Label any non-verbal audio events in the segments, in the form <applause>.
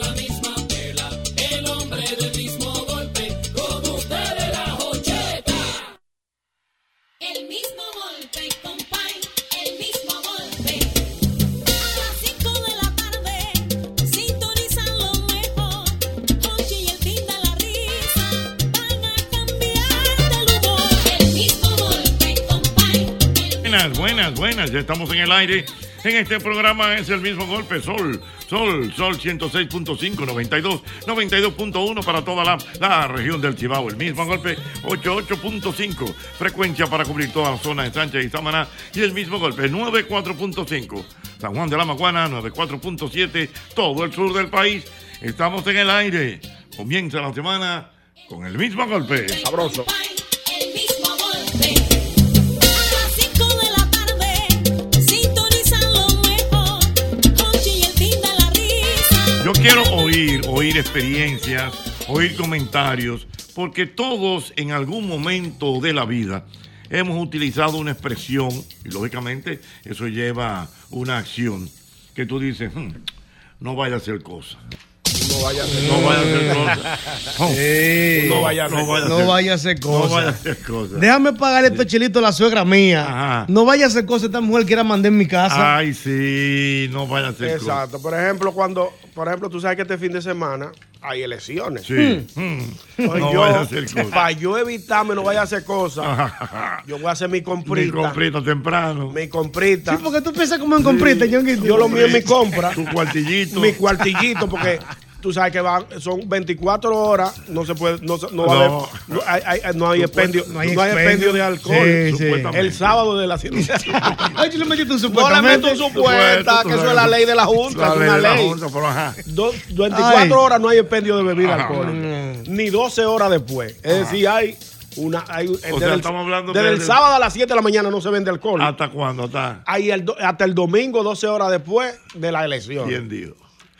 la misma tela. El hombre del mismo golpe, como ustedes la jocheta. El mismo golpe, compay, el mismo golpe. A las 5 de la tarde, sintonizan lo mejor. Hochi y el fin de la risa van a cambiar del humor. El mismo golpe, compay. Buenas, buenas, buenas. Ya estamos en el aire. En este programa es el mismo golpe. Sol, sol, sol 106.5, 92, 92.1 para toda la, la región del Chibao. El mismo golpe 88.5. Frecuencia para cubrir toda la zona de Sánchez y Samaná. Y el mismo golpe 94.5. San Juan de la Maguana 94.7. Todo el sur del país. Estamos en el aire. Comienza la semana con el mismo golpe. Sabroso. El mismo golpe. A las 5 de la tarde, sintonizan lo mejor. Hochi y el fin de la risa. Yo quiero oír, oír experiencias, oír comentarios, porque todos en algún momento de la vida hemos utilizado una expresión, y lógicamente eso lleva una acción, que tú dices, "Hmm, no vaya a hacer cosa. No vaya a ser No vaya a hacer cosa. cosa. Oh, Sí. no vaya a hacer cosa. No vaya a hacer No cosa. vaya a hacer cosa. Déjame pagar este chelito a la suegra mía. No vaya a hacer cosas esta mujer quiera mandar en mi casa. Ay, sí, no vaya a hacer cosa. Exacto. Por ejemplo, cuando, por ejemplo, tú sabes que este fin de semana hay elecciones. Sí. Entonces No yo, vaya a hacer cosa. Para yo evitarme, no vaya a hacer cosas. <laughs> Yo voy a hacer mi comprita. Mi comprita temprano. Mi comprita. Sí, porque tú piensas como en comprita, Ñonguito. Yo lo mío es mi compra. Tu cuartillito. mi cuartillito, porque tú sabes que van, son 24 horas, no se puede, no, se- no va a No. haber, no hay, hay- no hay expendio, no hay, expendio de alcohol. Sí, sí. Supuestamente. El sábado de la <laughs> Ay, yo le metí un No le supuestamente. meto su puerta, que eso es la ley de la La Junta, es ley una de la ley. Junta, pero ajá. Do- 24 Ay. horas no hay expendio de bebida Ajá. alcohólica, ni 12 horas después. Es decir, hay una. Hay, desde sea, el- estamos hablando desde que el el- Ah, sábado a las 7 de la mañana no se vende alcohol. ¿Hasta cuándo? ¿Hasta? Hay el do- hasta el domingo, 12 horas después de la elección. Bien, Dios.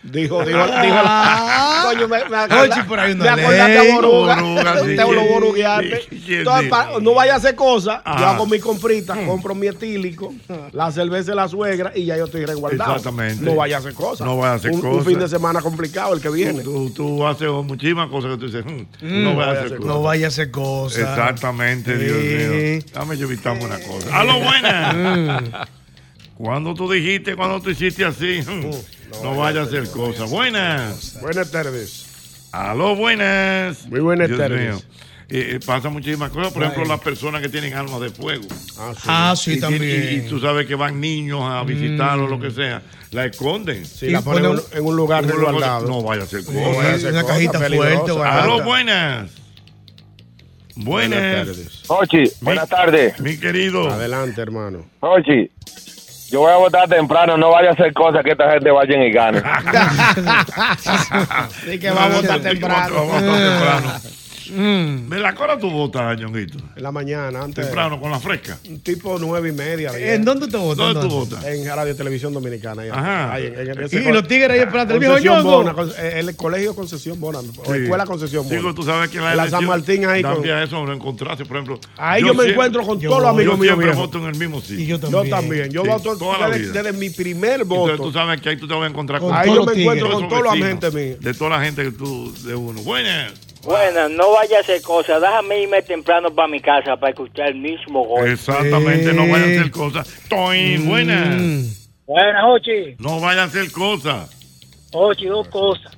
Dijo, dijo, dijo. la- Coño, me, me acorda- Oye, Ah. por ahí una me acordaste ley, a Boruga. Boruga, sí, Te lo sí, borugueaste. sí, Ah. sí, Entonces, sí. para- no vaya a hacer cosas. Yo Ajá. hago mi comprita, Mm. compro mi etílico, la cerveza de la suegra y ya yo estoy resguardado. Exactamente. No vaya a hacer cosas. No vaya a hacer Un- Un cosas. fin de semana complicado el que viene. Tú, tú haces muchísimas cosas que tú dices, "Mm, no voy a hacer cosas. No vaya a hacer cosas. Exactamente, Dios Sí. mío. Dame yo evitarme una cosa. ¡A lo buena! cuando tú dijiste, cuando tú hiciste así, "Mm, no vaya a hacer cosas. Buenas. Buenas tardes. ¡A lo buenas! Muy buenas Dios tardes. mío. Eh, eh, pasa muchísimas cosas, por ejemplo, las personas que tienen armas de fuego. Ah, sí. Ah, sí, Y tienen- también. y- y tú sabes que van niños a visitar o lo que sea, la esconden. Mm. Sí, y la ponen en ponen- un- en un lugar Uno luego- resguardado. No vaya a hacer Sí, cosas. vaya a hacer una cosas cajita peligrosas. fuerte, barata. Aló, <laughs> buenas. Buenas. Ochi, buenas tardes. Mi querido. Adelante, hermano. Ochi, yo voy a votar temprano, no vaya a hacer cosas que esta gente vaya y <laughs> gane. <laughs> Sí, que va a votar Vamos a temprano. Mm. votar temprano. ¿De la hora tú votas, Ñonguito? En la mañana, antes. Temprano, con la fresca. Un tipo nueve y media. diez. ¿En dónde te votas? ¿Dónde tú entonces? votas? En Radio Televisión Dominicana. ahí, Ajá. ahí, en- en Y, ese y co- los tigres ahí esperando. El viejo Concesión Bona, Ñongo. con- eh, el colegio Concesión Bona, o Sí. escuela Concesión Bona. Digo, tú sabes que la En la San elección Martín ahí con- Cambia eso, lo encontraste, por ejemplo. Ahí yo, me siempre- encuentro con yo- todos los amigos Yo míos. siempre viejos. voto en el mismo sitio. Y yo Yo también. también. Yo Sí, voto toda la desde, vida. desde mi primer Entonces voto. tú sabes que ahí tú te vas a encontrar Con todos ahí yo todos me los encuentro tigres. con esos toda la vecinos, gente mía. De toda la gente que tú, de uno. Buenas. Bueno, no vaya a hacer cosas. Déjame irme temprano para mi casa para escuchar el mismo gol. Exactamente, no Eh. vayan a hacer cosas. Toy, Mm. buenas. Buenas, Ochi. No vayan a hacer cosas. Ochi, dos cosas.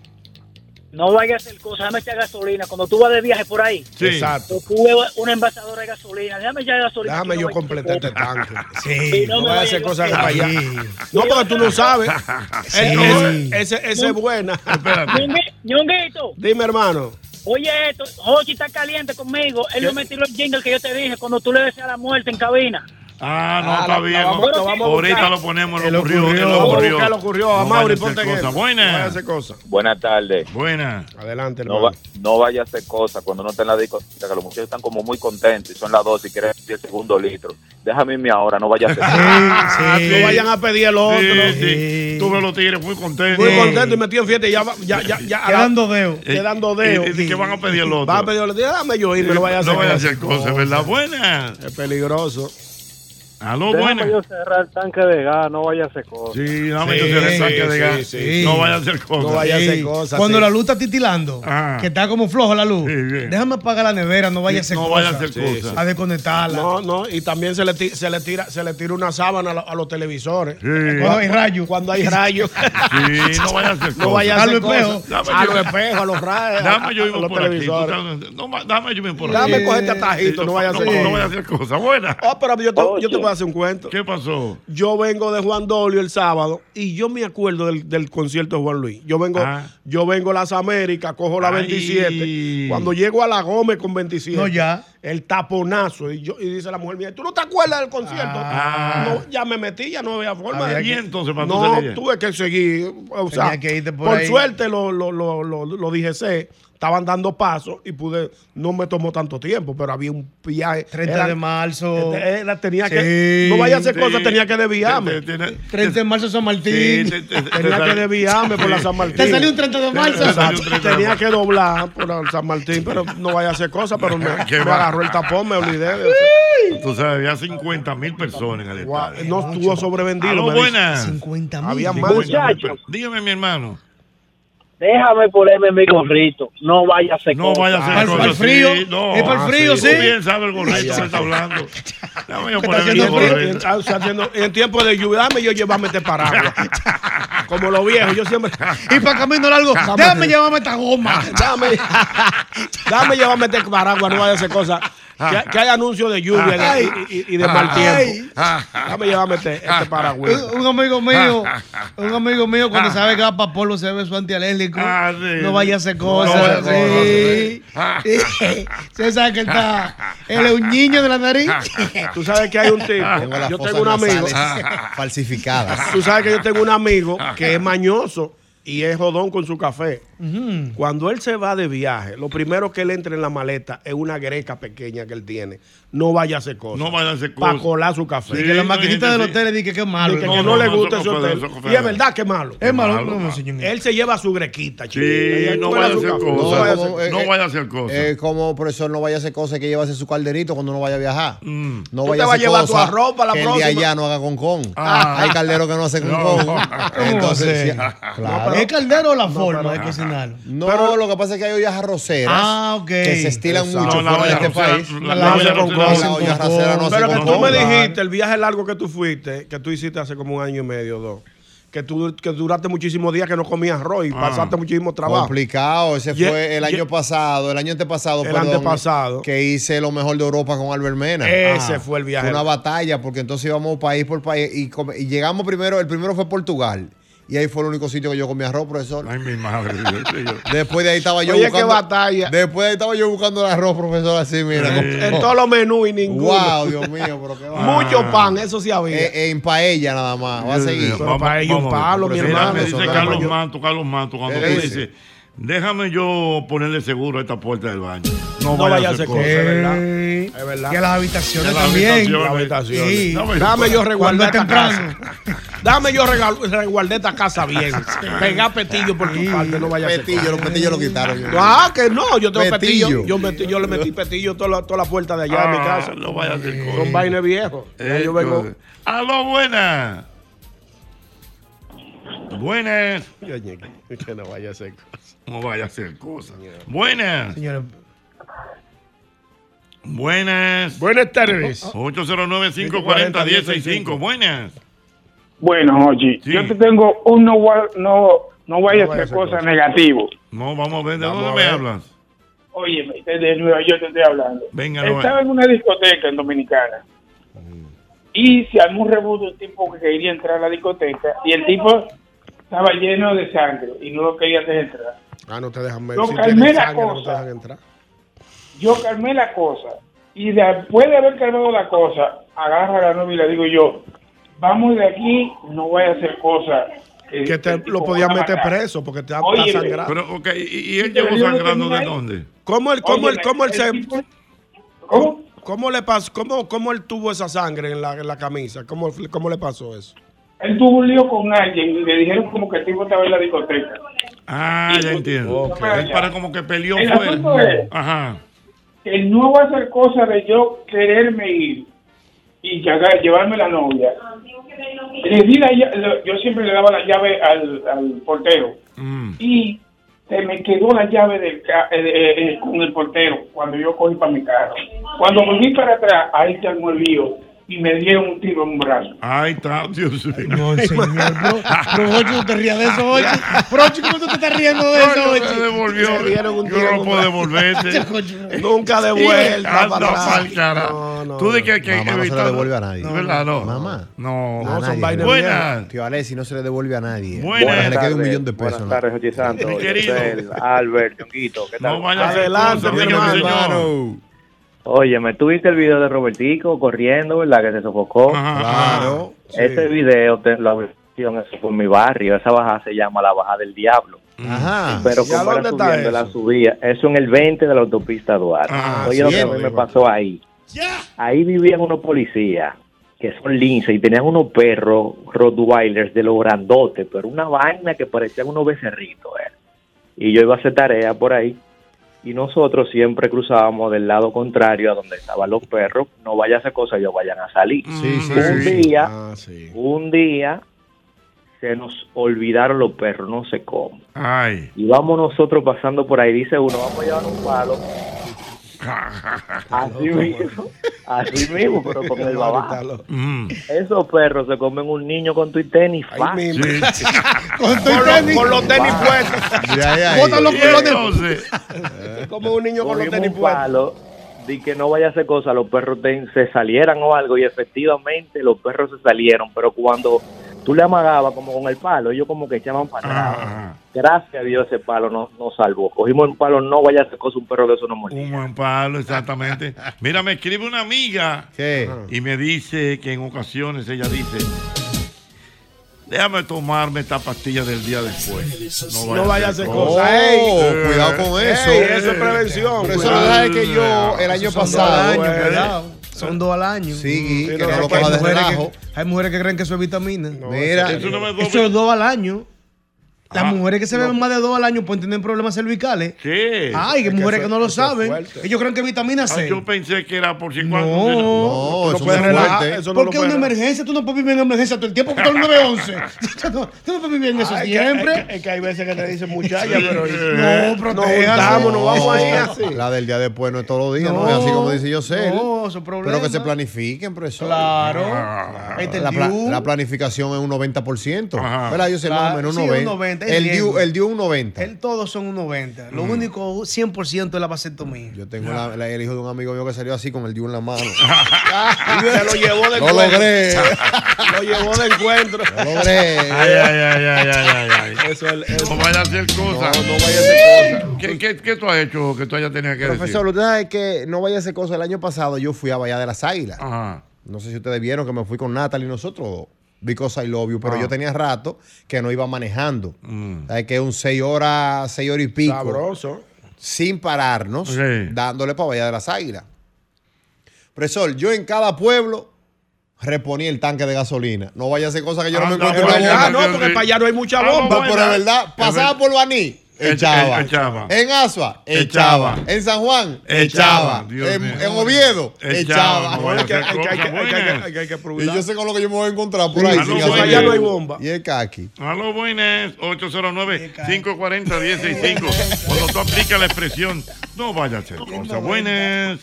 No vayas a hacer cosas, déjame echar gasolina. Cuando tú vas de viaje por ahí, Sí. Exacto. ocupe una envasadora de gasolina, déjame echar gasolina. Déjame que yo no vaya- completar este tanque. Sí, no, no me voy a vaya hacer yo cosas a- para allá. Sí. No, porque tú no sabes. Sí. Eh, no, ese, ese es buena. Ñongue- Ñonguito, Dime, hermano. oye esto, Jochi está caliente conmigo. Él no me tiró el jingle que yo te dije cuando tú le deseas la muerte en cabina. Ah, no, Ah, está lo- bien. lo vamos- lo vamos a Ahorita buscar. lo ponemos, Él lo ocurrió. ocurrió, él lo Lo vamos a ocurrió. buscar, lo ocurrió. A Mauri, ponte en eso. No vaya a Buena. hacer cosas. Buenas tardes. Buena. Adelante, No, va- no vaya a hacer cosas cuando no esté en la discoteca, que los muchachos están como muy contentos y son las 12 y quieren pedir el segundo litro. Déjame irme ahora, no vaya a <laughs> hacer Ah, No vayan a pedir el otro. Sí, sí. Tú ves los tigres muy contentos. Muy contento y metido en fiesta y ya, va- ya, ya, ya. Quedando deo. Quedando deo. Y- y- y eh, que van a pedir el otro. Va a pedir el otro. Déjame yo irme, no vaya a hacer No vaya a hacer cosas, ¿verdad? Buena. Es peligroso. Aló, Déjame buena. yo cerrar el tanque de gas, no vaya a hacer cosas. Sí, dame yo cerrar el tanque de gas. No vaya a hacer cosas. Sí. Cuando la luz está titilando, Ah. que está como floja la luz, déjame apagar la nevera, no vaya a hacer no cosas. vaya a hacer Sí, cosas. A desconectarla. No, no, y también se le, ti- se le, tira, se le tira una sábana a, lo- a los televisores. Eh, Cuando hay rayos. Cuando hay <laughs> rayos. Sí, no vaya a hacer <laughs> No cosas. vaya a A hacer los espejos. cosas. A los espejos, a los rayos. Dame yo a- a mismo los por aquí. tú televisores. sabes, no, ma- dame yo mismo por aquí. Dame cogerte a tajito, no vaya a hacer eh, No, cosas. no vaya a hacer cosas. Buena. Oh, pero yo te, yo te voy a hacer un cuento. ¿Qué pasó? Yo vengo de Juan Dolio el sábado y yo me acuerdo del, del concierto de Juan Luis. Yo vengo, Ah. yo vengo a las Américas, cojo la Ay. 27. Cuando llego a la Gómez con 27, No, ya. el taponazo. Y, yo, y dice la mujer mía, ¿tú no te acuerdas del concierto? Ah. No, ya me metí, ya no había forma. Había de- que- ¿Y entonces, para tú No, salir? tuve que seguir. O Tenía sea, que irte por por, ahí. suerte los lo, lo, lo, lo DGC estaban dando pasos y pude, no me tomó tanto tiempo, pero había un viaje. 30 Era- de marzo. este, era- tenía Sí. que. No vaya a hacer Sí. cosas, tenía que desviarme. 30 de marzo San Martín. Sí, te- te- tenía que desviarme por la San Martín. Te salió un 30 de marzo. Exacto. Tenía que doblar por la San Martín, pero no vaya a hacer cosas, pero me, <laughs> Qué me va. agarró el tapón, me olvidé. de- Tú sabes, había 50 mil personas en el Guau, estadio. no estuvo sobrevendido. Aló, me dice. buenas. 50 Había más. Muchachos, Dígame, mi hermano. déjame ponerme mi gorrito. No vaya a hacer No vaya Ah, a hacer Al- cosas al así, frío. no. Es para el frío, Ah, sí. Tú bien sabes el gorrito que está hablando. Dame yo ponerme el gorrito. Ah, o sea, haciendo- en tiempo de lluvia, dame yo llevarme <laughs> este paraguas. Como los viejos, yo siempre. Y para camino largo, déjame llevarme esta goma. Dame, dame llevarme este paraguas, no vaya a hacer cosas. Que, que hay anuncios de lluvia y de- Ay. y, y- y de mal tiempo. Ay. Dame llevarme este, este paraguas. Un, un amigo <laughs> mío, un amigo mío cuando sabe que va para polo se ve su antialérgico. Ah, sí. No vaya a hacer No vaya a cosas. hacer sí. cosas, Ah. Sí. <laughs> Usted sabe que él está. Él es un niño de la nariz. Tú sabes que hay un tipo. las Yo fosas tengo un amigo. nasales falsificadas. Tú sabes que yo tengo un amigo que es mañoso y es jodón con su café. Cuando él se va de viaje, lo primero que él entra en la maleta es una greca pequeña que él tiene. No vaya a hacer cosas. No vaya a hacer Para cosas. colar su café. Y Sí, que la no, maquinita gente, del sí. hotel le dice que es malo. Dice que, no, no, no, le no, gusta eso ese fue- hotel. eso fue- Y es verdad que es malo. Es malo, malo, no, malo. señor. Él se lleva su grequita, chiquita. Y Sí, él no cuela vaya a su hacer café. cosas. No eh, vaya a hacer- cosas. No vaya a hacer cosas. Eh, como profesor, no vaya a hacer cosas que llevarse su calderito cuando no vaya a viajar. No Mm. Tú vaya te vas a hacer llevar tu cosas arroz para la que el próxima. de allá no haga con con. Ah. Hay calderos que no hacen con <laughs> No. con. sé? Entonces, sí, ah, No, claro. pero- ¿Es caldero o la forma de cocinarlo? No, lo que pasa es que hay ollas arroceras Ah, ok. que se estilan Exacto. No, mucho la fuera de olla este arrocera- país. la- la olla con arrocera La no olla hacen con arrocera con. no hace Pero que con tú me con. dijiste, el viaje largo que tú fuiste, que tú hiciste hace como un año y medio, dos, que tú que duraste muchísimos días que no comías arroz y Ah. pasaste muchísimo trabajo. Complicado, ese Ye- fue el ye- año pasado, el año antepasado, El perdón, antepasado. que hice lo mejor de Europa con Albert Mena. Ese Ah. fue el viaje. Fue una batalla porque entonces íbamos país por país y, come- y llegamos primero, el primero fue Portugal y ahí fue el único sitio que yo comí arroz, profesor. Ay, mi madre. <laughs> Después de ahí estaba yo Oye, qué buscando batalla. Después de ahí estaba yo buscando el arroz, profesor, así, mira. Eh. en todos los menús y ninguno. Wow, Dios mío, <laughs> pero qué va. Mucho pan, eso sí había. Eh, eh, en paella nada más, va a seguir. Pero para ellos un palo, mi Mira, hermano. Me eso dice era Carlos mayor. Manto, Carlos Manto, cuando tú ¿Qué dice? dices, déjame yo ponerle seguro a esta puerta del baño. No, No vaya a hacer cosas, es cosas. verdad. Eh, Es verdad. Y a las habitaciones Y a las también. habitaciones. La habitación. Sí. No, pero- Dame yo Cuando resguardar es esta temprano. casa. Dame yo regal- resguardar esta casa bien. Pegar petillo por tu parte, no vaya a hacer Petillo, los petillos lo quitaron. yo. Ah, que no, yo tengo Petillo. petillo. Yo, metí- yo le metí petillo toda la, toda la puerta de allá de mi Ah, casa. No vaya a hacer cosas. Con vaina viejo. Ya Eh, yo vengo. cosas. Aló, buenas. Buenas. Que no vaya a ser cosa. No vaya a hacer cosas. Buenas. Señores, Buenas. Oh, Buenas tardes. 809-540-165. Buenas. Bueno, oye, Sí. yo te tengo un no, wa- no, No vaya a hacer cosas negativas. No, vamos a ver, ¿de Vamos dónde a me ver. hablas? Oye, desde Nueva York te estoy hablando. Venga, no Estaba en una discoteca en Dominicana. Y se armó un rebudo un tipo que quería entrar a la discoteca. Y el tipo estaba lleno de sangre y no lo quería hacer entrar. Ah, no te dejan ver. Lo Si calmé tienes la sangre, no te cosa. dejan entrar. Yo calmé la cosa. Y después de haber calmado la cosa, agarra a la novia y le digo yo, vamos de aquí, no vaya a hacer cosas. Que te lo podía podías meter preso porque te Oye, está sangrado. Pero, ok, ¿y, y él Sí, pero llegó yo no sangrando tenía de ahí. dónde? ¿Cómo él, cómo él, Óyeme, cómo él se... ¿Cómo? ¿Cómo le pasó? ¿Cómo, cómo él tuvo esa sangre en la, en la camisa? ¿Cómo, ¿Cómo le pasó eso? Él <laughs> tuvo un lío con alguien y le dijeron como que el tipo estaba en la discoteca. Ah, ya entiendo. Él para como que peleó El fue. asunto es- Ajá. Él no va a hacer cosa de yo quererme ir y llegar- llevarme la novia. Le di la lla- lo- yo siempre le daba la llave al, al portero Mm. y se me quedó la llave del ca- eh, eh, eh, con el portero cuando yo cogí para mi carro. Cuando volví para atrás, ahí se armó el lío y me dieron un tiro en un brazo. Ahí está, Dios mío. No, señor, bro. Pero, Ochi, no te rías de eso, Ochi. Pero, Ochi, ¿cómo tú te estás riendo de Coño, eso, Ochi? me devolvió. Yo no puedo <laughs> <laughs> devolverte. Nunca Sí, devuelta anda para atrás. pa'l cara. Tú de que hay que Mamá no se evitar- le devuelve a nadie. ¿Verdad? No. Mamá. No. A No, son nadie. vainas Buenas. viejas. Tío Alessi no se le devuelve a nadie. Buenas. Ojalá Le quede un tardes. millón de pesos. Buenas tardes, Jochi Santos. Giselle, Albert, Chonguito, ¿qué tal? No vaya a hacer cosas, dígame, señor. Oye, me tuviste el video de Robertico corriendo, ¿verdad? Que se sofocó. Claro. Ese video, te- la versión, eso fue en mi barrio. Esa bajada se llama la bajada del diablo. Ajá. Pero ¿Y a como era dónde está subiendo, la subía. Eso en el 20 de la autopista Duarte. Ah, Oye, lo que a cielo, mí me digo. pasó ahí. Ahí vivían unos policías que son linces y tenían unos perros Rottweilers de los grandotes, pero una vaina que parecían unos becerritos. eh. Y yo iba a hacer tarea por ahí y nosotros siempre cruzábamos del lado contrario a donde estaban los perros, no vaya a hacer cosas, ellos vayan a salir. sí, un sí. día, un día se nos olvidaron los perros, no sé cómo. Ay. Y vamos nosotros pasando por ahí, dice uno, vamos <laughs> a llevar un palo. Así mismo, así mismo, pero <laughs> con el babá. Esos perros se comen un niño con tu tenis fácil. <laughs> Con, los, con los tenis Fácil. puestos. Botan los pelones. Como un niño con los Cogimos tenis un puestos. palo, di que no vaya a hacer cosa, los perros te- se salieran o algo, y efectivamente los perros se salieron, pero cuando tú le amagabas como con el palo, ellos como que echaban para atrás. Gracias a Dios ese palo nos no salvó. Cogimos un palo, no vaya a hacer cosa, un perro de eso no mordió. Un buen palo, exactamente. Mira, me escribe una amiga y me dice que en ocasiones ella dice, déjame tomarme esta pastilla del día después. No vaya a hacer cosas. Oh, eh, cuidado con eso. Ey, eso es prevención. Pero eso cuidado. lo dejé que yo el año Son dos pasado. al año, eh, cuidado. Son dos al año. Sí, que Pero no lo hay, coja de mujeres relajo. que, hay mujeres que creen que eso es vitamina. Mira. eso, eso no me es doble- dos al año. Las Ah, mujeres que se no. beben más de dos al año pueden tener problemas cervicales. ¿Qué? Ay, que Es que mujeres eso- que no lo eso es saben. fuerte. Ellos creen que es vitamina Ah, C. yo pensé que era por si No, cuando... no, tú no puedes relajar, Porque una emergencia, tú no puedes vivir en emergencia todo el tiempo, porque todo el 911. <laughs> Tú no- tú no puedes vivir en eso Ay, que- siempre. es que- es que hay veces que te dicen muchacha, pero No, protéjase. juntamos, nos vamos a ir así. La del día después no es todos los días, no, No, es así como dice yo sé. no, eso es Pero problema. que se planifiquen, profesor. Claro. La, pla- la planificación es un 90%. ¿Verdad? Yo sé más o menos un 90%. Sí, un 90. El dio, el dio un 90%. Él todos son un 90. Lo Mm. único 100% es la vasectomía. Yo tengo la- la- el hijo de un amigo mío que salió así con el dio en la mano. Se lo llevó de Lo encuentro. logré. Lo llevó de encuentro. Lo logré. Ay, ay, ay, ay, ay, ay, ay. No vaya a hacer cosas. No, vaya a hacer cosas. ¿Qué, qué, qué tú has hecho que tú hayas tenido que Profesor, decir? usted sabe que no vaya a hacer cosas. El año pasado yo fui a Bahía de las Águilas. No sé si ustedes vieron que me fui con Natalie y nosotros dos. Because I love you, pero Ah. yo tenía rato que no iba manejando. ¿Sabe que un 6 horas, 6 horas y pico. Mm. Sabroso. Sin pararnos, dándole para Bahía de las Águilas. Profesor, yo en cada pueblo reponía el tanque de gasolina. No vaya a hacer cosas que yo no me Anda, encuentre es una bomba. verdad, no, porque para allá no hay mucha Ah, no, bomba. Pero de verdad, pasaba por Baní, echaba. Echaba. En Asua, Echaba. echaba. En San Juan, Echaba. echaba. Dios En, mío. en Oviedo, Echaba. echaba. No, es que- hay que- hay que- hay que- hay que- hay que- hay que Y yo sé con lo que yo me voy a encontrar por Sí, ahí. sí, sin sí, gasolina. allá no hay bomba. Y el caqui. Aló, buenas. 809-540-165. Cuando tú aplicas la expresión, no vaya a hacer cosas. Buenas.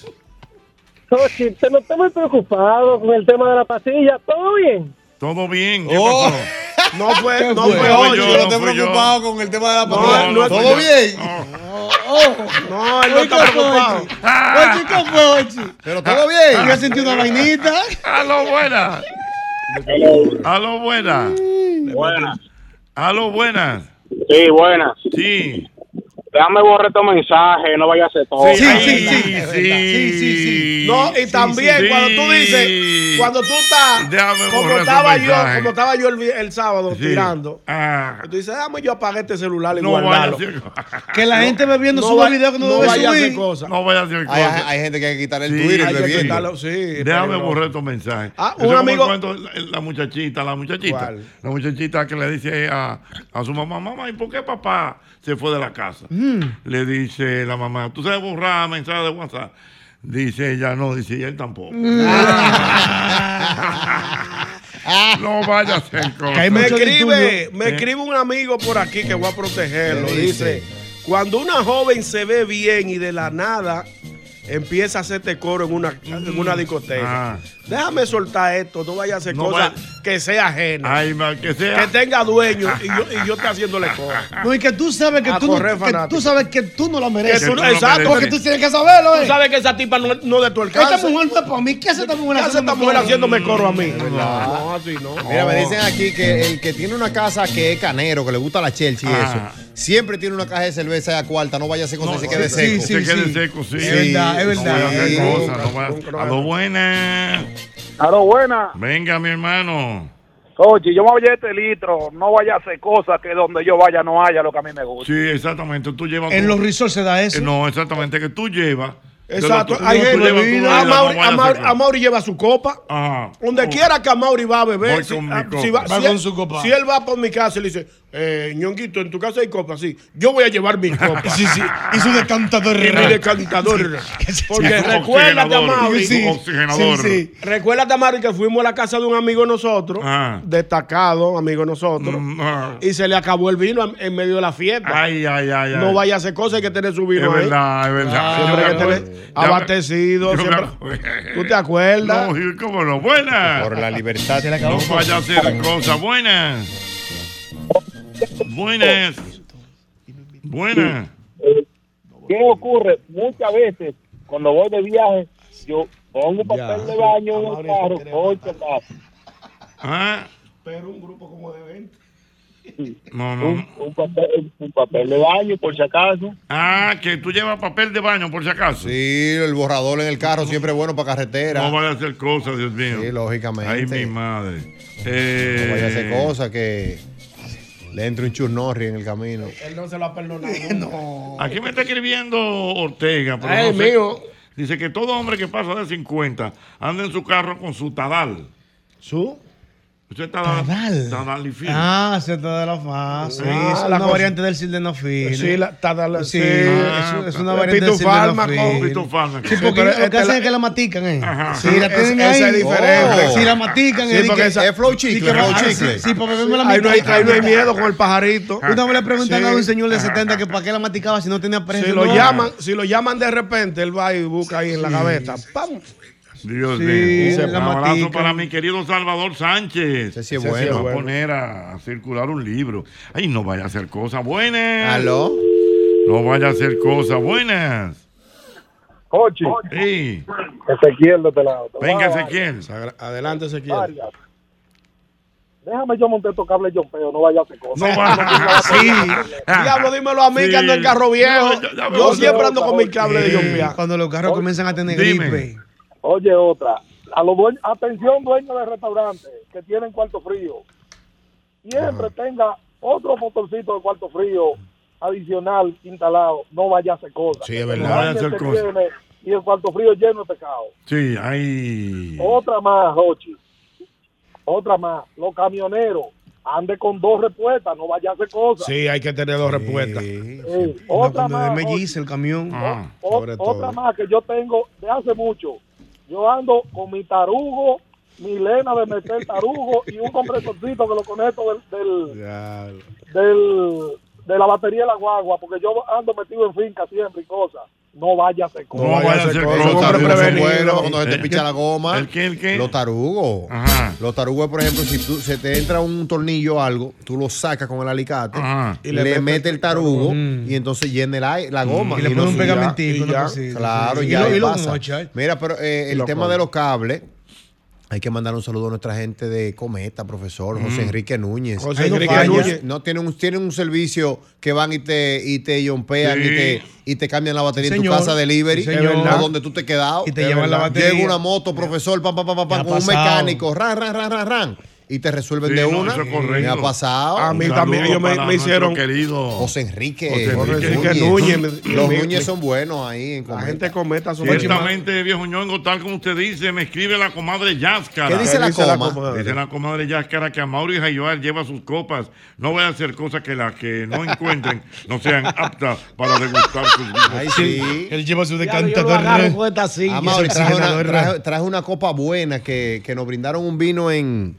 Sochi, te no estoy muy preocupado con el tema de la pastilla. ¿Todo bien? Todo bien. ¿Qué Oh. pasó? No fue, no fue? fue No fui ocho. yo, no fui yo. con el tema de la patrulla. ¿Todo bien? No, él no está preocupado. Ah. Ochi, ¿cómo fue Ochi? Pero todo bien. Yo sentí una vainita. Ah. Aló, buena. Aló, buena. Buenas. Aló, buenas. Sí, buenas. Sí. Déjame borrar tu mensaje, no vaya a hacer todo. Sí, sí, sí, sí, sí, No, y también sí. cuando tú dices, cuando tú estás, Déjame como borrar estaba esos yo, mensajes. como estaba yo el, vi- el sábado Sí. tirando, Ah, y tú dices, dame yo apagar este celular y no vaya a guardarlo. hacer Que la gente bebiendo no suba va- video que no, no debe vaya a hacer subir. cosas. No voy a hacer Hay, cosas. hay gente que hay que quitar el Sí, Twitter hay que bebiendo. quitarlo, Déjame borrar estos mensajes. Ah, Eso un me amigo- cuento la, la muchachita, la muchachita. La muchachita que le dice a, a su mamá, mamá, ¿y por qué papá se fue de la casa? Mm. Le dice la mamá, ¿tú sabes borrar mensajes de WhatsApp? Dice ella, no, dice "Y él tampoco. Mm. <laughs> no vaya a <laughs> hacer cosas. Eh, me escribe, me escribe un amigo por aquí que voy a protegerlo. ¿Qué dice? Dice, cuando una joven se ve bien y de la nada empieza a hacerte coro en una, en una discoteca. Déjame soltar esto, no vaya a hacer Mm. Ah. No cosas vaya- que sea ajena. Ay, ma, que sea- Que tenga dueño y yo, y yo esté haciéndole cosas. No, y que tú sabes que, A tú no, correr que Ah, fanático. tú sabes que tú no la mereces. Que tú no- Que tú no exacto. mereces. Porque tú tienes que saberlo, ¿eh? Tú sabes que esa tipa no, no de tu alcance. Esta mujer no es para mí. ¿Qué hace esta mujer ¿Qué hace esta haciéndome mujer coro? haciéndome coro a mí? No, así no. Mira, me dicen aquí que el que tiene una casa que es canero, que le gusta la Chelsea y Ah. eso, siempre tiene una caja de cerveza a cuarta, no vaya a hacer cosas y se quede seco. Se quede seco, sí. Es verdad, es No verdad. vaya a hacer Sí. cosas, no vaya a hacer- A lo buena. A lo buena. Venga, mi hermano. Oye, yo me voy a este litro, no vaya a hacer cosas que donde yo vaya no haya lo que a mí me gusta. Sí, exactamente. Tú llevas. En tu- los resorts se da eso. Eh, No, exactamente, que tú llevas. Exacto. Que lo- tú- Hay tú gente. llevas tu bebida, A no Mauri, vayas a a Mauri- hacer a Mauri lleva su copa. Ajá. Donde quiera que a Mauri va a beber. Voy Si, con mi ah, copa. si va, Va si con él, su copa. si él va por mi casa y le dice, eh, ñonguito, en tu casa hay copa, sí. Yo voy a llevar mi copa. <laughs> Sí, sí. Y su decantador. Y mi <laughs> decantador. Porque Y su recuérdate, a oxigenador, Mauri. y su Sí, oxigenador. sí, Recuérdate, a Mauri, que fuimos a la casa de un amigo de nosotros, Ah. destacado amigo de nosotros, y se le acabó el vino en- en medio de la fiesta. Mm, Ay, ay, ay, ay. No vaya a hacer cosas, hay que tener su vino Es ahí. verdad, Ah, es verdad. Siempre hay que Yo me acuerdo. tener abastecido. Yo me siempre- ¿Tú te acuerdas? No, y cómo no, buena. Por la libertad. <laughs> No vaya a hacer cosas buenas. Buenas. Buenas. ¿Qué ocurre? Muchas veces, cuando voy de viaje, yo pongo papel de baño en el carro, ocho capas. Ah, Pero un grupo como de 20. no, Mm. Un, no. un papel, un papel de baño, por si acaso. Ah, que tú llevas papel de baño, por si acaso. Sí, el borrador en el carro siempre es bueno para carretera. No vaya a hacer cosas, Dios mío. Sí, lógicamente. Ay, mi madre. No vaya a Eh, hacer cosas que le entre un churnorri en el camino. Él no se lo ha perdonado. no. Aquí me está escribiendo Ortega. pero Ay, no sé. mío. Dice que todo hombre que pasa de 50 anda en su carro con su tadal. ¿Su? Usted está tadal. Tadal y fin. Ah, se te da la fase. Ah, es la una cosa- variante del sildenafil. Sí, la- está da la- Sí, sí. Ah, es- es una variante del Ah, Pitufármaco, sildenafil. pitufármaco. Sí, Sí, porque pero lo que esta hacen la- es que la matican, ¿eh? Ajá. Sí, la Es- tienen esa ahí. es diferente. Oh. Si la matican, Sí, es de porque que- esa- es flow sí, chicle, que- flow ah, Sí, chicle. sí, para beberme la Ahí no hay- mitad. ahí no hay miedo con el pajarito. Una vez le preguntan Sí. a un señor de 70 que para qué la maticaba si no tenía precio. Si lo No. llaman, si lo llaman de repente, él va y busca ahí en la Sí. gaveta. ¡Pam! Dios Sí, mío. se Un la abrazo matica. para mi querido Salvador Sánchez. sí es Ese sí bueno. es Va a bueno. poner a, a circular un libro. Ay, no vaya a hacer cosas buenas. ¿Aló? No vaya a hacer cosas buenas. Ochi. Sí. Ezequiel de pelado. Venga, Ezequiel. Adelante, Ezequiel. Varias. Déjame yo montar estos cables yo feo, no vaya a hacer cosas. No va- Ah, Sí. <laughs> Diablo, dímelo a mí que ando en carro viejo. Yo siempre ando con mi cable de Yompia. Cuando los carros comienzan a tener Dime. gripe. Oye, otra. A los dueños, atención, dueños de restaurantes que tienen cuarto frío. Siempre tenga otro motorcito de cuarto frío adicional instalado. No vaya a hacer cosas. Sí, es verdad. No vaya a hacer Este cosas. tiene Y el cuarto frío lleno de pecado. Sí, ay. Otra más, Jochi. Otra más. Los camioneros. Ande con dos respuestas. No vaya a hacer cosas. Sí, hay que tener dos respuestas. Ah. Sí. Una Otra cuando más. de Jochi. melliza el camión. O- otra más que yo tengo de hace mucho. Yo ando con mi tarugo, mi lena de meter tarugo y un compresorcito que lo conecto del, del, del, de la batería de la guagua, porque yo ando metido en finca siempre y cosas. No vaya a hacer cosas. No vaya a hacer cosas. Los Hombre tarugos son prevenido. buenos para cuando se te ¿El picha qué? la goma. ¿El qué, el qué? Los tarugos. Los tarugos, por ejemplo, si tú, se te entra un tornillo o algo, tú lo sacas con el alicate y le, metes mete el tarugo y entonces llena el aire- la goma. Y le pone lo un suya, pegamentico, y una ya. cosita, Claro, sí. ya Y lo- ahí y lo pasa. mocha. Mira, pero eh, Y el lo tema come. de los cables. Hay que mandar un saludo a nuestra gente de Cometa, profesor Mm. José Enrique Núñez. José Ahí no Enrique falla. Núñez. No, tienen un, tienen un servicio que van y te, y te yompean Sí. y, te, y te cambian la batería en tu Señor. casa delivery. Sí, señor. O donde tú te quedado. Y te llevan la batería. Llega una moto, profesor, pa, pa, pa, pa, pa, Me ha con un pasado. mecánico, ran, ran, ran, ran, ran. Y te resuelven Sí, de no, una. eso es me correcto. ha pasado. A mí Un también, saludo ellos me- para me nuestro hicieron- querido José Enrique. José Enrique Núñez. Los Me- Núñez me- son buenos ahí en Cometa. gente cometa su Ciertamente, viejo ñongo, tal como usted dice, me escribe la comadre Yáscara. ¿Qué dice ¿Qué la dice la coma? comadre? Dice la comadre Yáscara que a Mauro y Jayoar lleva sus copas. No voy a hacer cosas que las que no encuentren no sean aptas para degustar sus vinos. Ay, sí. Él lleva su ¿eh? Ah, Mauri, traje, una, traje- traje una copa buena que, que nos brindaron un vino en,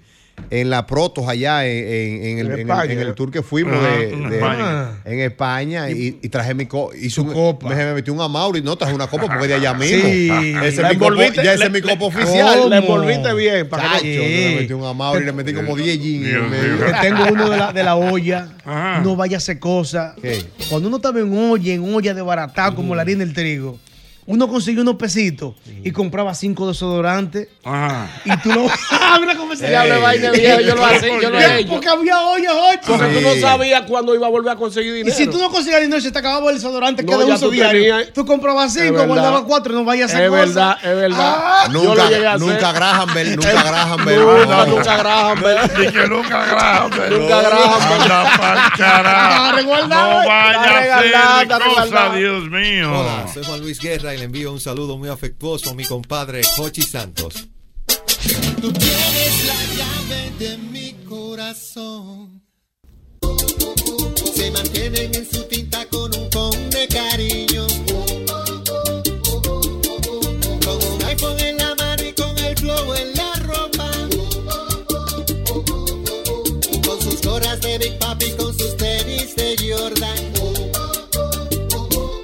en la Protos allá en, en- en el, En en el- España. en el tour que fuimos Ajá, de- en de- España. en España y, y traje mi copa. Hice un, copa. Me, me metí un Amauri, no traje una copa porque de allá mismo. Sí. Ese La es mi copo, envolviste- ya ese le- es mi le- copo oficial. La envolviste bien, para que no- Chacho, yo Sí. le metí un Amauri, le metí como 10 jeans. en el medio. Yo tengo uno de la, de la olla. No vaya a hacer cosas. ¿Qué? Cuando uno estaba en olla, en olla de baratá, como la harina del trigo, uno conseguía unos pesitos y compraba cinco desodorantes. Y tú lo. Ah, mira cómo se Él habla Ey. vaina viejo, yo lo hacía, yo lo he ¿Qué? hecho. Porque había olla, ocho. Porque tú no sabías cuándo iba a volver a conseguir Y dinero. si tú no conseguías dinero, se te acababa el desodorante No, cada ya uso tú diario. tenías- Tú comprabas Es cinco, verdad. guardabas cuatro, no vayas a hacer Es cosas. verdad, es verdad. Ah. Yo lo llegué a Nunca, hacer. nunca Graham Bell, nunca Graham <laughs> Bell. Nunca, No. nunca Graham Bell. que nunca Graham Bell. Nunca Graham Bell. Anda pa'l carajo. Está No vaya a regalada, hacer está cosa, regalada. Dios mío. Hola, soy Juan Luis Guerra y le envío un saludo muy afectuoso a mi compadre Jochi Santos. Tú tienes la llave de mi corazón. Se mantienen en su tinta con un con de cariño. Con un iPhone en la mano y con el flow en la ropa. Con sus gorras de Big Papi, con sus tenis de Jordan.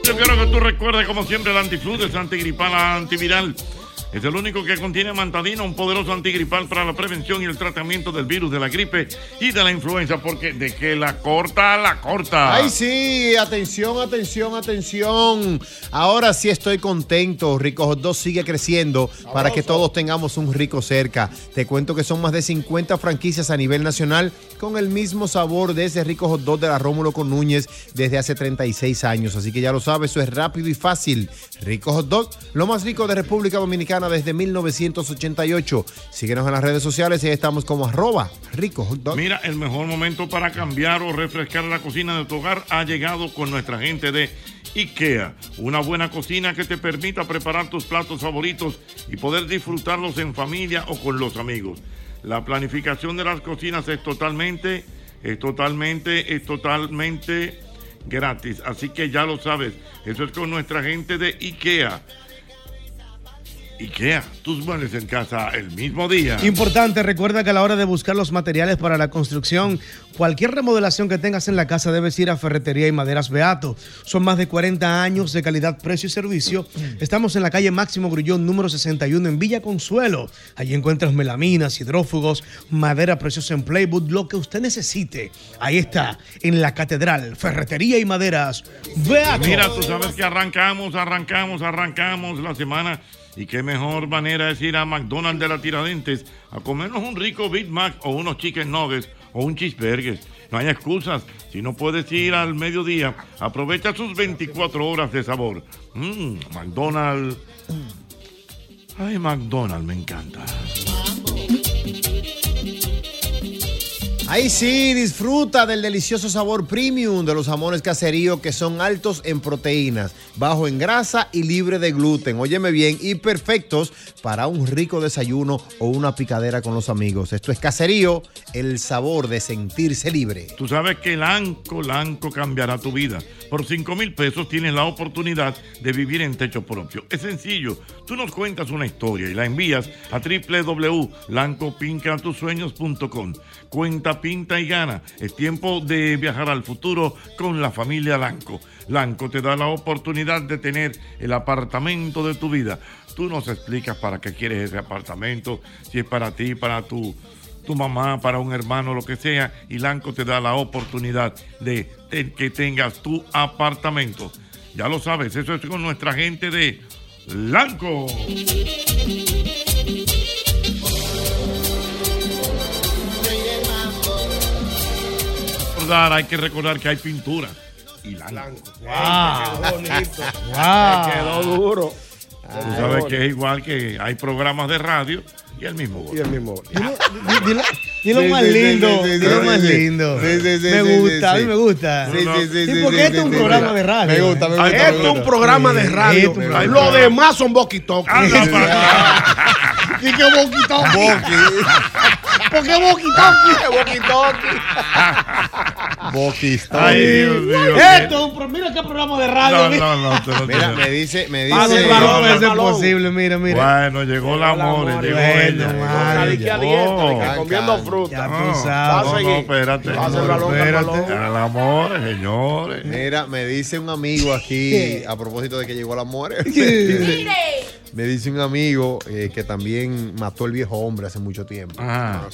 Yo quiero que tú recuerdes, como siempre, el antifludes, antigripal, antiviral. Es el único que contiene mantadina, un poderoso antigripal para la prevención y el tratamiento del virus de la gripe y de la influenza, porque de que la corta, la corta. Ay, sí, atención, atención, atención. Ahora sí estoy contento. Rico Hot Dog sigue creciendo para que todos tengamos un rico cerca. Te cuento que son más de 50 franquicias a nivel nacional con el mismo sabor de ese Rico Hot Dog de la Rómulo con Núñez desde hace 36 años. Así que ya lo sabes, eso es rápido y fácil. Rico Hot Dog, lo más rico de República Dominicana desde 1988. Síguenos en las redes sociales y ahí estamos como arroba Rico Hot Dog. Mira, el mejor momento para cambiar o refrescar la cocina de tu hogar ha llegado con nuestra gente de IKEA. Una buena cocina que te permita preparar tus platos favoritos y poder disfrutarlos en familia o con los amigos. La planificación de las cocinas es totalmente, es totalmente, es totalmente gratis. Así que ya lo sabes, eso es con nuestra gente de IKEA. IKEA, tus muebles en casa el mismo día. Importante, recuerda que a la hora de buscar los materiales para la construcción, cualquier remodelación que tengas en la casa debes ir a Ferretería y Maderas Beato. Son más de 40 años de calidad, precio y servicio. Mm. Estamos en la calle Máximo Grullón, número 61, en Villa Consuelo. Allí encuentras melaminas, hidrófugos, madera preciosa en Playwood, lo que usted necesite. Ahí está, en la Catedral, Ferretería y Maderas Beato. Mira, tú sabes que arrancamos, arrancamos, arrancamos la semana. Y qué mejor manera es ir a McDonald's de la Tiradentes a comernos un rico Big Mac o unos chicken nuggets o un cheeseburger. No hay excusas. Si no puedes ir al mediodía, aprovecha sus 24 horas de sabor. Mmm, McDonald's. Ay, McDonald's, me encanta. Ahí sí, disfruta del delicioso sabor premium de los jamones caserío que son altos en proteínas, bajo en grasa y libre de gluten. Óyeme bien, y perfectos para un rico desayuno o una picadera con los amigos. Esto es caserío, el sabor de sentirse libre. Tú sabes que el ANCO, el ANCO cambiará tu vida. Por 5 mil pesos tienes la oportunidad de vivir en techo propio. Es sencillo. Tú nos cuentas una historia y la envías a www.lancopincatusueños.com. Cuenta Piensa, pinta y gana. Es tiempo de viajar al futuro con la familia Lanco. Lanco te da la oportunidad de tener el apartamento de tu vida. Tú nos explicas para qué quieres ese apartamento, si es para ti, para tu, tu mamá, para un hermano, lo que sea. Y Lanco te da la oportunidad de, de que tengas tu apartamento. Ya lo sabes, eso es con nuestra gente de Lanco. recordar, hay que recordar que hay pintura. Y blanco. Wow. Te quedó bonito. Wow. Te quedó duro. Tú sabes que es igual que hay programas de radio y el mismo Y el mismo <laughs> Dilo, dilo Sí, más sí, sí, lindo. sí, sí, dilo sí, más sí. lindo. Sí, sí, sí, me sí, gusta, a sí, mí sí. me gusta. Sí, sí, sí, ¿Y sí, por sí, qué este es sí, un sí, programa sí. de <laughs> radio? Me gusta, me gusta, me Este es un gusta. este programa de radio. Lo demás son boquitoques. <laughs> Y que boquitoqui. <laughs> ¿Por qué boquitoqui? Ay, Dios mío. Esto es un pro- Mira qué programa de radio. mira. Mira, me dice, me dice. Ah, don Ramón, eso es posible, mira, mira. Bueno, llegó el amor, llegó ella. comiendo fruta. No, sabes. no, no, espérate. Pasa el balón, espérate. pasa el Al amor, señores. Mira, me dice un amigo aquí, a propósito de que llegó el amor. me dice un amigo eh, que también mató el viejo hombre hace mucho tiempo. Ah,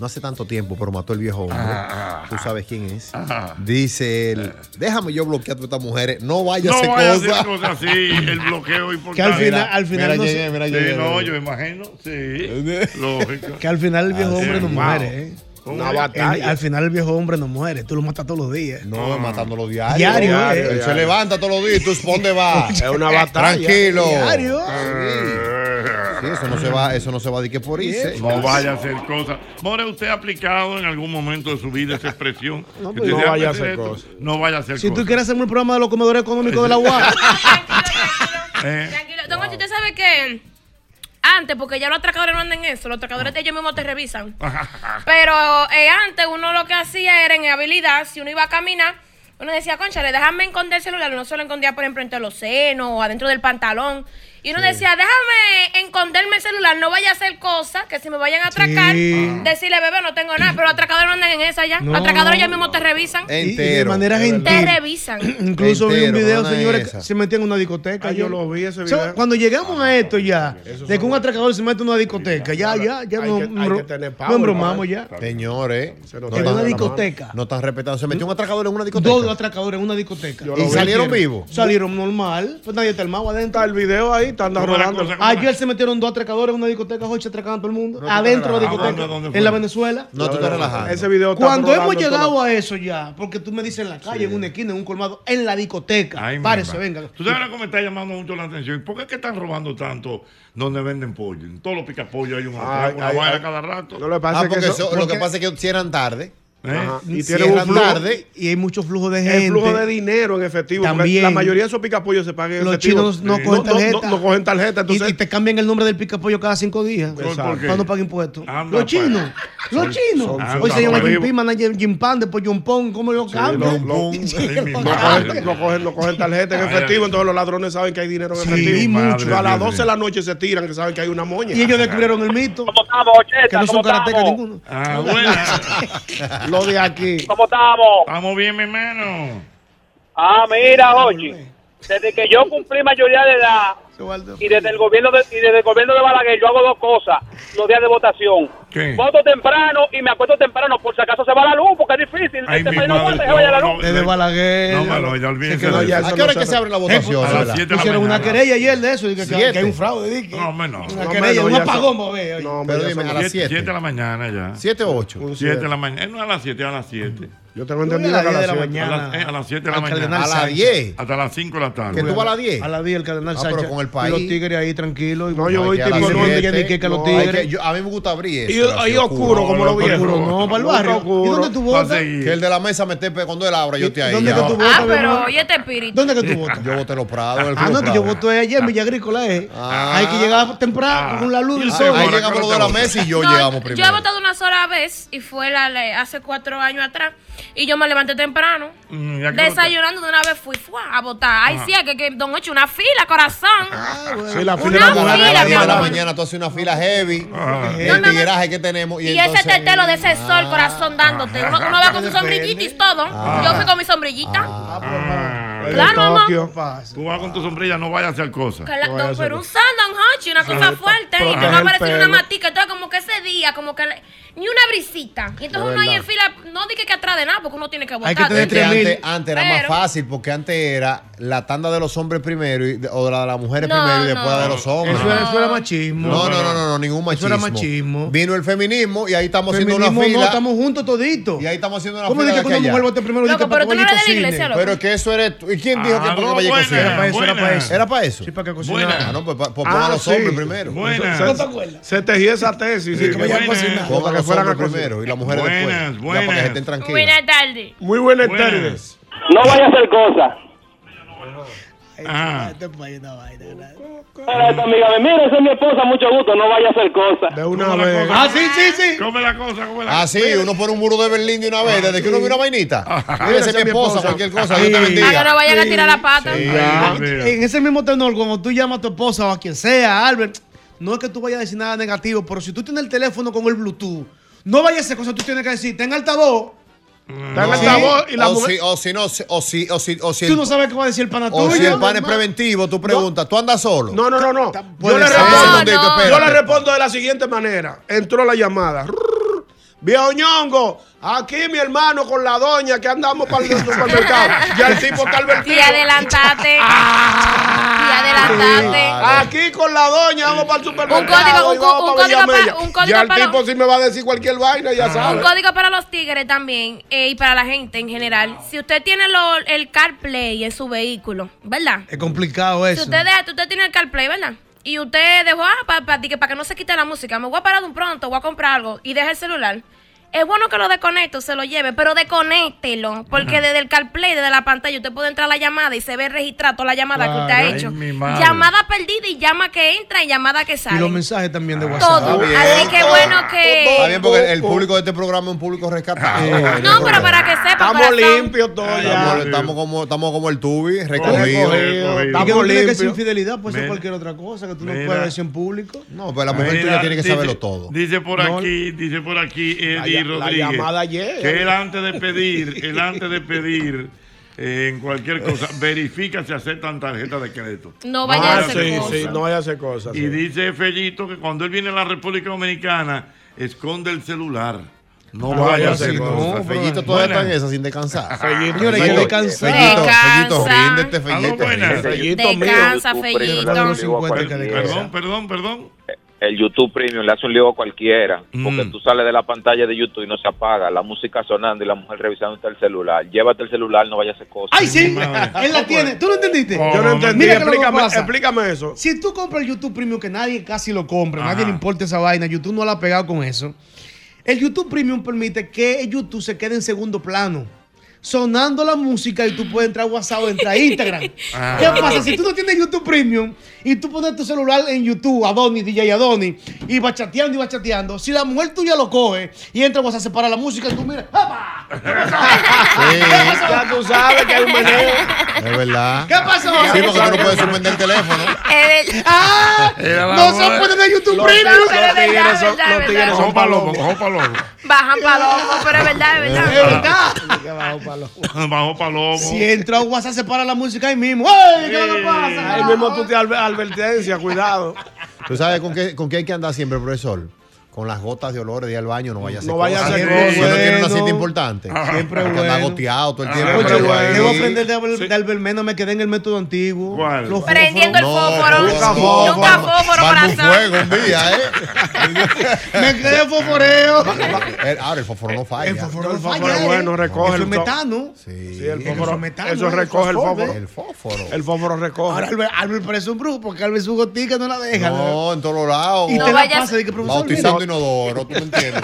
No hace tanto tiempo, pero mató el viejo hombre. Ah. Tú sabes quién es. Dice él, déjame yo bloquear a todas estas mujeres. No vaya a No hacer vaya a hacer cosas. cosas así, el bloqueo importante. Que al final- al final mira, no se- llegué, mira, Sí, llegué, no, mira. yo imagino, <laughs> sí. Lógico. Que al final el viejo Así hombre es. no Wow. muere, ¿eh? Una El- batalla. al final el viejo hombre no muere. Tú lo matas todos los días. No, matándolo diario. Ah. Diario, eh. Él se Diario. levanta todos los días y tú ¿pa' dónde vas. <laughs> Es una batalla. Tranquilo. Diario. Sí, eso no se va, eso no se va de que por irse. No vaya a hacer cosas. More, ¿usted ha aplicado en algún momento de su vida esa expresión? <laughs> No, Que pues, usted no diga, vaya a "Presidente, hacer cosas". No vaya a hacer Si tú cosas. quieres hacerme el programa de los comedores económicos de la UAS. Eh, Tranquilo. Don Ocho, ¿usted sabe que antes, porque ya los atracadores no andan en eso, los atracadores de ellos mismos te revisan? Ah. Pero eh, antes uno lo que hacía era en habilidad, si uno iba a caminar, uno decía, conchale, déjame esconder el celular. Uno se lo escondía, por ejemplo, entre los senos o adentro del pantalón. Y uno decía, déjame esconderme el celular, no vaya a hacer cosas que si me vayan a atracar, Sí. Ah. decirle, bebé, no tengo nada. Pero los atracadores no andan en esa ya. No. los atracadores ya mismo te revisan. Y de manera Te gentil. revisan. <coughs> Incluso vi un Entero, video, no es señores, esa. que se metían en una discoteca. Ah, yo lo vi ese O sea, video. cuando llegamos Ah, a esto ya, de que un atracador se mete en una discoteca, ya, ya, ya, Hay no, que- hay no- que tener no power, embromamos ¿verdad? ya. Señores, no En están- una discoteca. No están respetando. Se metió un atracador en una discoteca. Dos atracadores en una discoteca. lo ¿Y vi. salieron vivos? Salieron normal. Pues nadie está armado adentro. Está el video ahí, está andando ¿Cómo era la rodando. cosa? ¿Cómo Ayer se metieron dos atracadores en una discoteca, Jochi, atracando a todo el mundo. No te adentro de la relajas. ¿A discoteca. dónde, dónde fue? en la Venezuela. No te estás relajando. Ese video está Cuando hemos rodando en llegado a eso ya, porque tú me dices en la calle, en una esquina, en un colmado, en la discoteca. ay, mi Párese, madre. venga. Tú sabes ahora cómo me está llamando mucho la atención. ¿Por qué es que están robando tanto donde venden pollo? En todos los picapollos hay un atraco, una vaina cada rato. No le pasa Ah, que porque eso- eso- lo que pasa es que cierran tarde. Ajá. ¿Eh? Y tiene cierran un flujo. tarde. Y hay mucho flujo de El flujo de dinero en efectivo. porque También. la mayoría de esos picapollos se pagan en Los efectivo. chinos no Sí. cogen tarjeta. No, no cogen tarjeta. Entonces, y, y te cambian el nombre del picapollo cada cinco días. ¿Por Exacto. qué? Cuando pagan impuestos. Anda Los chinos. Son- Los chinos. son- Hoy anda se llama pa' Jim vivo. Piman, ayer Jim Pan, después John Pong. ¿Cómo lo lo- cambian? lo- <laughs> Sí, lo no, cogen, no cogen- no cogen tarjeta en Ay, efectivo, entonces los ladrones saben que hay dinero en Sí, efectivo. mucho. a las Madre 12 de la noche se tiran, que saben que hay una moña. Y ellos descubrieron el mito. Que no son ¿Cómo estamos? karatecas ninguno. Ah, buena. lo de aquí. ¿Cómo estamos? Estamos bien, mi hermano. Ah, mira, Ochi. Desde que yo cumplí mayoría de edad y desde el gobierno de, y desde el gobierno de Balaguer yo hago dos cosas los días de votación. ¿Qué? Voto temprano y me acuesto temprano por si aguanto, se va la luz, porque es difícil. Ay, Este mi país no aguanta madre, que se vaya la no, luz. no, Desde Balaguer. No, bueno, ya olvídense Se quedó de ya, eso. eso no se- A las 7 de la Pusieron una mañana. querella ayer de eso. de Que, que Siete. hay un fraude. de que- No, hombre, no. Una querella, un apagón, va a ver, oye. pero dime, a las 7. 7. de la mañana ya. 7 o 8. 7 de la mañana. Eh, No a las 7, a las 7. Yo tengo entendido que a las 7. A las, eh, a las 7 de la Al mañana. Cardenal A las Sánchez. 10. Hasta las 5 de la tarde. Que tú vas a las 10. A las 10 el cardenal Ah, Sánchez. pero con el Y país. los tigres ahí tranquilos. No, yo voy y se tipo ponen siete. ya ni que que los No, hay tigres. que- yo- a mí me gusta abrir eso. Y- ahí oscuro, como lo vieron. viejos. no, para el barrio. ¿Y dónde tú votas? Que el de la mesa me tepe cuando él abra, yo te ahí. dónde ya. que tú votas, Ah, pero oye este espíritu. ¿Dónde <laughs> que tú votas? Yo voté los prados. el Ah, Club no, que yo Prado. voto ayer en Villa Agrícola. eh. Ah. Hay que llegar temprano con la luz del Ah, sol. Ahí llegamos los de la mesa y yo No, llegamos Yo he primero. votado una sola vez y fue la le- hace cuatro años atrás. Y yo me levanté temprano. Mm, ya que Desayunando de una vez fui fuá, a votar. Ay, Ajá. sí, es que, que Don Ocho, una fila, corazón. Sí, la fila Una de la mujer fila, de era la mi 10 de la amor. mañana, tú haces una fila heavy. Ah. Y No, el no, no. tigueraje que tenemos. Y, Y, entonces, ese tetelo de ese sol, corazón, Ah. dándote. Uno, uno va con su sombrillita y todo. Yo fui con mi sombrillita. Claro, mamá. Tú vas con tu sombrilla, no vayas a hacer cosas. Que la- don- pero un sol, don Hochi, una cosa Sí. fuerte. Y Protege me va a el aparecer pelo. una matica. Entonces, como que ese día, como que le- ni una brisita. Y entonces Es uno verdad. ahí en fila, no dije que atrás de nada, porque uno tiene que votar. Es que antes, antes era más Pero- fácil porque antes era la tanda de los hombres primero y, o la de las mujeres No, primero y después no. la de los hombres. Eso era- eso era machismo. No, no, no, no, no, ningún Eso machismo. era Vino el feminismo y ahí estamos haciendo Feminismo una fila. no, estamos juntos toditos. Y ahí estamos haciendo una ¿Cómo fila dices que de una aquella? mujer vote primero? Dice que para que vaya a cocine. Pero es que eso eres tú. ¿Y quién dijo que Ah, tú no no, vayas a buena, cocinar? Era para eso, era buena. para eso. Era para eso. Sí, para que cocinara. cocinara. Ah, no, pues, pa- pues Ah, pon a los sí. hombres primero. Buena. Se- ¿No te acuerdas? se tejió esa tesis, sí, que Ponga vayan a cocinar. Para a que los fueran a cocinar. hombres primero y las mujeres Buenas, después. Ya para que buenas. estén tranquilas. Buenas tardes. Muy buenas, tardes. No vaya a hacer cosas. Ah. Mira, esta amiga me mira, esa es mi esposa, mucho gusto, no vaya a hacer cosas. De una vez. Ah, sí, sí, sí. Come la cosa, come la Ah, sí, uno pone un muro de Berlín de una vez, desde que uno ve una vainita. Ah, Mira, esa es mi esposa, cualquier cosa, Dios te bendiga. Para que no vayan a tirar la pata. Sí. Ya. Mira. En ese mismo tenor, cuando tú llamas a tu esposa o a quien sea, Albert, no es que tú vayas a decir nada negativo, pero si tú tienes el teléfono con el Bluetooth, no vayas a hacer cosas, tú tienes que decir, ten altavoz. O si- altavoz y la o mujer- si- O si no, si- o si, o si, o si. Tú el- no sabes qué va a decir el pana O si tuyo. el pan es preventivo, tú preguntas, ¿tú andas solo? No, no, no, no. Yo Puede le, ser. respondo, No, no. yo le respondo de la siguiente manera. Entró la llamada. Rrr. Viejo ñongo, aquí mi hermano con la doña que andamos <laughs> para el supermercado. Ya el tipo está advertido. <laughs> <laughs> Y adelantate. Ah. y adelantate. Aquí con la doña vamos para el supermercado. código, y vamos un co- para un código Villamella. para- un código Ya el para- tipo si me va a decir cualquier vaina, ya Un sabe. código para los tigres también eh, y para la gente en general. Si usted tiene lo- el CarPlay en su vehículo, ¿verdad? Es complicado Si eso. usted, deja- usted tiene el CarPlay, ¿verdad? Y usted dejó, ah, para que, pa que no se quite la música, me voy a parar de un pronto, voy a comprar algo y deja el celular. Es bueno que lo desconecte, se lo lleve, pero desconéctelo, porque desde el CarPlay, desde la pantalla, usted puede entrar a la llamada y se ve registrada toda la llamada Claro. que usted ha Ay, hecho. mi madre. Llamada perdida y llama que entra y llamada que Y sale. los mensajes también de WhatsApp. Todo. Así que bueno Ah, Está bien, que... porque el- el público de este programa es un público Ah, rescatado. No, pero para que sepa, corazón. Estamos, estamos como, estamos como el tubi, Recogido. recogido. Y que no tiene que ser infidelidad, puede ser Mira. cualquier otra cosa que tú no Mira. puedas decir en público. No, pero la mujer tuya tiene que dice- saberlo todo. Dice por No. aquí, dice por aquí La Eddie lla- la Rodríguez. llamada ayer. Que él antes de pedir, <laughs> él antes de pedir eh, en cualquier cosa, verifica si aceptan tarjeta de crédito. No vaya a Ah, hacer sí, cosas. sí, no vaya a hacer cosas. Y dice Fellito que cuando él viene a la República Dominicana, esconde el celular. Ah, No vaya a hacer cosas. Fellito todavía está en Buenas. esa sin descansar. Fellito, Señores, Fellito, que descansar. Fellito, Fellito, Descansa. ríndete, Aló, Fellito. buenas. ríndete. Descansa, Fellito. Perdón, perdón, perdón. El YouTube Premium le hace un lío a cualquiera, porque Mm. tú sales de la pantalla de YouTube y no se apaga, la música sonando y la mujer revisando el celular. Llévate el celular, no vayas a hacer cosas. ¡Ay, sí! <laughs> Él la tiene. ¿Tú lo entendiste? Yo no entendí. Mira que lo que Explícame- pasa. explícame eso. Si tú compras el YouTube Premium, que nadie casi lo compra, nadie le importa esa vaina, YouTube no la ha pegado con eso. El YouTube Premium permite que YouTube se quede en segundo plano. Sonando la música y tú puedes entrar a WhatsApp o entrar a Instagram. Ah. ¿Qué pasa? Si tú no tienes YouTube Premium y tú pones tu celular en YouTube, Adonis, DJ Adonis, y va chateando y va chateando, si la mujer tuya lo coge y entra a WhatsApp, se para la música y tú miras, ¡apa! Ya tú sabes que hay un meneo. Es verdad. ¿Qué pasó? Sí, porque tú no puedes suspender el teléfono. <laughs> ¡Ah! No se puede de YouTube Los- Premium. No, pero es verdad, es verdad, es verdad. son palomos. Ojo palomo. Bajan palomos, pero es verdad, es verdad. Ah. Bajo palomo. Si entra a WhatsApp, se para la música ahí mismo. ¡Ey! ¿Qué es lo que pasa? Ahí mismo tú te albe- advertencia, cuidado. ¿Tú sabes con qué, con qué hay que andar siempre, profesor? Con las gotas de olor de ir al baño, no vaya a hacer No vaya a cosas. hacer Si uno cosas. tiene una cita Bueno. importante. Siempre Hay que andar goteado todo el tiempo. Oye, Pero ahí- Debo aprender de, Albert- de Albert Mena, me quedé en el método antiguo. Los Prendiendo el fósforos. fósforo. nunca Nunca fósforo, corazón. un día, ¿eh? Me quedé foforeo. El- Ahora el fósforo no falla. El fósforo no fósforo es bueno, recoge ¿eh? Eso el es to- metano. Sí. Sí, el fósforo. Eso es metano, Eso ¿eh? recoge el fósforo. El fósforo. El fósforo recoge. Ahora Albert, Albert parece un brujo porque Albert su gotica no la deja. No, en todos lados. Y No te la vayas- pasa de que profesor. Bautizando mira, inodoro, tú <laughs> me entiendes.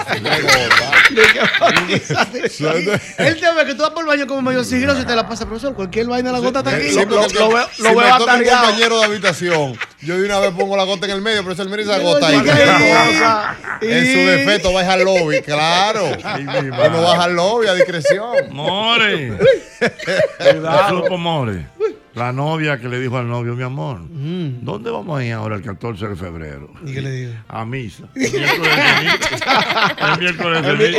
Él te ve que tú vas por el baño como medio sigiloso y te la pasa, profesor. Cualquier vaina la gota está aquí. Eh, Sí, porque si me toca un compañero de habitación. Yo de una vez pongo la gota en el medio, pero él mira esa gota ahí. <laughs> En su defecto baja al lobby, claro. Uno baja al lobby a discreción. More. Cuidado. Cuidado. Supo More. La novia que le dijo al novio, mi amor, ¿dónde vamos a ir ahora el 14 de febrero? Mm. ¿Y qué le digo? A <laughs> misa. El miércoles <laughs> de misa. El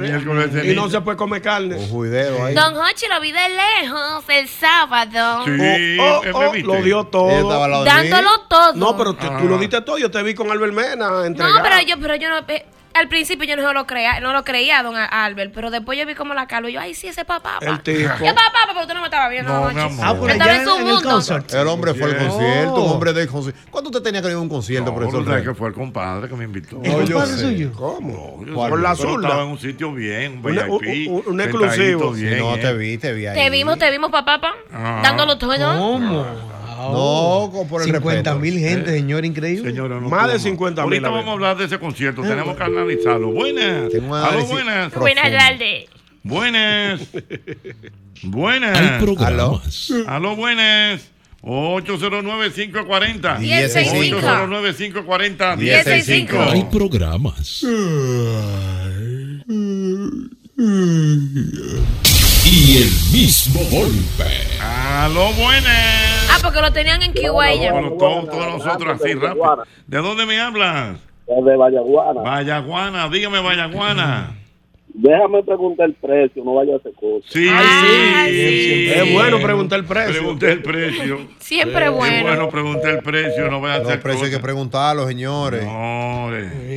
miércoles de misa. El miércoles de Y no se puede comer carne. Y no misa. se puede comer carne. Ojo ahí. Don Hochi lo vi de lejos el sábado. Oh, oh, oh, lo dio todo. Dándolo todo. No, pero tú, Ah. tú lo diste todo. Yo te vi con Albert Mena entregado. No, pero yo, pero yo no. eh, al principio yo no lo creía, no lo creía, don A- Albert, pero después yo vi como la caló y yo, ay, sí, ese papá. papá. El tipo. ¿Qué papá, papá? Pero tú no me estabas viendo. No, don mi Hochi. amor. Ah, pero Yo estaba ya en su en mundo. El hombre fue al Bien. concierto, Oh. un hombre del concierto. ¿Cuándo usted tenía que ir a un concierto, No, profesor? no, que fue el compadre que me invitó. No, yo sé. ¿Cómo? Yo ¿Cuál? sé, la pero zurda. Estaba en un sitio bien, un Una- VIP. un- un- un sentadito exclusivo. bien, Sí, no, ¿eh? te vi, te vi Ah, Te vimos, te vimos, papá, papá, Ah. dándolo todo. No, con- por el 50 respeto. mil gente, Eh. señor, increíble. Señora, no Más de coma. 50 mil. Ahorita vamos a hablar de ese concierto. Tenemos que analizarlo. Buenas. Tengo un Aló, análisis buenas. Buenas tardes. <laughs> Buenas. buenas. Hay programas. Aló, Aló, buenas. 809-540. 1065. 809-540. 1065. Hay 1065. programas. Y el mismo golpe. Aló, buenas. Ah, porque lo tenían en Kiwaya. Bueno, todos, todos nosotros así rápido. ¿De dónde me hablas? de Vallaguana. Vallaguana, dígame Vallaguana. Déjame preguntar el precio, no vaya a hacer cosas. Sí, Es bueno preguntar el precio. Pregunté el precio. Siempre Es bueno. bueno preguntar el precio, no voy a Los hacer precios hay que preguntarlos, señores. No,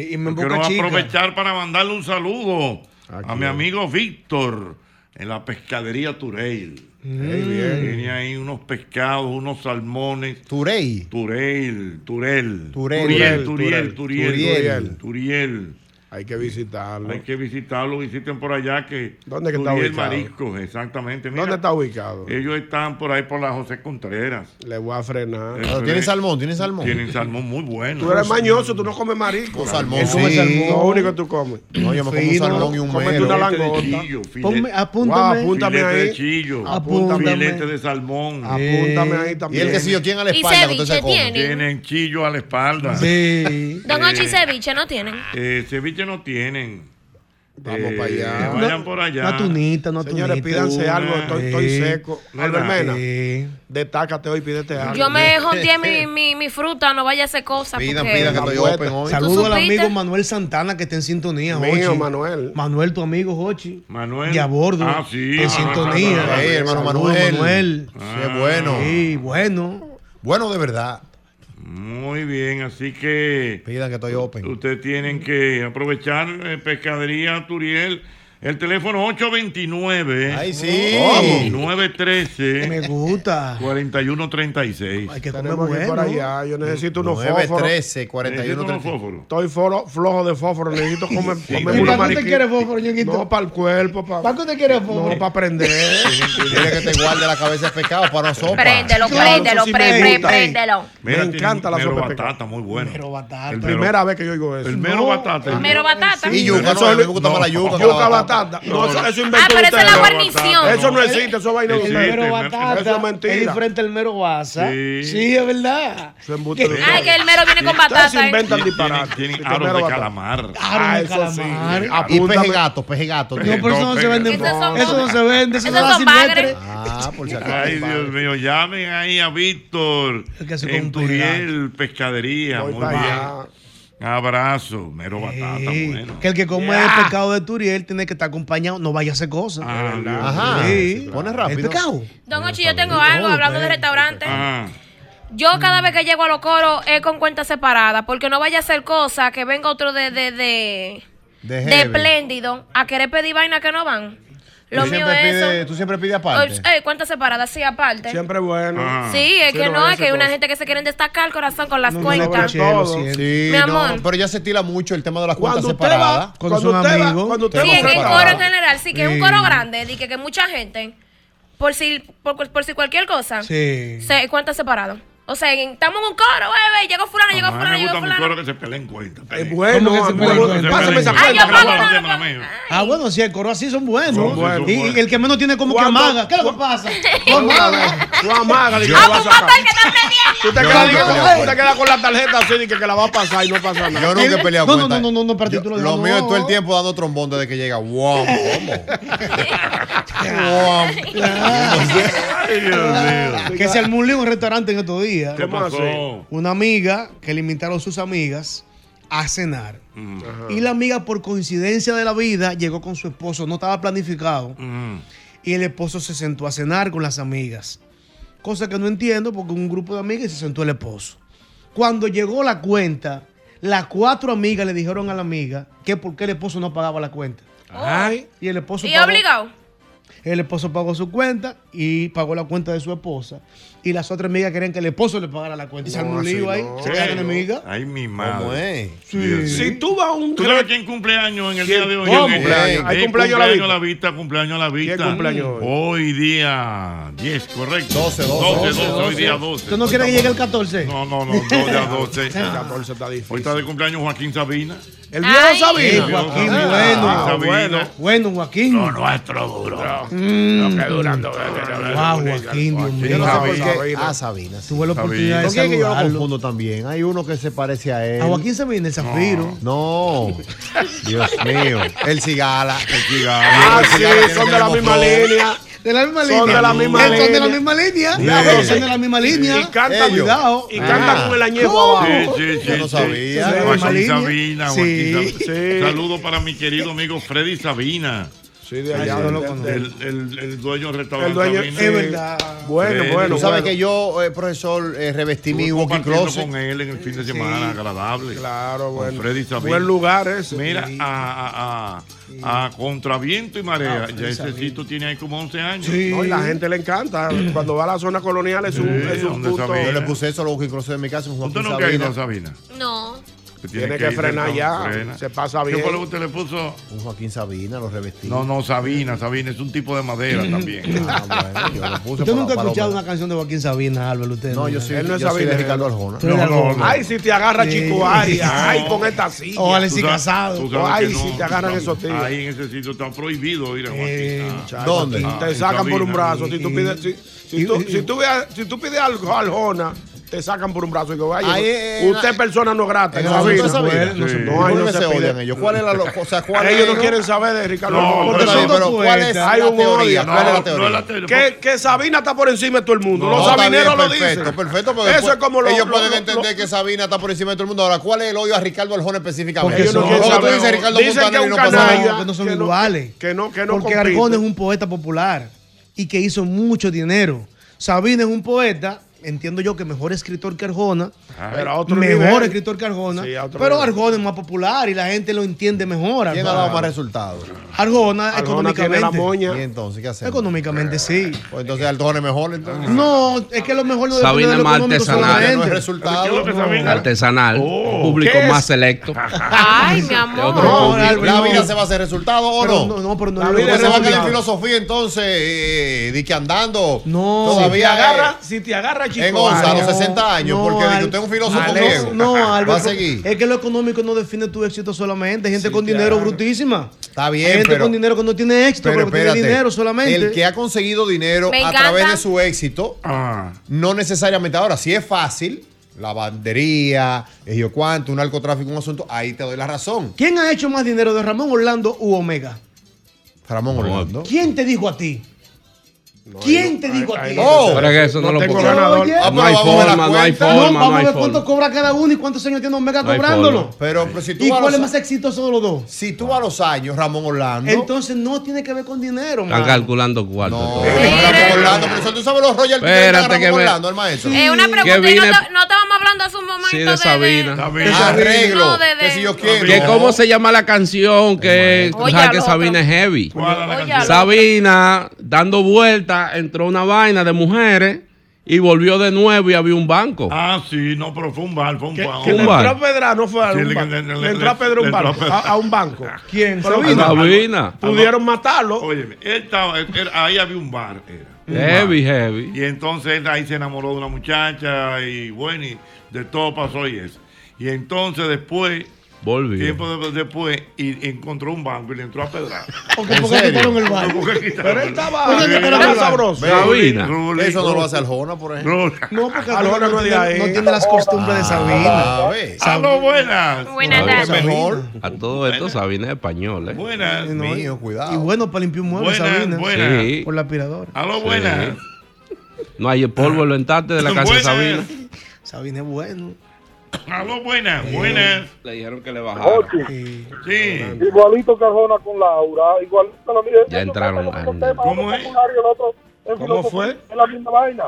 Y me Quiero busca chica. aprovechar para mandarle un saludo a mi amigo Víctor en la pescadería Tureil. bien. Tiene ahí unos pescados, unos salmones. Turey. Turel, Turel. Turel. Turiel, Turel, Turiel, Turel. Turiel. Turiel. Turiel. Hay que visitarlo. Hay que visitarlo, visiten por allá que... ¿Dónde que está Turiel ubicado? Mariscos, exactamente. Mira, ¿Dónde está ubicado? Ellos están por ahí por la José Contreras. Le voy a frenar. Eso tiene es. salmón, tiene salmón. Tienen salmón muy bueno. Tú eres mañoso, tú no comes marisco. salmón, Él come sí. salmón. Lo único que tú comes. No, yo me como un Fino. salmón y un Cómete mero. una Filete de langota. chillo, Ponme- apúntame. Guau, apúntame Este filete ahí. de chillo, Apúntame. filete de salmón. Apúntame ahí también. Y el que si yo, ¿quién a la Y espalda, que usted se ceviche come? tienen. Tienen chillo a la espalda. Sí. Don Hochi y Eh, ceviche no tienen. eh, ceviche no tienen. Vamos pa' allá. Vayan Una- por allá. Una tunita, una tunita. Señores, pídanse algo, estoy, estoy Sí. seco. Albert Mena, destácate hoy, pídete algo. Yo me <laughs> jonteé mi, mi, mi fruta, no vaya a hacer cosas. Pidan, porque- pidan, que estoy open hoy. Saludos al ¿Tú supiste? amigo Manuel Santana que está en sintonía. Mío, Hochi. Manuel. Manuel, tu amigo, Hochi. Manuel. Y a bordo. Ah, sí. En Ah, sintonía. ah, ah, Ey, hermano Saludos, Manuel. Manuel. Qué bueno. Sí, bueno. Bueno, de verdad. Muy bien, así que. Pidan que estoy open. Ustedes tienen que aprovechar eh, Pescadería Turiel. El teléfono 829 Ay, sí. 913 Me gusta. 4136. Hay que comer Tenemos que ir bueno. por allá. Yo necesito unos Nueve, fósforos. trece, cuarenta y uno, Necesito unos treinta y- fósforos. Estoy foro- flojo de fósforo. Necesito comer, comer ¿Y una para qué usted mariquita. quiere fósforo, Ñonguito? No, para el cuerpo. Para, ¿Para qué usted quiere fósforo? No, para aprender. Quiere que te guarde la cabeza de pescado para una sopa. Préndelo, Claro, préndelo, eso sí pre- me pre- gusta. préndelo. Me encanta la sopa de pescado. batata, muy bueno. Mero batata. Primera vez que yo oigo eso. El mero No. batata. Mero batata. Y yuca, Eso no, a es mí me gusta más la yuca que la Yuca batata. batata. No, eso, eso inventó Ah, pero esa es la usted. guarnición. Eso no existe, eso es vaina de El usted. mero batata. Eso es mentira. Es diferente al mero guasa. Sí. es verdad. Eso es embuste de Ay, que el mero viene con Ustedes se batata. ¿eh? inventan disparates. Tienen, tienen El aros mero de batata. calamar. Ah, eso sí. calamar. Y Apúntame. peje gato, peje gato. No, pero eso no se vende. Esos son- Eso no se vende. Eso Esos se da son bagres. silvestre. Ah, por si acaso. Ay, Dios mío, llamen ahí a Víctor El que se en compra el Turiel Pescadería. Voy muy para bien. allá. Abrazo, mero batata, Sí, Ah, bueno. Que el que come el pescado de Turiel tiene que estar acompañado, no vaya a hacer cosas. Ah, Dios Ajá. mío. Sí. Este Pone El rápido. pescado. Don Ochi, yo tengo algo hablando de restaurantes. Ajá. Yo cada vez que llego a los coros es con cuentas separadas, porque no vaya a ser cosa que venga otro de, de, de, de heavy. espléndido a querer pedir vaina que no van. Lo tú, mío siempre es pides, eso. tú siempre pides aparte. Oye, eh, cuentas separadas, sí, aparte. Siempre bueno. Sí, Ah. es que no no, vaya a es que hay hacer una cosas. gente que se quieren destacar corazón con las No, no, no, cuentas. pero todo. lo siento. Sí, Mi no, amor. pero ya se estila mucho el tema de las cuentas Cuando usted separadas. va, Cuando cuando son usted va, amigos. cuando usted Sí, va en el preparado. coro en general, sí, que es un coro Sí. grande, di que, que mucha gente, por si, por, por si cualquier cosa, Sí. se cuenta separado. O sea, en- estamos en un coro, bebé, llegó fulano, llegó A mí fulano, Ah, me llegó gusta mi fulano. coro que se peleen cuenta. Es bueno, pásame esa cuenta, que la voy a poner. cuenta. Ah, bueno, si el coro así son buenos. Son buenos, y, son buenos. y el que menos tiene como que ¿Cuándo- amaga. ¿Qué es lo que <laughs> pasa? Tú amaga. Tú amagas, Yo- que la vas a sacar. Tú te Yo quedas nunca he con- peleado tú te quedas con la tarjeta así de que que la va a pasar y no pasa nada. Yo nunca he peleado No, no, cuenta. no, no, no, Yo- lo Lo digo, mío es no. todo el tiempo dando trombón desde que llega. ¡Wow! ¿Cómo? <laughs> Que se armó un lío en un restaurante en estos días. ¿Qué pasó? Una amiga que le invitaron sus amigas a cenar. Mm. Y la amiga, por coincidencia de la vida, llegó con su esposo. No estaba planificado. Y el esposo se sentó a cenar con las amigas. Cosa que no entiendo porque un grupo de amigas y se sentó el esposo. Cuando llegó la cuenta, las cuatro amigas le dijeron a la amiga que por qué el esposo no pagaba la cuenta. Ay. Y el esposo Y pagó- obligado. el esposo pagó su cuenta y pagó la cuenta de su esposa. Y las otras amigas querían que el esposo le pagara la cuenta. Y se armó un lío ahí. Se quedaron enemigas. Ay, mi madre. ¿Cómo es? Si tú vas a un. ¿Tú sabes quién cumple años en el ¿Quién? día de hoy? ¿Cómo? En el- Cumpleaños. Eh, Hay eh, cumpleaños a la vista. Cumpleaños a la vista, cumpleaños a la vista. cumpleaños hoy? Hoy día 10, correcto. 12, 12, 12, hoy día 12. ¿Tú no quieres que llegue el 14? No, no, no, no, <laughs> ya <laughs> 12. El 14 está difícil. Hoy está de cumpleaños Joaquín Sabina. El viejo Ay. Sabina. Eh, Joaquín, Ah, bueno, Joaquín bueno, Sabina. bueno, Joaquín. Lo nuestro duro. Lo que durando. Wow, Joaquín, Dios mío. Yo no sé por qué. Sabina. Ah, Sabina. sí. Tuve la oportunidad de ¿Con quién es que yo lo saludarlo. confundo también? Hay uno que se parece a él. A Joaquín Sabina, el Zafiro. No. <laughs> Dios mío. El cigala. El cigala. Ah, El sí, Cigala tiene son que de la ver misma con todo. línea. De la misma Son línea. de la misma Eh, Son de la línea. misma línea. Sí. Claro, Son de la misma línea. Y cantan- Ellos. Ah. Cuidado. y cantan con el añejo ¿Cómo? abajo. Ah. Sí, sí, Yo no sí. sabía. Sí, Misma Joaquín línea. Sabina, Sí. Joaquín Sabina. Sí. Saludos para mi querido amigo Freddy Sabina. Sí, de allá, El, no lo conozco. el, el- el dueño del restaurante. El dueño- Sabina. es verdad. Bueno, bueno. Tú sabes bueno. que yo, eh, profesor, eh, revestí mi walking compartiendo closet. con él en el fin de semana, agradable. Claro, bueno. Freddy Sabina. Buen lugar ese. Mira, Sí. a, a, a- a contraviento y marea. Ah, Freddy ya ese Sabina. sitio tiene ahí como 11 años. No, y la gente le encanta. Cuando va a la zona colonial es un, es un punto. Yo le puse eso a los walking closets de mi casa. Usted nunca ha ido a Sabina? No. Tiene que frenar ya. Se pasa bien. ¿Qué fue lo que usted le puso? Un Joaquín Sabina, lo revestí. No, no, Sabina, Sabina es un tipo de madera también. Yo nunca he escuchado una canción de Joaquín Sabina, Álvaro. Usted No, yo soy, Él yo no es soy de Sabina. Ricardo Arjona. Tú eres de Arjona. Ay, si te agarra Sí. Chico Arias. Ay, No. con esta silla. Ojalá y Tú si sabes- casado. tú sabes Ay, que si te agarran esos tíos. Ahí en ese sitio está prohibido ir a Joaquín. Ah, ¿Dónde? ah, te en sacan por Sabina. un brazo. Si tú pides, si, si tú, si tú veas- si tú pides algo Arjona, te sacan por un brazo. Y digo, vaya, Ahí, eh, usted es persona no grata. en en el asunto de Sabina. Sabina. No, Sí. ahí ¿Por qué no se pide. odian ellos? ¿Cuál es la lo- o sea, cuál es ellos no lo- quieren saber de Ricardo No, Arjona. pero- Son pero dos ¿cuál es poetas. la Hay un teoría? odio. ¿Cuál es la No, teoría? no es la teoría. Que, que Sabina está por encima de todo el mundo. Los está bien, sabineros lo perfecto, dicen. Perfecto, porque Eso es como lo- ellos lo- pueden lo- entender lo- que Sabina está por encima de todo el mundo. Ahora, ¿cuál es el odio a Ricardo Arjona específicamente? Porque ellos no Lo quieren que tú saber. dices, Ricardo Dicen Montaner, que y un no No, pasa nada. que no son iguales. Que no, que no Porque compiten. Arjona es un poeta popular y que hizo mucho dinero. Sabina es un poeta, entiendo yo que mejor escritor que Arjona. Ah, pero a otro mejor nivel. escritor que Arjona. Sí, a otro pero nivel. Arjona es más popular y la gente lo entiende mejor. ¿Quién ha Arjona. dado más resultados? Arjona, Ah, económicamente. ¿Y entonces qué hacemos? Económicamente sí. Pues entonces Arjona es mejor entonces. No, es que lo mejor no Sabina depende de lo es más económico artesanal. solamente. No es resultado. ¿Qué es lo que Sabina- Artesanal, Oh, público ¿qué más es? selecto. Ay, mi amor. De otro público. la No. vida se va a hacer resultado o Pero no. no, no, pero no la es vida se va a quedar en resultado. filosofía entonces, eh, di que andando. No, todavía si te agarra, eh, si te agarra Chico en onza, a los Arias. 60 años, porque di que Al- usted es un filósofo Alex, griego. No, va Álvaro, a seguir. Es que lo económico no define tu éxito solamente. Hay gente con dinero brutísima. Está bien, Hay gente pero- con dinero que no tiene éxito, Pero pero, que tiene espérate, dinero solamente. el que ha conseguido dinero Me a encanta. través de su éxito, Ah. no necesariamente ahora, si es fácil, lavandería, eh, yo cuánto, un narcotráfico, un asunto, ahí te doy la razón. ¿Quién ha hecho más dinero de Ramón Orlando u Omega? Ramón Orlando. ¿Quién te dijo a ti? ¿Quién te dijo a ti? Oh, Pero es que eso no, no lo tengo puedo. ganador. Oye, Ah, No pero hay vamos a ver la forma, no hay cuenta. forma, No, no vamos a hay ver forma. cuánto cobra cada uno y cuántos años tiene Omega No hay cobrándolo. forma. Pero, pero si tú ¿Y vas a cuál es los- más exitoso de los dos? Si tú vas a los años, Ramón Orlando. Entonces no tiene que ver con dinero, Están mano. calculando cuarto. todo. Ramón Orlando, pero eso tú sabes los Royal Tigers Espérate Ramón que me- Orlando, el maestro. Eh, una Que pregunta, y no, vine- te- no estábamos hablando hace un momento Sí, de- de de- Sabina. Arreglo. No, de- de- que si yo quiero. Que cómo se llama la canción que, Oye, o sea, que al otro. Sabina es heavy. la Oye, canción? al Sabina dando vueltas entró una vaina de mujeres y volvió de nuevo y había un banco. Ah, sí, no, pero fue un bar, fue un bar. que le entró a Pedra no fue a Sí, un le- banco. le- le- Le entró a Pedro a un le entró a banco. Pedro. A, a un banco. ¿Quién? Sabina. Pudieron matarlo. Óyeme, él estaba, él- él- ahí había un bar. Era. Heavy, heavy. Y entonces él ahí se enamoró de una muchacha y bueno, y de todo pasó y eso. Y entonces después, Volvió. tiempo de- después, y encontró un banco y le entró a <laughs> pedrar. Porque- ¿En porque serio? quitaron el banco. Porque quitaron Pero él el- estaba- Porque quitaron el banco. sabroso. Sabina. Rulín, Eso no Rulín. lo hace Aljona, por ejemplo. Rulín. No, porque Aljona no es de ahí. Ah, no tiene las costumbres de Sabina. Ah, ve. Aló, buenas. Buenas Sabina. tardes. Mejor. A todo esto Sabina es español, ¿eh? Buenas. Mío, cuidado. Y bueno, para limpiar un mueble, Buenas, Sabina. buenas. Sí. Por la aspiradora. Aló, Sí. No hay polvo en los entantes de la casa de Sabina. Buenas. Sabina es bueno. Aló, buenas, buenas. Le dijeron que le bajaron. Ochi, Sí. Igualito Carjona con Laura, igualito a la mía. Ya entraron. ¿Cómo es? El otro en ¿Cómo filosofía, fue? Es la misma vaina.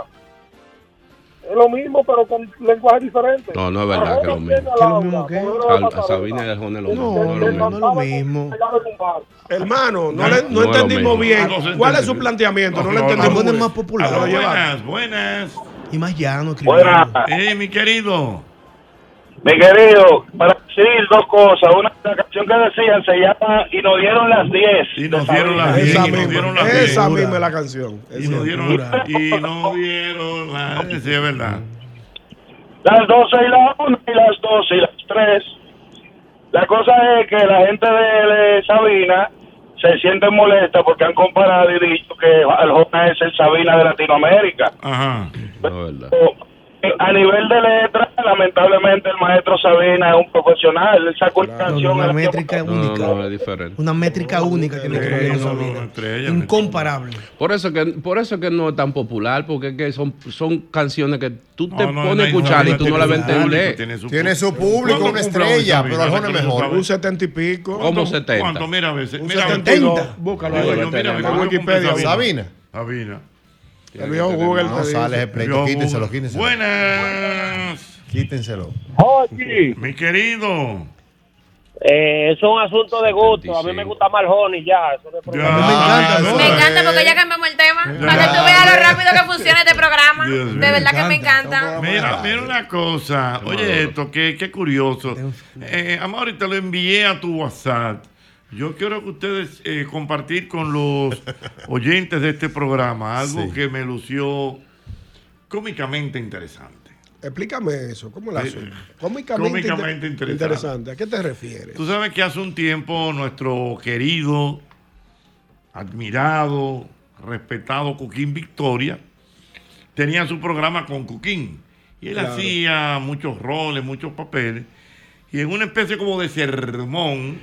Es lo mismo, pero con lenguaje diferente. No, no es verdad que es lo mismo. ¿Qué es lo mismo que? Al- a Sabina y a Jona es lo mismo. No, es lo mismo. lo mismo. Hermano, no, le- no es lo no mismo. entendimos bien. Ah, no se ¿Cuál es entendió. su planteamiento? No, No, lo no, entendemos. Alguno es bien. más popular. Ah, lo llevaron. buenas. Y más llano, Buenas. criollo. Eh, mi querido. Mi querido, para decir dos cosas. Una la canción que decían se llama Y nos dieron las 10. Y nos dieron las 10. Esa Y nos dieron las misma, 10. esa misma es la canción. Y nos dieron Y no dieron <laughs> la. Sí, es verdad. Las 12 y la 1 y las 12 y las 3. La cosa es que la gente de, de Sabina se siente molesta porque han comparado y dicho que Arjona es el Sabina de Latinoamérica. eh, Ajá. A nivel de letra, lamentablemente el maestro Sabina es un profesional. Él sacó una No, no, canción una en la que- métrica única. es diferente. Una métrica única que no tiene Sabina. Incomparable. Por eso que por eso que no es tan popular, porque es que son, son canciones que tú te No, no, pones no, a escuchar no, y no, tú no tiene la su ves público, entender. tiene su Tiene su público, una estrella, pero Aljona es mejor. Un 70 y pico. ¿Cómo ¿Cuánto- 70? cuánto? Mira a veces. Un Mira, 72. Google. Búscalo Digo ahí. yo, mira, En mira, Wikipedia. ¿cómo que Sabina. Sabina. El viejo Google. No, te sale dice. ese pleito. Quítenselo, quítenselo. Buenas. Quítenselo. Mi querido. Eh, eso es un asunto de gusto. A mí me gusta más Honey ya. Eso no es problema. Me encanta porque ya cambiamos el tema. Para que tú veas lo rápido que funciona este programa. Dios de mío. verdad que me encanta. Mira, mira una cosa. Oye, esto, qué, qué curioso. Eh, Amaury, te lo envié a tu WhatsApp. Yo quiero que ustedes eh, compartir con los oyentes de este programa algo Sí. que me lució cómicamente interesante. Explícame eso. ¿Cómo la Sí. haces? Cómicamente, Cómicamente inter- interesante. ¿A qué te refieres? Tú sabes que hace un tiempo nuestro querido, admirado, respetado Cuquín Victoria tenía su programa con Cuquín. Y él Claro. hacía muchos roles, muchos papeles. Y en una especie como de sermón,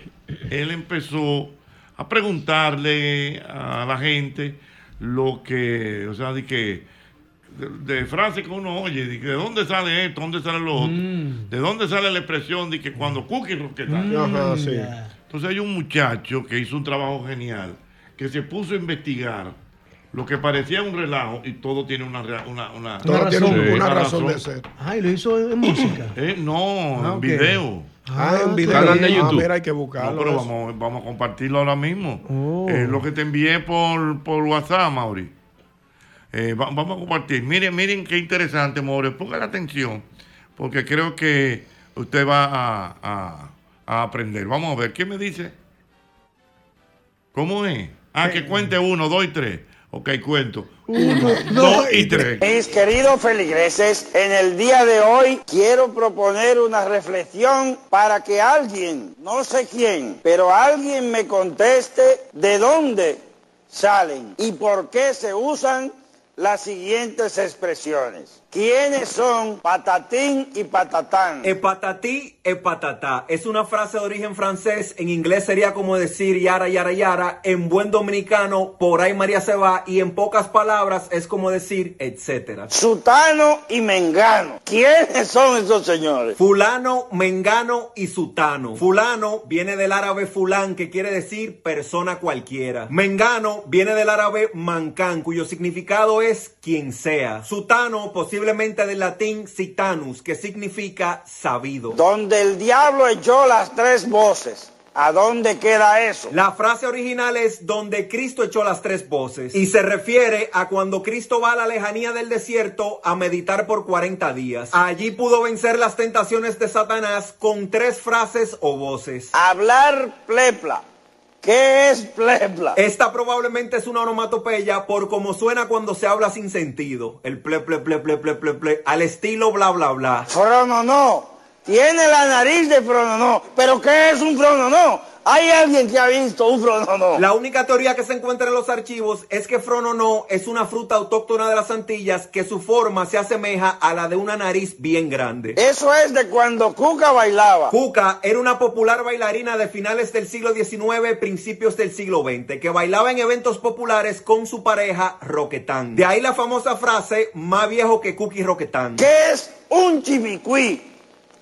él empezó a preguntarle a la gente lo que, o sea, de que de, de frases que uno oye, de, que, ¿de dónde sale esto? ¿Dónde sale lo otro? ¿De dónde sale la expresión de que cuando Cookie Roquetazo? Ajá, sí. Entonces hay un muchacho que hizo un trabajo genial, que se puso a investigar lo que parecía un relajo y todo tiene una... rea- una, una- Todo una tiene un- razón. una razón de ser. Ay, lo hizo en música. Eh, no, en Ah, ok. video. Ah, en video. Canal de Ah, YouTube. mira, hay que buscarlo No, pero eso. Oh. vamos, vamos a compartirlo ahora mismo. Eh, lo que te envié por, por WhatsApp, Mauri. Eh, va- vamos a compartir. Miren, miren qué interesante, Mauri. Pongan atención, porque creo que usted va a, a- a aprender. Vamos a ver, ¿qué me dice? ¿Cómo es? Ah, Eh. que cuente uno, dos y tres. Ok, cuento. Uno, dos y tres. Mis queridos feligreses, en el día de hoy quiero proponer una reflexión para que alguien, no sé quién, pero alguien me conteste de dónde salen y por qué se usan las siguientes expresiones. ¿Quiénes son patatín y patatán? Epatatí, epatatá. Es una frase de origen francés. En inglés sería como decir yara, yara, yara. En buen dominicano, por ahí María se va. Y en pocas palabras, es como decir, etcétera. Sutano y mengano. ¿Quiénes son esos señores? Fulano, mengano y sutano. Fulano viene del árabe fulán, que quiere decir persona cualquiera. Mengano viene del árabe mancán, cuyo significado es quien sea. Sutano, posiblemente del latín citanus, que significa sabido. Donde el diablo echó las tres voces. ¿A dónde queda eso? La frase original es donde Cristo echó las tres voces y se refiere a cuando Cristo va a la lejanía del desierto a meditar por 40 días. Allí pudo vencer las tentaciones de Satanás con tres frases o voces. Hablar plepla. ¿Qué es plebla? Esta probablemente es una onomatopeya por cómo suena cuando se habla sin sentido. El ple, ple, ple, ple, ple, ple, ple, al estilo bla, bla, bla. Frononó. Tiene la nariz de frononó. ¿Pero qué es un frononó? ¿Hay alguien que ha visto un frononó? La única teoría que se encuentra en los archivos es que frononó es una fruta autóctona de las Antillas que su forma se asemeja a la de una nariz bien grande. Eso es de cuando Cuca bailaba. Cuca era una popular bailarina de finales del siglo XIX, principios del siglo XX, que bailaba en eventos populares con su pareja Roquetán. De ahí la famosa frase, más viejo que Cookie Roquetán. ¿Qué es un chimicuí?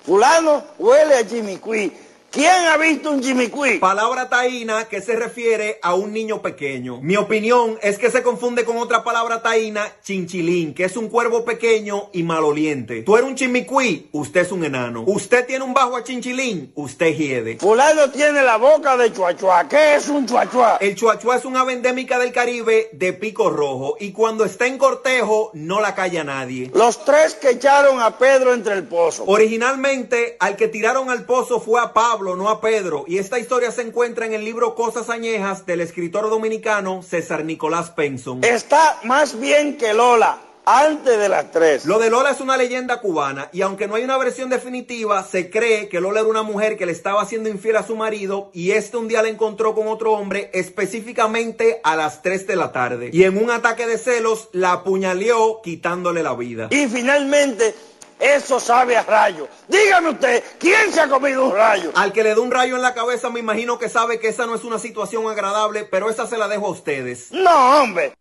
Fulano huele a chimicuí. ¿Quién ha visto un chimicuí? Palabra taína que se refiere a un niño pequeño. Mi opinión es que se confunde con otra palabra taína, chinchilín, que es un cuervo pequeño y maloliente. Tú eres un chimicuí, usted es un enano. Usted tiene un bajo a chinchilín, usted hiede. Fulano tiene la boca de chuachua. ¿Qué es un chuachua? El chuachua es una ave endémica del Caribe de pico rojo y cuando está en cortejo no la calla nadie. Los tres que echaron a Pedro entre el pozo. Originalmente, al que tiraron al pozo fue a Pablo, no a Pedro, y esta historia se encuentra en el libro Cosas Añejas del escritor dominicano César Nicolás Penson. Está más bien que Lola, antes de las tres. Lo de Lola es una leyenda cubana y aunque no hay una versión definitiva, se cree que Lola era una mujer que le estaba haciendo infiel a su marido y este un día la encontró con otro hombre específicamente a las 3 de la tarde y en un ataque de celos la apuñaleó quitándole la vida. Y finalmente, eso sabe a rayo. Dígame usted, ¿quién se ha comido un rayo? Al que le dé un rayo en la cabeza me imagino que sabe que esa no es una situación agradable, pero esa se la dejo a ustedes. No, hombre.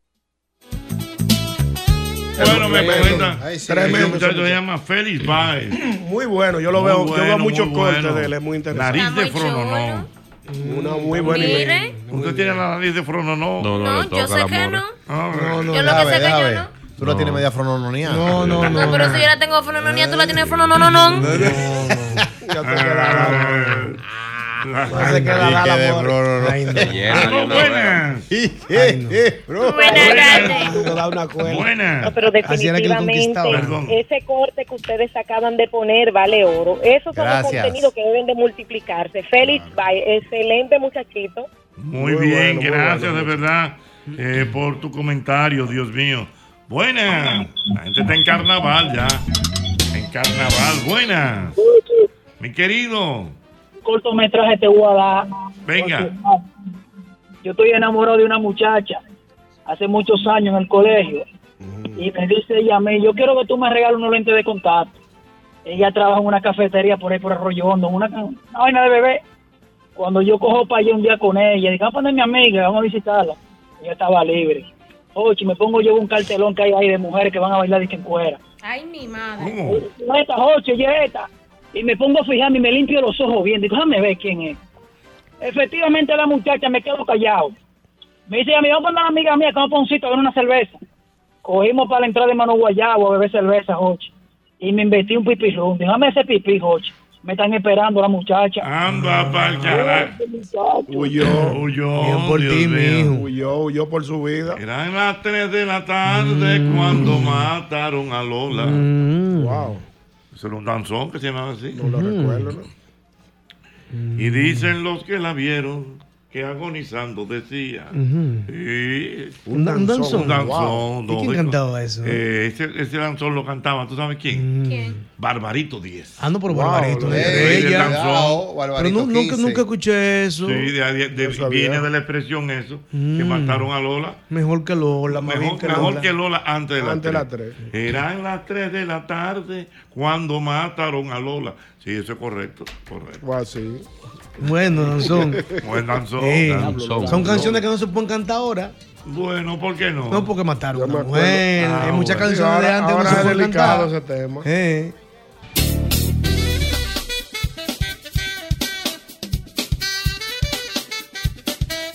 Bueno, me comenta. Ay, sí. Tremendo. Tremendo. Este muchacho se llama Félix Baez. Muy bueno, yo lo Muy veo, yo bueno, veo muy muchos cortes bueno. de él, es muy interesante. Nariz de frononó. Una muy buena idea. idea. ¿Usted tiene la nariz de frononó? No, No, yo sé que no. Ah, No, no, Yo lo deja que ver, sé que deja yo ver. Tú la tienes media frononía. No, no, No, pero si yo la tengo frononía, tú la tienes fronononón. se queda la de frononía. Ah, Buenas. pero definitivamente ese corte que ustedes acaban de poner vale oro. Esos son los Gracias. contenidos que deben de multiplicarse. Félix Bay, excelente muchachito. Muy, Muy bien, bueno, muy gracias bueno. de verdad eh, por tu comentario, Dios mío. Buenas. La gente está en carnaval ya. En carnaval, buenas. Mi querido, cortometraje te voy a dar. venga. Yo estoy enamorado de una muchacha hace muchos años en el colegio y me dice ella a mí, yo quiero que tú me regales unos lentes de contacto. Ella trabaja en una cafetería por ahí por Arroyo Hondo, una, una vaina de bebé. Cuando yo cojo para allá un día con ella, dije, vamos a poner mi amiga, vamos a visitarla. Ella estaba libre. Oye, me pongo yo un cartelón que hay ahí de mujeres que van a bailar y que en cuera. Ay, mi madre. No, esta Joche, oye, esta. Y me pongo a fijarme y me limpio los ojos bien. Digo, déjame ver quién es. Efectivamente, la muchacha me quedo callado. Me dice, a mí, vamos a una amiga mía que vamos a un sitio a ver una cerveza. Cogimos para la entrada de Mano Guayabo a beber cerveza, Joche. Y me inventí un pipí rum. Digo, Déjame ese pipí, Joche. Me están esperando la muchacha. Anda pa'l carajo. Huyó, huyó. Bien por Dios ti, mío. mijo. Huyó, huyó por su vida. Eran las 3 de la tarde cuando mataron a Lola. Wow. Eso era un danzón que se llamaba así. No lo recuerdo, ¿no? Y dicen los que la vieron que agonizando decía. Ujú. Sí. Un dan- un danzón. Un danzón, no, Wow. ¿Y quién digo, cantaba eso? eh, ese, ese danzón lo cantaba, ¿tú sabes quién? Barbarito 10. Ando por Wow, Ah, Barbarito, lo de de- del ella. danzón. Pero Barbarito nu- nunca, 15. nunca escuché Sí, eso. de- de- de- viene de la expresión eso, que Mm. mataron a Lola. Mejor que Lola, más bien Mejor, que mejor Lola. que Lola antes de las Antes de las tres. Eran las 3 de la tarde cuando mataron a Lola. Sí, eso es correcto. correcto. Wow, sí. Bueno, danzón. Buen danzón, Ey, danzón. Son canciones que no se pueden cantar ahora. Bueno, ¿por qué no? No, porque mataron a una acuerdo. mujer. Ah, Hay muchas bueno. canciones de Ahora- antes que ahora no se es pueden delicado cantar. ese tema. Eh.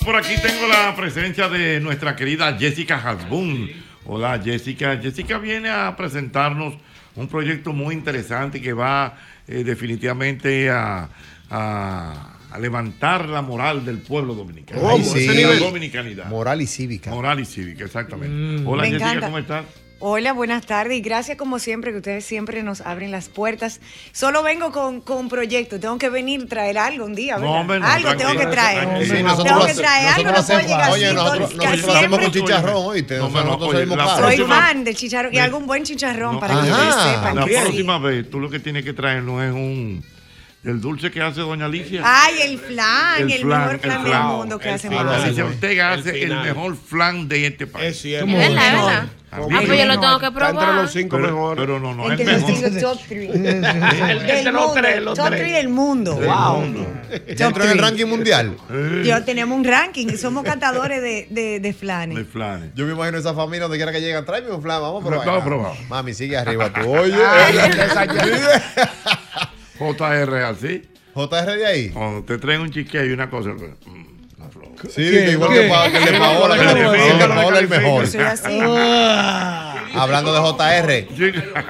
Por aquí tengo la presencia de nuestra querida Jessica Hasbun. Hola Jessica. Jessica viene a presentarnos un proyecto muy interesante que va eh, definitivamente a, a- a levantar la moral del pueblo dominicano. ¿Cómo? Ay, sí. La dominicanidad. Moral y cívica. Moral y cívica, exactamente. Mm. Hola Me Jessica, encanta. ¿cómo estás? Hola, buenas tardes y gracias como siempre que ustedes siempre nos abren las puertas. Solo vengo con, con proyectos, tengo que venir traer algo un día, ¿verdad? No, hombre, no, algo tengo tranquila, que traer. tranquila. Sí, Sí, nosotros tengo lo que hace- traer algo, nosotros no lo puedo llegar hacemos- así, Oye, todo nosotros- el- nosotros casi lo hacemos siempre. con chicharrón, oíste. No, pero nosotros oye, salimos la pasos. Soy próxima- fan del chicharrón y algún buen chicharrón para que ustedes sepan. La que sí. próxima vez, tú lo que tienes que traernos es un. El dulce que hace Doña Alicia. Ay, el flan, Ah, el, mejor flan, del mundo que El hace flan. mamá. Alicia Ortega hace el mejor flan de este país. Es cierto. Es verdad, es verdad. Ah, pues yo lo tengo Está que entre probar. los cinco mejores. Pero no, no, es Entre los mejor. cinco top three. Entre Este Del los mundo, tres, los top tres. three del mundo. Wow. Ya entró en el ranking mundial. Yo tenemos un ranking, somos catadores de, de, de flanes. Yo me imagino esa familia donde quiera que lleguen, tráeme un flan, vamos a probar. Vamos a probar. Mami, sigue <laughs> arriba tú. Oye, JR así. JR de ahí. Cuando te traen un chique y una cosa. pero, mm, la flor. Sí, ¿Qué? igual que ¿Qué? Pa- que el de ¿Qué? Paola, que el de Paola, Califica, que el de Paola es el califica. mejor. Soy así. <laughs> Hablando de JR.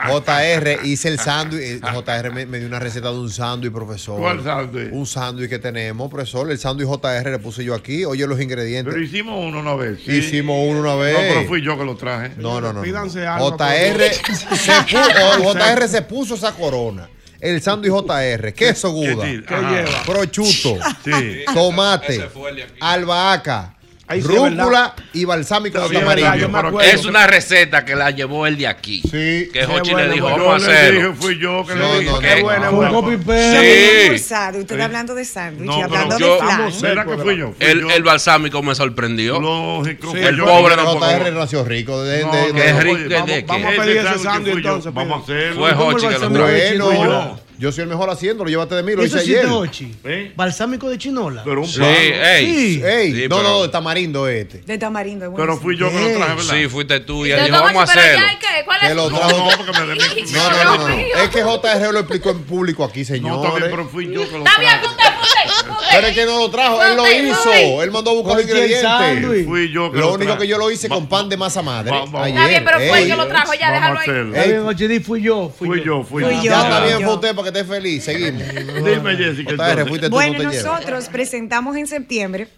JR hice el sándwich. eh, JR me, me dio una receta de un sándwich, profesor. ¿Cuál sándwich? Un sándwich que tenemos, profesor. El sándwich JR le puse yo aquí. Oye los ingredientes. Pero hicimos uno una vez. sí. Hicimos uno una vez. No, pero fui yo que lo traje. No, no, no. Pídanse no. algo, JR, por favor. <laughs> se <laughs> puso, JR se puso esa corona. El sándwich JR, queso guda, sí? ¿Qué lleva? prochuto, Sí. tomate, Ese fue el de aquí. albahaca, Ahí sí, rúcula y balsámico de Está bien, verdad, yo amarillo. me acuerdo. Es una receta que la llevó él de aquí. Que Qué Jochi bueno, le dijo, pues. bueno. vamos a Yo le hacerlo. dije, fui yo que le No, dije. no, Qué no, buena, no. buena. Estamos Sí. forzados, y usted está hablando de sándwich No, y pero hablando yo- de flan. ¿Verdad que fui yo? El, el balsámico me sorprendió. fui el yo. pobre Pero tampoco. JR nació rico. de- de- No, de- no, que es rico, Oye, que vamos- de- vamos que- a pedir ese sándwich, sándwich, entonces, vamos a hacerlo. Fue Jochi que lo trajo. Bueno, Fui yo. yo soy el mejor haciéndolo, llévate de mí, lo ¿Eso hice existe, ayer. Ochi? ¿Balsámico de chinola? Sí, ey. Ey, no, no, de tamarindo este. De tamarindo, es Pero fui yo que lo traje, ¿verdad? Sí, fuiste tú y Yo él dijo, como vamos a si fuera hacerlo. Ay, ¿qué? ¿Cuál Que es lo tu- trajo- No, <laughs> porque me- me- No, no, no, no, no. Es que JR lo explicó en público aquí, señor. No, también, pero fui yo que lo Está bien, traje. ponte, ponte, ponte. Pero es que no lo trajo, él lo Ponte, hizo. ponte. Él mandó a buscar los Oye, el sándwich. ingredientes. Fui yo que lo lo único traje. que yo lo hice con pan de masa madre. Está bien, pero fue el que lo trajo. trajo, ya déjalo ahí. Está bien, Ochi, di, fui yo. Fui, yo. fui Ya está bien, fue usted para que esté feliz. Seguimos. Dime, Jessica. JR, fuiste tú, no Bueno, te llevas. nosotros presentamos en septiembre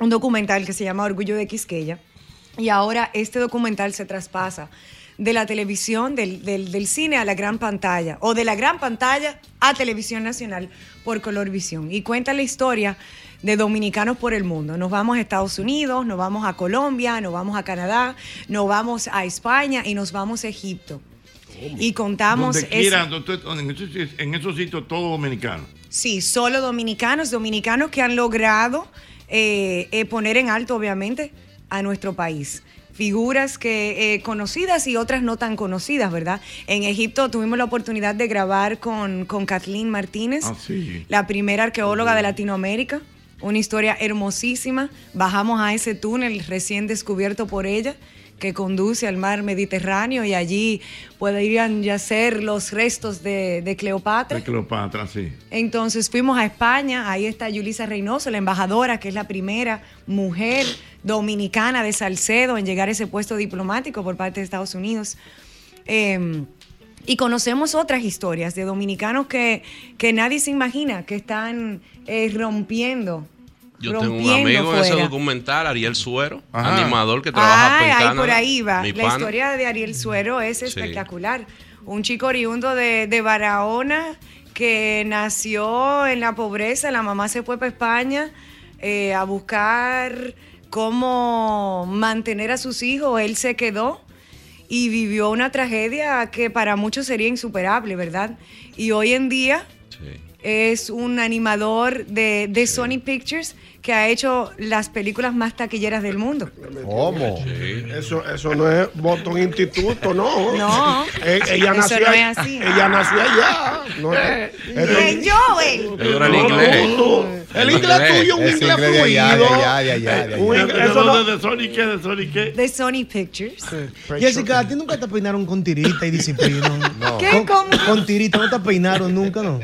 un documental que se llama Orgullo de Quisqueya y ahora este documental se traspasa de la televisión, del, del- del cine a la gran pantalla o de la gran pantalla a televisión nacional por Colorvisión y cuenta la historia de dominicanos por el mundo. Nos vamos a Estados Unidos, nos vamos a Colombia, nos vamos a Canadá, nos vamos a España y nos vamos a Egipto. Y contamos... Donde ese- quiera, donde usted- en, esos, sit- en esos sitios todo dominicano. Sí, solo dominicanos, dominicanos que han logrado eh, eh, poner en alto, obviamente, a nuestro país. Figuras que eh, conocidas y otras no tan conocidas, ¿verdad? En Egipto tuvimos la oportunidad de grabar con, con Kathleen Martínez, Ah, sí. la primera arqueóloga de Latinoamérica. Una historia hermosísima. Bajamos a ese túnel recién descubierto por ella que conduce al mar Mediterráneo y allí podrían yacer los restos de, de Cleopatra. De Cleopatra, sí. Entonces fuimos a España, ahí está Yulisa Reynoso, la embajadora, que es la primera mujer dominicana de Salcedo en llegar a ese puesto diplomático por parte de Estados Unidos. Eh, y conocemos otras historias de dominicanos que, que nadie se imagina, que están eh, rompiendo. Yo tengo un rompiendo amigo en ese fuera. documental, Ariel Suero, Ajá. animador que trabaja Ay, en ay, Canadá. por ahí va. Mi La pana. historia de Ariel Suero es Sí. espectacular. Un chico oriundo de, de Barahona que nació en la pobreza. La mamá se fue para España eh, a buscar cómo mantener a sus hijos. Él se quedó y vivió una tragedia que para muchos sería insuperable, ¿verdad? Y hoy en día es un animador de, de Sony Pictures que ha hecho las películas más taquilleras del mundo. ¿Cómo? Eso, eso no es Boston Instituto, no. No. Eh, ella, Eso nació, no es ahí- así. ella nació allá. <laughs> No, eh, eh, Bien, Joel. Yo era el inglés. tú, El inglés tuyo, un Ese inglés inglés de allá, fluido. de allá, de allá, de Eh, un allá. inglés- ¿De eso no- dónde? ¿De Sony qué? ¿De Sony qué? De Sony Pictures. Jessica, ¿a ti nunca te peinaron con tirita y disciplina? ¿Qué? Con, con tirita, no te peinaron nunca, ¿no?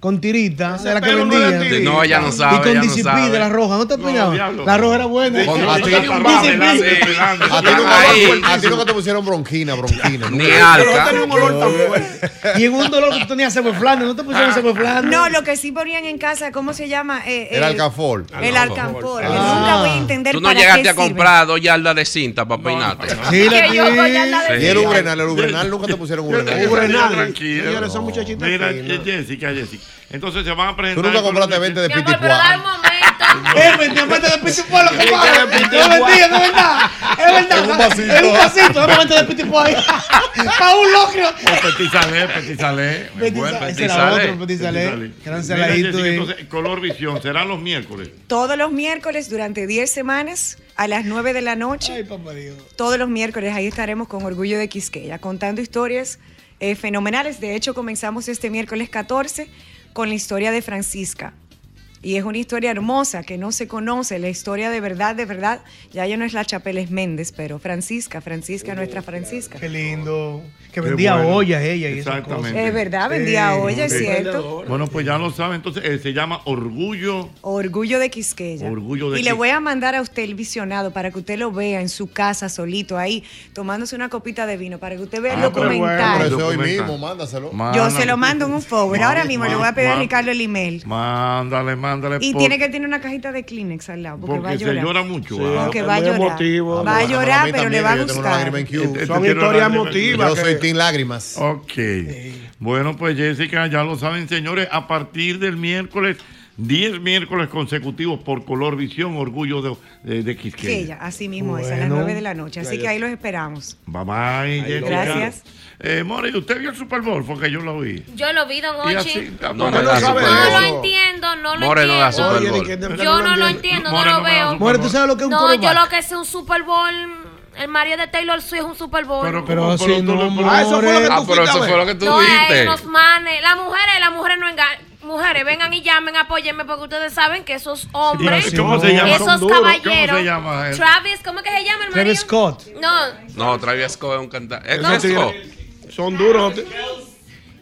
con tirita, de la que pelo no es de vendían. tirita. No, ella no sabe, Y con ella no Disipí sabe. de la roja, ¿no te peinabas? diablo. la roja era buena. Con- Disipí. a ti- Disipí. A ti nunca- a ti nunca te pusieron bronquina, bronquina. Ni alca. Y en un dolor que tú tenías semiflano, ¿no te pusieron Ah. semiflano? Ah. No, lo que sí ponían en casa, ¿cómo se llama? Eh, El alcafor. El alcanfor. que Ah. Nunca voy a entender Tú no para llegaste qué a comprar dos yardas de cinta para peinarte. Sí, la Que yo voy a la Y el Ubrenal, el Ubrenal nunca te pusieron Ubrenal. Tranquilo. Señores, esa muchachita Mira, aquí, ¿no? Jessica, Jessica. Entonces se van a presentar. Tú nunca compraste 20 de piticuá. <laughs> ¡Eh, mi amante de Pitipuá, lo que pasa! de ¡No Pitipuá. mentira, no es verdad! ¡Es verdad! Es un vasito. ¡Es un vasito! ¡Es mi amante de Pitipuá! <laughs> ¡Para un locrio! Petit salé, petit salé. Muy Petit buen Salé, ese era otro, Petit Salé. Gran Mira, saladito, Jessica, eh. entonces, color visión, serán los miércoles. Todos los miércoles durante 10 semanas a las 9 de la noche. Todos los miércoles ahí estaremos con Orgullo de Quisqueya contando historias eh, fenomenales. De hecho, comenzamos este miércoles 14 con la historia de Francisca. Y es una historia hermosa que no se conoce, la historia de verdad, de verdad. Ya ya no es la Chapeles Méndez, pero Francisca, Francisca, nuestra Francisca. Qué lindo. Que Qué vendía bueno. ollas ella y esas cosas. Exactamente. Es verdad, vendía ollas, es Sí. cierto. Bueno, pues ya lo saben, entonces eh, se llama Orgullo. Orgullo de Quisqueya. Orgullo de y le Quis- voy a mandar a usted el visionado para que usted lo vea en su casa solito ahí, tomándose una copita de vino, para que usted vea Ah, el documental. Pero ese hoy Documental. mismo, mándaselo. Yo Mándale, se lo mando en un forward. Ahora mismo le voy a pedir a Mándale. Ricardo el email. Mándale, mándale. Y por- tiene que tener una cajita de Kleenex al lado, porque, porque va a se llorar. llora mucho. ah. Porque va a llorar. Va a llorar, pero le va a gustar. Son historias emotivas Yo que- soy Team Lágrimas. Ok. Bueno, pues Jessica, ya lo saben, señores, a partir del miércoles, 10 miércoles consecutivos por Color Visión, Orgullo de, de, de Quisqueya. Quisqueya, así mismo es, a las Bueno. 9 de la noche. Así que ahí los esperamos. Bye bye, Jessica. Gracias. Eh, More, ¿usted vio el Super Bowl? Porque yo lo vi. Yo lo vi, don Y Ochi. así, ah, No, bueno, no da Super No lo Bowl. entiendo, no lo More no da entiendo. Super Bowl. Yo no lo entiendo, no More lo no da veo. Super More, ¿tú Bowl. sabes lo que es un No, quarterback? yo lo que es un Super Bowl. El Mario de Taylor Swift es un Super Bowl. Pero si no, Ah, eso fue lo que tú more. Ah, pero fuiste a eso ver. fue lo que tú No, dijiste. eh, los manes, las mujeres, las mujeres no engañan. Mujeres, vengan y llamen, apóyenme, porque ustedes saben que esos hombres, Pero ¿cómo se llama? esos Son duros. caballeros, ¿Cómo se llama él? Travis, ¿cómo es que se llama el marido? Travis Scott. No, No, Travis Scott es un cantante. ¿Es Esos Travis tigres Scott? Son duros.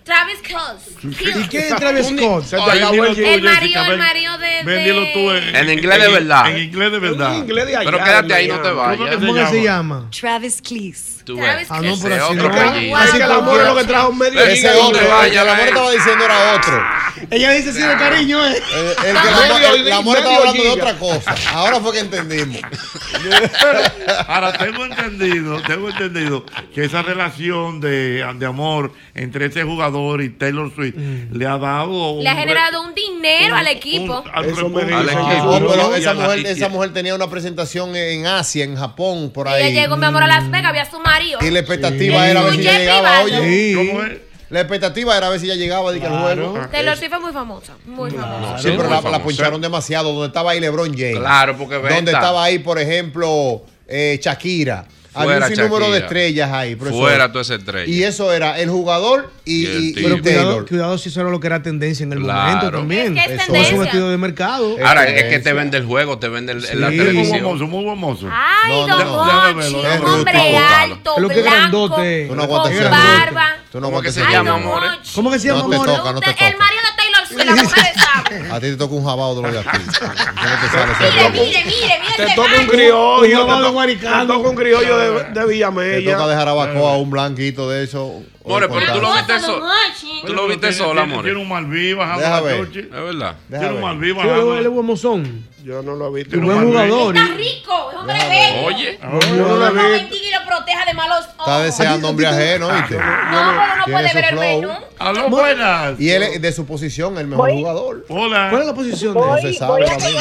Travis Kelce. ¿Y quién es Travis Scott? Se te Oye, acabó el dilo tú, gin. El marido, Jessica, el ven- marido de, vendilo de- tú en, inglés de verdad. En inglés de verdad. Pero quédate ahí, no te vayas. ¿Cómo que se llama? Travis Cleese. Tú Travis ves. Ah, no, Ese pero así otro no. gallina. Así que el amor es lo que trajo medio Ese giga de otro, dinero. vaya, La mujer vaya. estaba diciendo era otro. Ella dice así de cariño, ¿eh? Eh, El, que la, Medio- el- la mujer estaba medio hablando de giga. otra cosa. Ahora fue que entendimos. Ahora tengo entendido, tengo entendido que esa relación de, de amor entre ese jugador y Taylor Swift Mm. le ha dado un Le ha generado re- un dinero al equipo. al repudio. Ah, Y no, pero a esa la- mujer, y- esa mujer tenía una presentación en Asia, en Japón, por Ella ahí. Mm. llegó, mi amor, a Las Vegas, había su marido. Y la expectativa Sí. era ver si ya Escuché, llegaba. privado. Oye, ¿Cómo es? La expectativa era ver si ya llegaba. de que el juego. Taylor Swift es muy famosa, muy famosa. Sí, pero la, famoso. la poncharon demasiado. Donde estaba ahí LeBron James. Claro, porque venta. Donde estaba ahí, por ejemplo, eh, Shakira. Había un Fuera sinnúmero de Shakira. estrellas ahí. profesor. Fuera toda esa estrella. Y eso era el jugador y, Y el y- y tipo. Pero cuidado, Taylor. cuidado si eso era lo que era tendencia en el Claro. momento también. Es que es Eso es un tendencia. vestido de mercado. Ahora, es que te vende el juego, te vende el- la Eh, Sí. Muy televisión. famoso, muy famoso. Ay, No, no, don no. Déjame verlo, Ochi, déjame un verlo. hombre Vamos, Pablo. alto, Es lo que es blanco, grandote. Tú no aguantas con ese barba. Tú no ¿Cómo que aguantas se ese llama, grandote. amores? ¿Cómo que se No llama, te amores? toca, no te Usted- el toca. marido de Taylor Swift, la mujer <laughs> de Sam. A ti te toca un jabado de lo de aquí. Tú no te sales ese Mire, rojo. mire, mire, mire. Te este toca un man. criollo. Un jabado te to- Te toca un criollo de, de Te Villamella. toca dejar abajo a un blanquito de eso. More, pero tú lo viste Don solo. Ochi. Tú lo viste Tiene- sola, tiene- amores. Tiene un Malví bajando Deja la ver. choche. Es verdad. Tiene un Malví ¿Qué bajando. huele, guamozón? Yo no lo vi. Un buen jugador. ¿eh? Está rico, es hombre bello. Oye. Yo no Dios la lo vi. Ah, bendiga y lo proteja de malos Ah, Está ojos. deseando hombre ajeno, ¿viste? Ah, No, pero no puede ver el menú. Aló, buenas. Y él es de su posición, el mejor jugador. Hola. ¿Cuál es la posición de él? No se Voy- sabe voy a ahora mismo.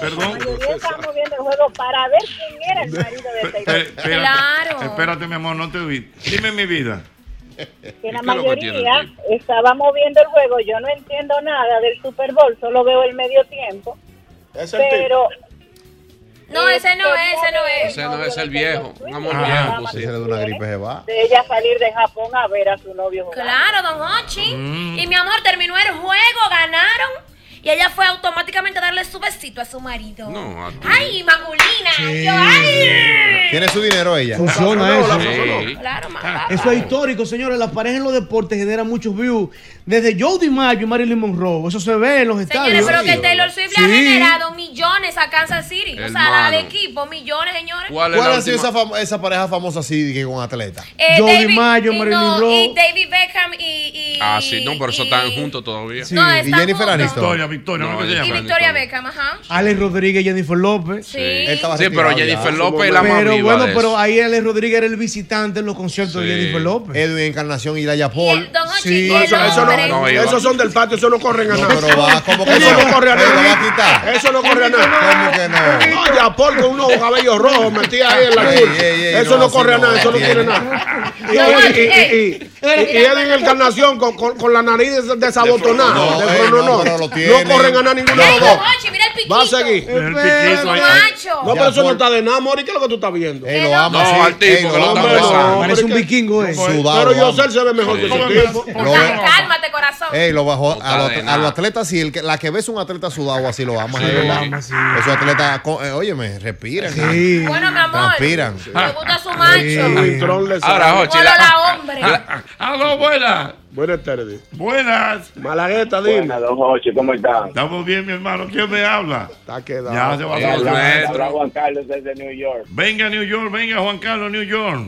Perdón. Estamos viendo el juego para ver quién era el marido de Taylor. Espérate, Claro. Espérate, mi amor, no te vi. Dime mi vida. que la ¿Qué es lo que tiene el mayoría estábamos viendo el juego. Yo no entiendo nada del Super Bowl, solo veo el medio tiempo. Es el pero No, ese no es, ese no es. Ese no es el viejo. Un amor Ajá. viejo, Ese pusiste. le da una gripe se va. de ella salir de Japón a ver a su novio jugar. Claro, don Hochi. Y mi amor, terminó el juego, ganaron. Y ella fue automáticamente a darle su besito a su marido. No, a- ¡Ay, Magulina! Sí. Yo, ¡ay! Tiene su dinero ella. Funciona eso. Claro, ma- Eso es histórico, señores. Las parejas en los deportes generan muchos views. Desde Joe DiMaggio y Marilyn Monroe. Eso se ve en los Señores, estadios. pero que Taylor Swift le ha Sí. generado millones a Kansas City. O sea, al Hermano. equipo, millones, señores. ¿Cuál, ha sido esa, fam- esa pareja famosa así que con atleta? Eh, Jody David- Mayo, y Marilyn no, Monroe. Y David Beckham y, y- Ah, sí, no, pero eso están juntos todavía. Sí. No, están Y Jennifer juntos. Victoria, Aniston. Victoria, ¿cómo que se ella- y llama? Victoria Beckham, ajá. Alex Rodríguez, Jennifer López. Sí. Él estaba Sí, pero retirado ya. Jennifer López es la más Pero viva bueno, de pero ahí Alex Rodríguez era el visitante en los conciertos de Jennifer López. Edwin Encarnación y Daya Paul. Don Ochi, Sí. y el Eso- eso no- hombre. No, Iván. esos son del patio, eso no corren a nada. pero va, ¿cómo que eso no? no corre a Te lo va a nada. Eso no corre a nada. ¿Cómo que no? ya Paul con unos cabellos rojos metía ahí en la Ey, curva. ey, ey, Eso no, no corre a así nada, no, eso no entiendo. tiene nada. Y- Y y- y- y- y él en encarnación con, con, con la nariz des- desabotonada. No, De- ey, no, no, no, pero lo no tienen. corren a nada ninguno de Ay, los Don dos. Ochi, mira el piquito. Va a seguir. El piquito ahí. Macho. No, pero eso no Paul. está de nada, Mori. ¿Qué es lo que tú estás viendo? Ey, lo ama, sí. Ey, lo ama, lo ama. Parece un vikingo, eh. Sudado, Pero yo vamos. ser se ve mejor que Sí. su tiempo. Lo ve- Cálmate, corazón. Ey, lo bajó a, los- de a nada. los atletas, sí, el que- la que ves un atleta sudado así lo ama, Sí, de lo verdad. ama, sí. Esos atletas, co- eh, óyeme, respiran. Sí. Bueno, mi amor. Transpiran. Me gusta su macho. Ahora, Ochi, la- Hola, hombre. Ah, Aló, buenas. Buenas tardes. Buenas. Malagueta, dime. Buenas, don Jorge, ¿cómo están? Estamos bien, mi hermano. ¿Quién me habla? Está quedado. Ya se va a Habla- hablar. habla Eh, Juan Carlos desde New York. Venga, New York, venga, Juan Carlos, New York.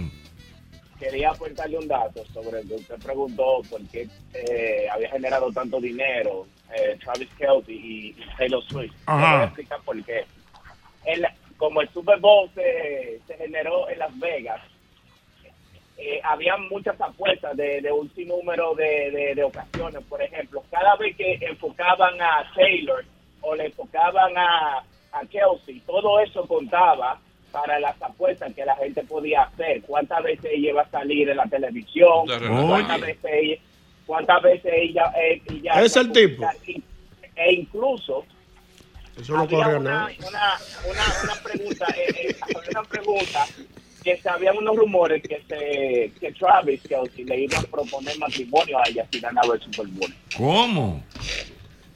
Quería aportarle un dato sobre el que usted preguntó por qué eh, había generado tanto dinero eh, Travis Kelce y, y Taylor Swift. Te Ajá. voy a explicar por qué. El- como el Super Bowl se, se generó en Las Vegas, eh, había muchas apuestas de, de un sinnúmero de, de- de ocasiones. Por ejemplo, cada vez que enfocaban a Taylor o le enfocaban a, a Kelsey, todo eso contaba para las apuestas que la gente podía hacer. ¿Cuántas veces ella iba a salir en la televisión? Oye. ¿Cuántas veces ella, cuántas veces ella, eh, ella Es el tipo. E incluso Eso no había corre a una- nada. una, una, una pregunta, eh, eh, había una pregunta que se habían unos rumores que se, que Travis Kelce le iba a proponer matrimonio a ella si ganaba el Super Bowl. ¿Cómo?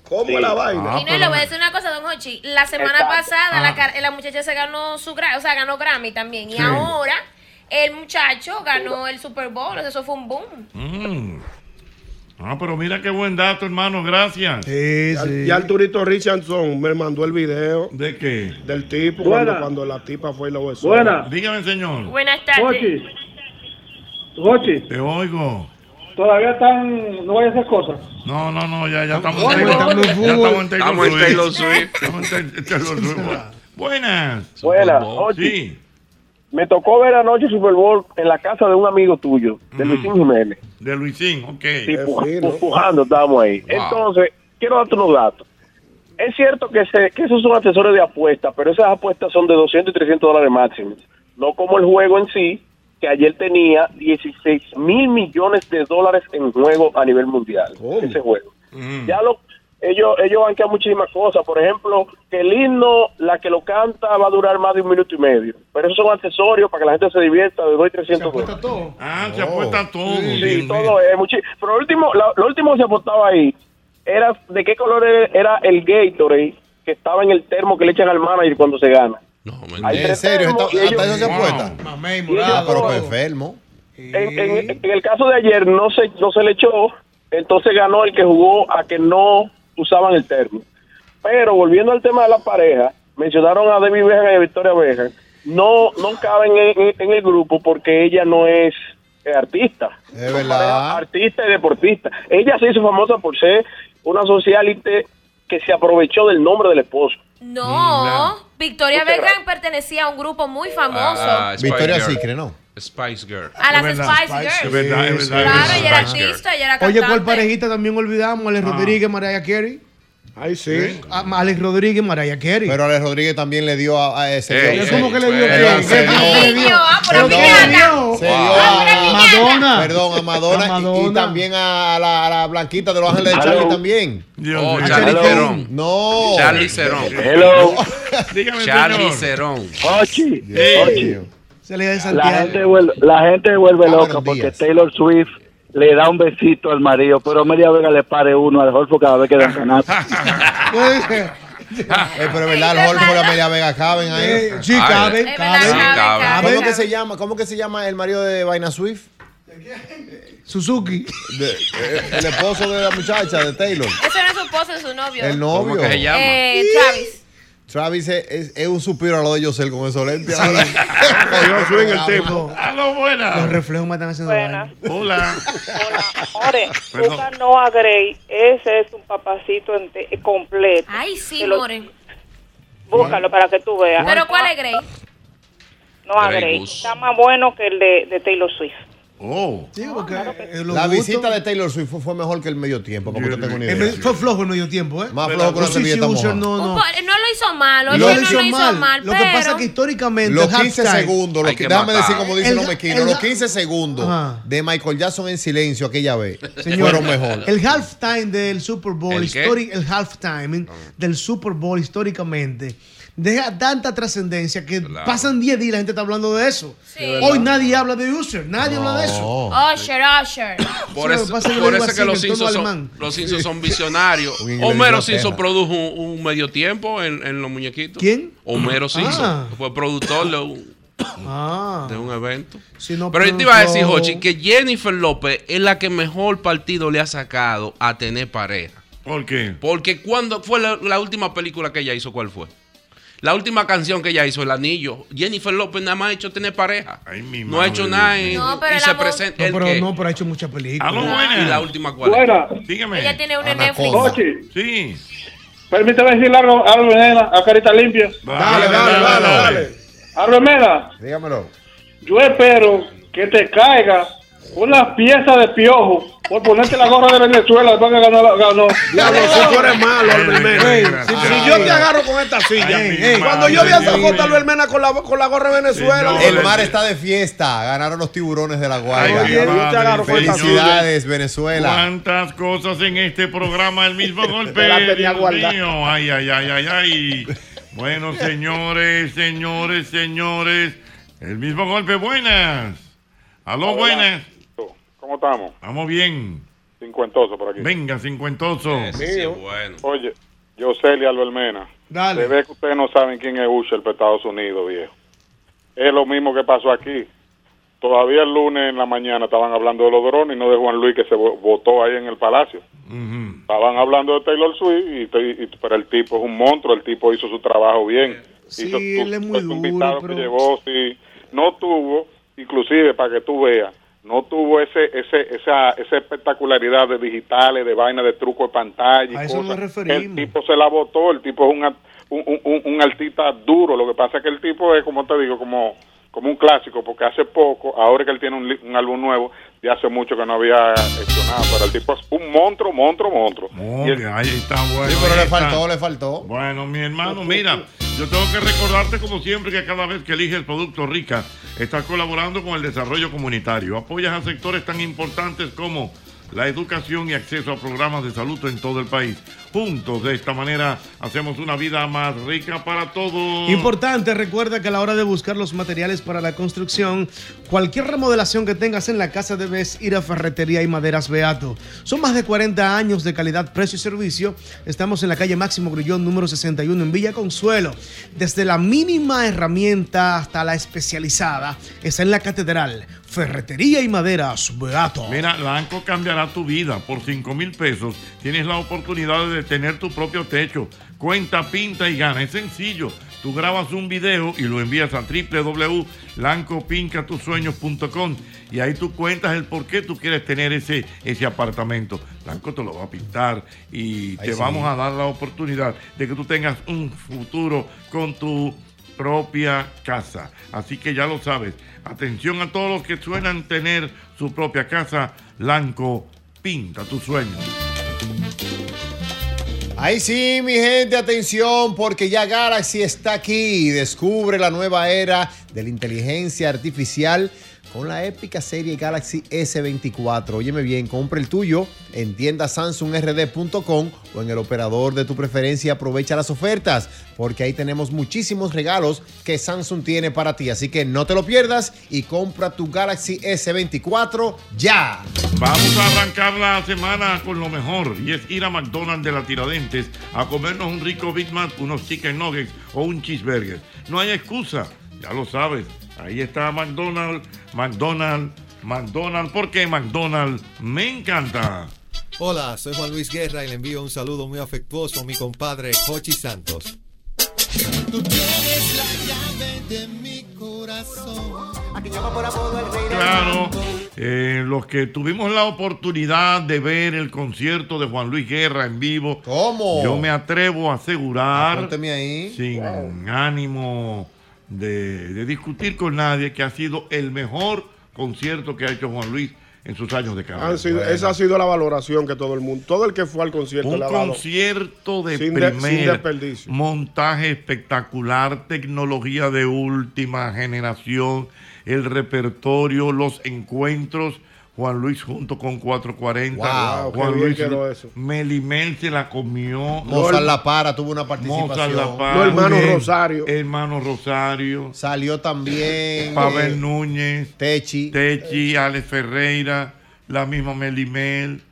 ¿Cómo es la vaina? Y no, le voy a decir una cosa, don Hochi. La semana Ah, Exacto. pasada la, Ah. car- la muchacha se ganó su gra- o sea, ganó Grammy también. Y Sí. ahora el muchacho ganó el Super Bowl. Eso fue un boom. Mm. Ah, pero mira qué buen dato, hermano. Gracias. Ya, ya Arturito Richardson me mandó el video. ¿De qué? Del tipo Buena. cuando, cuando la tipa fue y lo besó. Buena. Dígame, señor. Buenas Ochi. Ochi. Te oigo. Todavía están, no voy a hacer cosas. No, no, no, ya, ya estamos Bueno, en Taylor estamos en Ya estamos en fútbol. Taylor Estamos en Swift. Taylor Swift. Estamos en Tay- Taylor Swift. Buenas. Buenas, Ochi. Sí. Me tocó ver anoche Super Bowl en la casa de un amigo tuyo, de Luisín Jiménez. De Luisín, ok. Sí, puj- pues. pujando estábamos ahí. Wow. Entonces, quiero darte unos datos. Es cierto que, se, que esos son accesorios de apuesta, pero esas apuestas son de 200 y 300 dólares máximos. No como el juego en sí, que ayer tenía 16 mil millones de dólares en juego a nivel mundial. Ese juego. Ya lo, ellos, ellos banquean muchísimas cosas. Por ejemplo, que el himno, la que lo canta, va a durar más de un minuto y medio. Pero esos son accesorios para que la gente se divierta de 2 y 300 dólares. Ah, Oh. se apuesta todo. Sí, todo es muchi- Pero lo último, la- lo, último que se apostaba ahí era de qué color era- era el Gatorade que estaba en el termo que le echan al manager cuando se gana. ¿En serio? termos ¿Hasta y hasta ellos- eso se apuesta? Ah, pero qué enfermo. En, en- en el caso de ayer no se, no se le echó, entonces ganó el que jugó a que no usaban el termo. Pero volviendo al tema de la pareja, mencionaron a Debbie Bejan y a Victoria Bejan. No, no caben en, en- en el grupo porque ella no es eh, artista. Es verdad. artista y deportista. Ella se hizo famosa por ser una socialite que se aprovechó del nombre del esposo. No, Victoria Muchas Beckham pertenecía a un grupo muy famoso. Ah, Victoria Girl. Secret, ¿no? Spice Girl. A las Es verdad, Spice Spice Girls. Girls. Es verdad, es verdad, es Claro, verdad. ella era Spice Girl. artista, ella era Oye, cantante. ¿cuál parejita también olvidamos? Alex Rodríguez, Mariah Carey. Ah. Ay, sí. Ah, Alex Rodríguez, Mariah Carey. Pero Alex Rodríguez también le dio a, a ese. Ey, ¿Cómo que le dio Pero qué? se ¿Qué fue que le dio? Ah, pura Pero ¿qué piñata. le dio? Se dio a Madonna. Perdón, a Madonna, y- Y, también a la, a la Blanquita de Los Ángeles de Charlie también. Oh, Charlie Hello. Cerón. No. Eh, Charlie Cerón. Hello. Dígame, Charlie señor. Cerón. Ochi, Ey. Ochi, Se le la Santiago. Ah, gente vuelve, la gente vuelve loca porque Taylor Swift le da un besito al marido, pero media vega le pare uno al Holfo cada vez que da <laughs> canato. Eh, pero es verdad, los Holford y la Media Vega caben ahí. Eh, sí, Caben. caben, Sí, caben. caben. ¿Cómo Caben. que se llama? ¿Cómo que se llama el marido de Vaina Swift? eh, Suzuki. el esposo de la muchacha, de Taylor. Eso era su esposo, es su novio. El novio. ¿Cómo que se llama? Eh, Travis. Travis es, es- es un suspiro a lo de Yosel con esos lentes. <laughs> Cogió swing el tipo. Aló, Los buenas. reflejos me están haciendo daño. Hola. More, Perdón. Cuca no a Grey, ese es un papacito ente- completo. Ay, sí, Te lo- More. Búscalo para que tú veas. Pero ¿cuál es Grey? No a Grey Grey, Goose. está más bueno que el de, de Taylor Swift. Oh. La visita de Taylor Swift fue- fue mejor que el medio tiempo, para que usted tenga una idea. Fue flojo el medio tiempo, ¿eh? Más flojo que una Susie servilleta Usher, mojada. No, Un no. po- No lo hizo mal, oye, Lo no hizo lo hizo mal, Lo que pero... pasa es que históricamente. Los el halftime- 15 segundos, los Hay que- que déjame matar. decir como dice El- los mequinos, el- los 15 segundos Ajá. de Michael Jackson en silencio aquella vez Señor, fueron mejor. El halftime del Super Bowl, ¿El qué? históric- el halftime del Super Bowl históricamente deja tanta trascendencia que pasan 10 días y la gente está hablando de eso. Sí. Hoy nadie habla de Usher, nadie habla de eso. Usher, Usher. Sí, Por lo eso, que pasa es que por lo eso digo así, que los en tono Simpsons son, alemán. los Simpsons son visionarios. Un inglés de Homero Inglaterra. Simpson produjo un, un medio tiempo en, en los muñequitos. ¿Quién? Homero Ah. Simpson. Fue productor de un, Ah. de un evento. Si no Pero yo te iba a decir, produjo- Jochi, que Jennifer López es la que mejor partido le ha sacado a tener pareja. ¿Por qué? Porque cuando fue la, la última película que ella hizo, ¿cuál fue? La última canción que ella hizo, El Anillo. Jennifer López nada más ha hecho tener pareja. no ha hecho nada y, No, pero y el se amor- presenta. No, ¿El Ah, pero qué? no, pero ha hecho muchas películas. Aló, buenas. ¿Y la última cuál? es? Buenas. Dígame. Ella tiene una en Netflix. Jochi. Sí. Permítame decirle algo, algo nena, a carita limpia. Dale, dale, dale, dale. Arromeda, Dígamelo. yo espero que te caiga una pieza de piojo por ponerte la gorra de Venezuela después que ganó. ganó. Diablo, si tú eres malo, Albermena. Si, si Ay, yo te Dios. agarro con esta silla, Ay, eh, mi cuando yo vi a madre, esa Dios foto Albermena con la, con la gorra de Venezuela, El mar está de fiesta. Ganaron los tiburones de la Guaira. Ay, Dios, yo te agarro con esta Felicidades, silla. Venezuela. ¿Cuántas cosas en este programa? El <laughs> mismo golpe. La tenía Dios guardada. mío. Ay, ay, ay, ay, ay. Bueno, señores, señores, señores. El mismo golpe. Buenas. Aló, Hola. buenas. ¿Cómo estamos? Vamos bien. Cincuentoso por aquí. Venga, cincuentoso. Oye, yo y Albermena. Dale. Se ve que ustedes no saben quién es Usher para Estados Unidos, viejo. Es lo mismo que pasó aquí. Todavía el lunes en la mañana estaban hablando de los drones y no de Juan Luis que se vo- votó ahí en el Palacio. Estaban hablando de Taylor Swift, y, te- y- pero el tipo es un monstruo, el tipo hizo su trabajo bien. Sí, Hizo su- él es muy su duro, invitado pero... que llevó, sí. No tuvo, inclusive para que tú veas, no tuvo ese, ese, esa, esa espectacularidad de digitales, de vaina, de truco de pantalla. y A eso nos cosas. referimos. El tipo se la votó, el tipo es un, art- un, un- un- un artista duro. Lo que pasa es que el tipo es, como te digo, como, como un clásico, porque hace poco, ahora que él tiene un, li- un álbum nuevo, ya hace mucho que no había hecho nada, pero el tipo es un monstruo, monstruo, monstruo. Oh, que ahí está bueno. Sí, pero le ahí está. faltó, le faltó. Bueno, mi hermano, mira, yo tengo que recordarte como siempre que cada vez que eliges Producto Rica, estás colaborando con el desarrollo comunitario. Apoyas a sectores tan importantes como la educación y acceso a programas de salud en todo el país. Juntos, de esta manera, hacemos una vida más rica para todos. Importante, recuerda que a la hora de buscar los materiales para la construcción, cualquier remodelación que tengas en la casa debes ir a Ferretería y Maderas Beato. Son más de 40 años de calidad, precio y servicio. Estamos en la calle Máximo Grullón, número 61, en Villa Consuelo. Desde la mínima herramienta hasta la especializada, está en la catedral. Ferretería y Maderas Beato. Mira, la ANCO cambiará tu vida. Por 5 mil pesos tienes la oportunidad de tener tu propio techo. Cuenta, pinta y gana. Es sencillo. Tú grabas un video y lo envías a www.lancopincatussueños.com y ahí tú cuentas el por qué tú quieres tener ese, ese apartamento. Lanco te lo va a pintar y Ay, te sí. vamos a dar la oportunidad de que tú tengas un futuro con tu propia casa. Así que ya lo sabes. Atención a todos los que suenan tener su propia casa. Lanco, pinta tu sueño. Ahí sí, mi gente, atención, porque ya Galaxy está aquí. Descubre la nueva era de la inteligencia artificial con la épica serie Galaxy S24. Óyeme bien, compra el tuyo en tienda samsungrd.com o en el operador de tu preferencia. y Aprovecha las ofertas porque ahí tenemos muchísimos regalos que Samsung tiene para ti. Así que no te lo pierdas y compra tu Galaxy S24 ya. Vamos a arrancar la semana con lo mejor y es ir a McDonald's de la Tiradentes a comernos un rico Big Mac, unos chicken nuggets o un cheeseburger. No hay excusa, ya lo sabes. Ahí está McDonald's, McDonald's, McDonald's, porque McDonald's me encanta. Hola, soy Juan Luis Guerra y le envío un saludo muy afectuoso a mi compadre Jochi Santos. Eres la llave de mi corazón. Aquí llama por apodo el rey Claro, eh, los que tuvimos la oportunidad de ver el concierto de Juan Luis Guerra en vivo, ¿Cómo? yo me atrevo a asegurar, Apúnteme ahí. sin ánimo de, de discutir con nadie, que ha sido el mejor concierto que ha hecho Juan Luis en sus años de carrera. Han sido- esa ha sido la valoración que todo el mundo, todo el que fue al concierto Un la valoró. concierto de Sin de- sin primera, desperdicio. montaje espectacular, tecnología de última generación, el repertorio, los encuentros. Juan Luis junto con 440. Wow, qué Juan bien Luis quedó eso. Melimel se la comió. Mozart La Para tuvo una participación. Mozart La Para. Los hermanos Rosario. Hermano Rosario. Salió también. Pavel eh, Núñez. Techi. Techi, Ale Ferreira, la misma Melimel.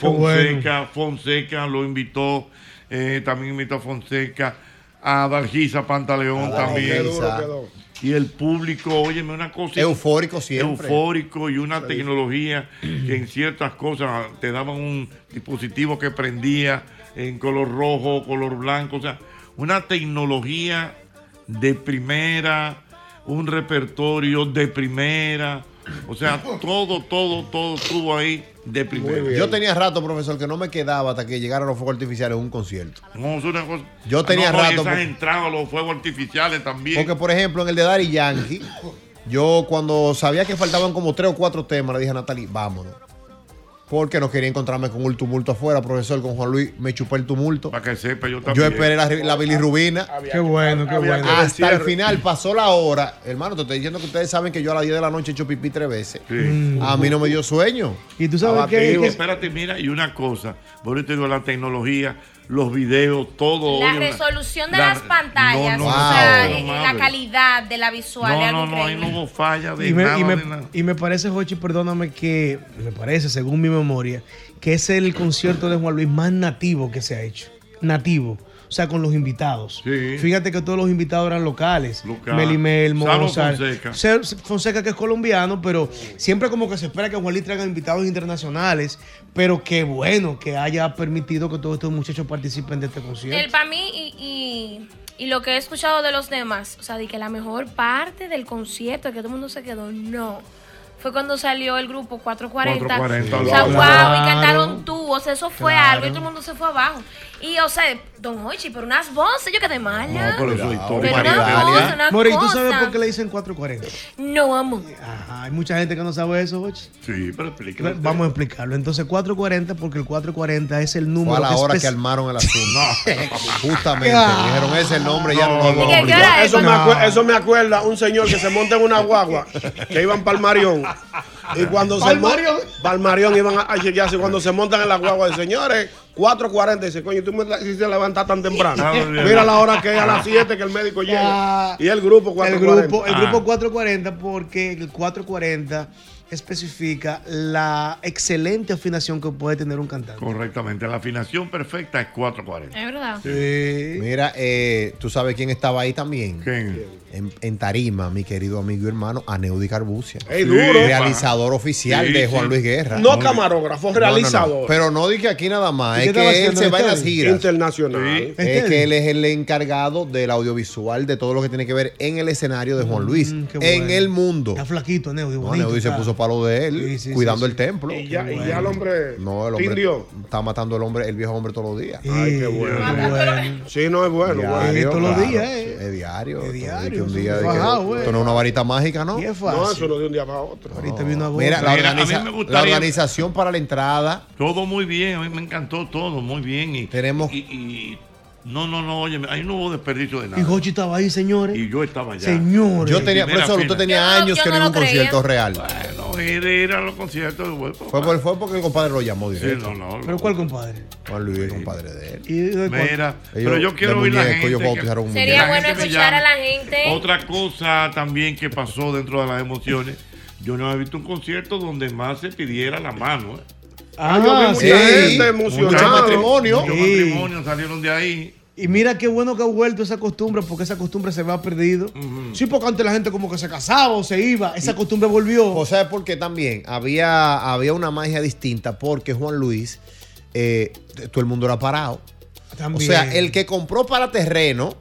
Qué bueno. Fonseca, Fonseca lo invitó. eh, también invitó a Fonseca. A Dargisa Pantaleón también. Qué duro quedó. Y el público, óyeme, una cosa. Eufórico siempre. Eufórico y una tecnología que en ciertas cosas te daban un dispositivo que prendía en color rojo, color blanco. O sea, una tecnología de primera, un repertorio de primera. O <laughs> sea, todo, todo, todo estuvo ahí de primera. Yo tenía rato, profesor, que no me quedaba hasta que llegaran los fuegos artificiales a un concierto. No, es una cosa- Yo Ah, tenía no, no, y rato Esas porque- entradas, los fuegos artificiales también. Porque, pues, por ejemplo, en el de Daddy Yankee, yo cuando sabía que faltaban como tres o cuatro temas, le dije a Natalie, vámonos. Porque no quería encontrarme con un tumulto afuera, profesor, con Juan Luis, me chupé el tumulto. Para que sepa, yo Yo también. esperé la, la bilirrubina. Qué bueno, qué bueno. Hasta el final pasó la hora. Hermano, te estoy diciendo que ustedes saben que yo a las 10 de la noche he hecho pipí tres veces. A mí no me dio sueño. Y tú Abatido. Espérate, mira, y una cosa. Por eso te digo, la tecnología, los videos, todo. La oye, una- resolución de la- las pantallas, No, no, o sea, no, eh, no, la madre. calidad de la visual es No, algo no, no, ahí increíble. no hubo falla de Y me, nada. y, me, de nada. y me parece, Jochi, perdóname que me parece, según mi memoria, que es el concierto de Juan Luis más nativo que se ha hecho. Nativo. O sea, con los invitados. Fíjate que todos los invitados eran locales. Melimel, Salo Mozart. Fonseca. Ser- Fonseca, que es colombiano, pero siempre como que se espera que Juan Luis traiga invitados internacionales. Pero qué bueno que haya permitido que todos estos muchachos participen de este concierto. El para mí y, y- y lo que he escuchado de los demás, o sea, de que la mejor parte del concierto, que todo el mundo se quedó, no. Fue cuando salió el grupo 440. 440, o sea, claro. wow, y <laughs> cantaron Ah, tú, o sea, eso fue Claro. algo y todo el mundo se fue abajo. Y, o sea, Don Hochi, pero unas voces, yo quedé mala. No, pero eso es Pero una cosa, una Mori, ¿tú cosa. sabes por qué le dicen 440? No, amo. Hay mucha gente que no sabe eso, Jochi. Sí, pero explícame. Ve- Vamos a explicarlo. Entonces, 440, porque el 440 es el Fue número. a la hora que espec- armaron el asunto. Justamente. Ah. Dijeron, ese es el nombre, ya no, lo No, vamos a no, olvidar". eso, me No. acue- Pues, eso me acuerda un señor que se monta en una guagua que iban para el Marión. Y cuando se ¿Palmarión? Para Marión iban a, a chequearse. Y Cuando se montan en la guagua, dicen, señores, 4.40. Dice, coño, tú me la hiciste levantar tan temprano. Ah, bien. Mira la hora que es a las 7 que el médico llega. Ah. Y el grupo El 4.40. grupo, Ah. el grupo 440, porque el 440 especifica la excelente afinación que puede tener un cantante. Correctamente, la afinación perfecta es 440. Es verdad. Mira, eh, tú sabes quién estaba ahí también. En, en Tarima, mi querido amigo y hermano, Aneudi Carbucia. Ey, duro. Realizador Ah, oficial Sí, de sí. Juan Luis Guerra. No Muy camarógrafo, bien. No, no, no. realizador. Pero no dije aquí nada más. ¿Y Es qué estaba que él haciendo se en va en Estadio? las giras. Internacional. ¿Este Es Estadio. que él es el encargado del audiovisual de todo lo que tiene que ver en el escenario de Juan Luis. Mm, qué en bueno. el mundo. Está flaquito, Neudi. No, bonito, Neudi se está. puso palo de él, Sí, sí, cuidando sí, el templo. Y ya, y ya el hombre. No, el hombre Indio. está matando el hombre, el viejo hombre todos los días. Ay, qué bueno. Sí, no es bueno. bueno. Diario, claro, eh. sí, Es diario. esto no es diario, que un eso día es de que- fajado, güey. esto no es una varita mágica, ¿no? No, eso no de un día para otro. Ahorita vino Mira, la, Mira, a mí organiza- me la gustaría- organización para la entrada. Todo muy bien, a mí me encantó todo, muy bien. Y, Tenemos y, y No, no, no, oye, ahí no hubo desperdicio de Y nada. Jochi estaba ahí, señores. Y yo estaba allá. Señores. Yo tenía, por eso usted tenía años que no iba a un concierto real. No, ir, ir a los conciertos de vuelta. Fue, por- fue porque el compadre lo llamó directo. no, no. ¿Pero cuál compadre? Juan Luis, el compadre de él. Mira, Ellos pero yo de quiero oír la muñeco, gente. ellos que- bautizaron un Sería la bueno gente que escuchar a llame. la gente. Otra cosa también que pasó dentro de las emociones, yo no había visto un concierto donde más se pidiera la mano. ¿eh? Ah, yo vi mucha sí. gente emocionada. Mucho matrimonio. Muchos Sí. matrimonios salieron de ahí. Y mira qué bueno que ha vuelto esa costumbre, porque esa costumbre se había perdido. Sí, porque antes la gente como que se casaba o se iba. Esa costumbre volvió. O sea, porque también había, había una magia distinta porque Juan Luis, eh, todo el mundo era parado. También. O sea, el que compró para terreno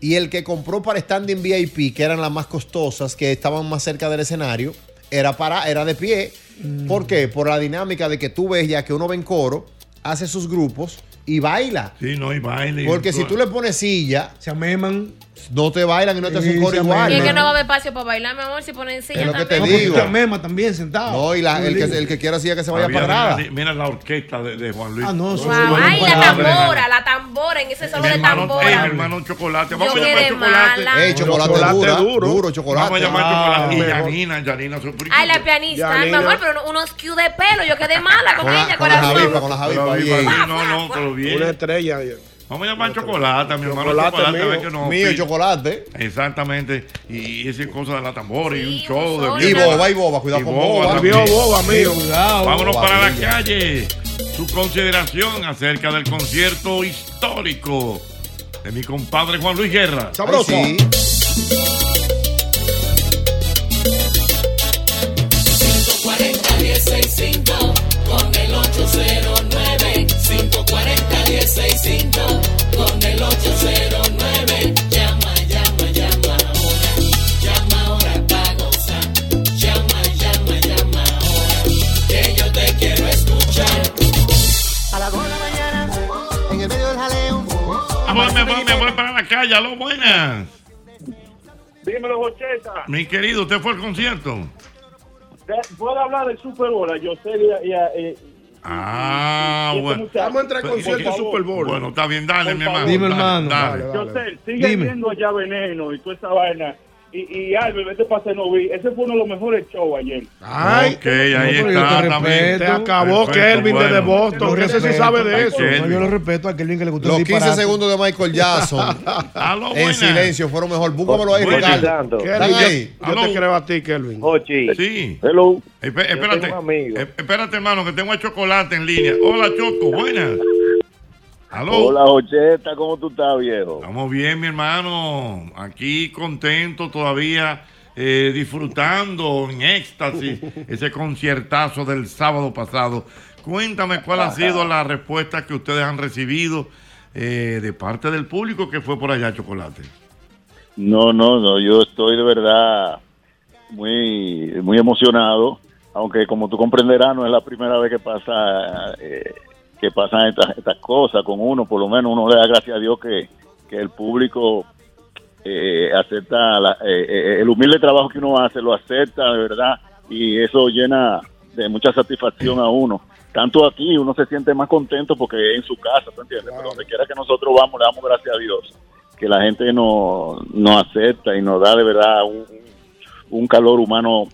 y el que compró para standing VIP, que eran las más costosas, que estaban más cerca del escenario, era, para, era de pie. Mm. ¿Por qué? Por la dinámica de que tú ves ya que uno ve en coro, hace sus grupos y baila. Sí, no, y baile. Porque si tú le pones silla, se ameman, no te bailan y no te hacen Sí, coro se igual. Y es que no va a haber espacio para bailar, mi amor, si ponen silla Es lo que te también. No, porque digo. tú te amemas también sentado. No, y la- el, que, el que quiera silla que se vaya Había- parada. Mira, mira la orquesta de, de Juan Luis. Ah, no, Wow. Ay, la tambora, la tambora, en ese salón Mi de hermano, tambora. eh, mi hermano Chocolate. Vamos Yo a llamar quedé Chocolate. mala. Ey, chocolate, dura, duro. chocolate. Vamos a llamar Ah, Chocolate. Y mejor. Yanina, Yanina. su- Ay, la pianista, ay, mi Yanina. amor, pero unos cues de pelo, yo quedé mala con, Con la- ella, con la corazón. javipa, con la Javi, Pero pa' viva, bien. sí, No, no, pero bien. Una estrella. eh. Vamos a llamar chocolate, mi hermano Chocolate chocolate, a ver mío. que nos Mío, opina. chocolate. Exactamente. Y esa cosa de la tambora y un show un de show. Y boba, y boba, cuidado con boba. también. Vio boba, mío. Cuidado. Vámonos Boba, para la mía. calle. Su consideración acerca del concierto histórico de mi compadre Juan Luis Guerra. Sabroso. Ay, con el 809 540 165 con el 809 llama llama llama ahora llama ahora pa gozar llama llama llama ahora que yo te quiero escuchar a la de la mañana en el medio del jaleo Vamos, me voy, me voy para la calle. Aló, buenas. Dímelo, Jocheta. Mi querido, ¿usted fue al concierto? ¿Puedo hablar del Super Bowl? a Yosel y a- y a- eh, Ah, y este bueno. muchacho? Pero- Por favor. Bueno, está bien, dale, Por mi favor. hermano. Dime, Dale, hermano. dale. Yosel, sigue Dime. viendo allá veneno y toda esa vaina. Y, y Albert, vete para Cenoví. Ese fue uno de los mejores shows ayer. ok, ahí pero está. yo te Ah, también. respeto. Te acabó Perfecto, Kelvin bueno. desde Boston. Lo ¿Qué se respeto. sabe de eso? No, yo lo respeto a Kelvin que le gustó Los el 15 disparate. segundos de Michael Jackson. Aló, en buenas. silencio, fueron mejor. Búscamelo ahí, Buenas. Ricardo. Kelvin, Están yo- ahí. Yo te creo a ti, Kelvin. Sí. Eh, Hello. espérate. Esp- espérate, hermano, que tengo a Chocolate en línea. Hola, Choco, buenas. Aló. Hola, Jocheta, ¿cómo tú estás, viejo? Estamos bien, mi hermano. Aquí contento todavía, eh, disfrutando <laughs> en éxtasis ese conciertazo del sábado pasado. Cuéntame cuál ha sido la respuesta que ustedes han recibido eh, de parte del público que fue por allá, Chocolate. No, no, no, yo estoy de verdad muy, muy emocionado, aunque como tú comprenderás, no es la primera vez que pasa eh, que pasan estas, estas cosas con uno, por lo menos uno le da gracias a Dios que, que el público eh, acepta la- eh, eh, el humilde trabajo que uno hace, lo acepta de verdad, y eso llena de mucha satisfacción a uno. Tanto aquí uno se siente más contento porque es en su casa, ¿tú entiendes? Pero donde quiera que nosotros vamos, le damos gracias a Dios que la gente nos, nos acepta y nos da de verdad un, un calor humano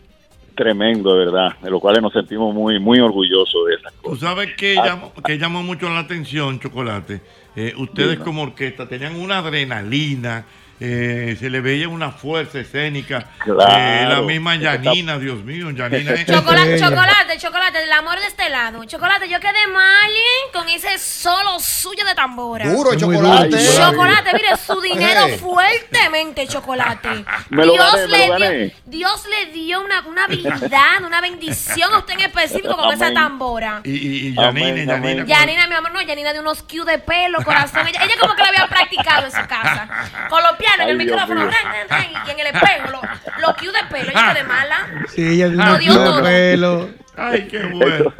tremendo, de verdad, de lo cual nos sentimos muy, muy orgullosos de esas Tú cosas. sabes que, Ah. llamó, que llamó mucho la atención, Chocolate. Eh, ustedes Dime. como orquesta tenían una adrenalina, eh, se le veía una fuerza escénica. Claro. Eh, la misma Yanina, Dios mío, Yanina. es- Chocolate, Este, chocolate, chocolate, el amor de este lado. Chocolate, yo quedé mal ¿eh? con ese solo suyo de tambora. Duro, Es muy chocolate. duro, chocolate. Chocolate, <laughs> mire, su dinero Eh. fuertemente, chocolate. <laughs> Me lo gané, me le lo dio, gané. Dios le dio una, una habilidad, una bendición a usted en específico con esa Amén. tambora. Y, y, y Yanina, Amén, Yanina, amén. Yanina, mi amor, no, Yanina de unos cues de pelo, corazón. Ella, ella como que la había practicado en su <laughs> casa. Con los pianos, en el Ay, Dios micrófono, mío. ran, ran, ran, y en el espejo, lo- los cues de pelo. Yo quedé mala. Sí, ella dio Lo un dio kilo de todo. pelo. Ay, qué bueno.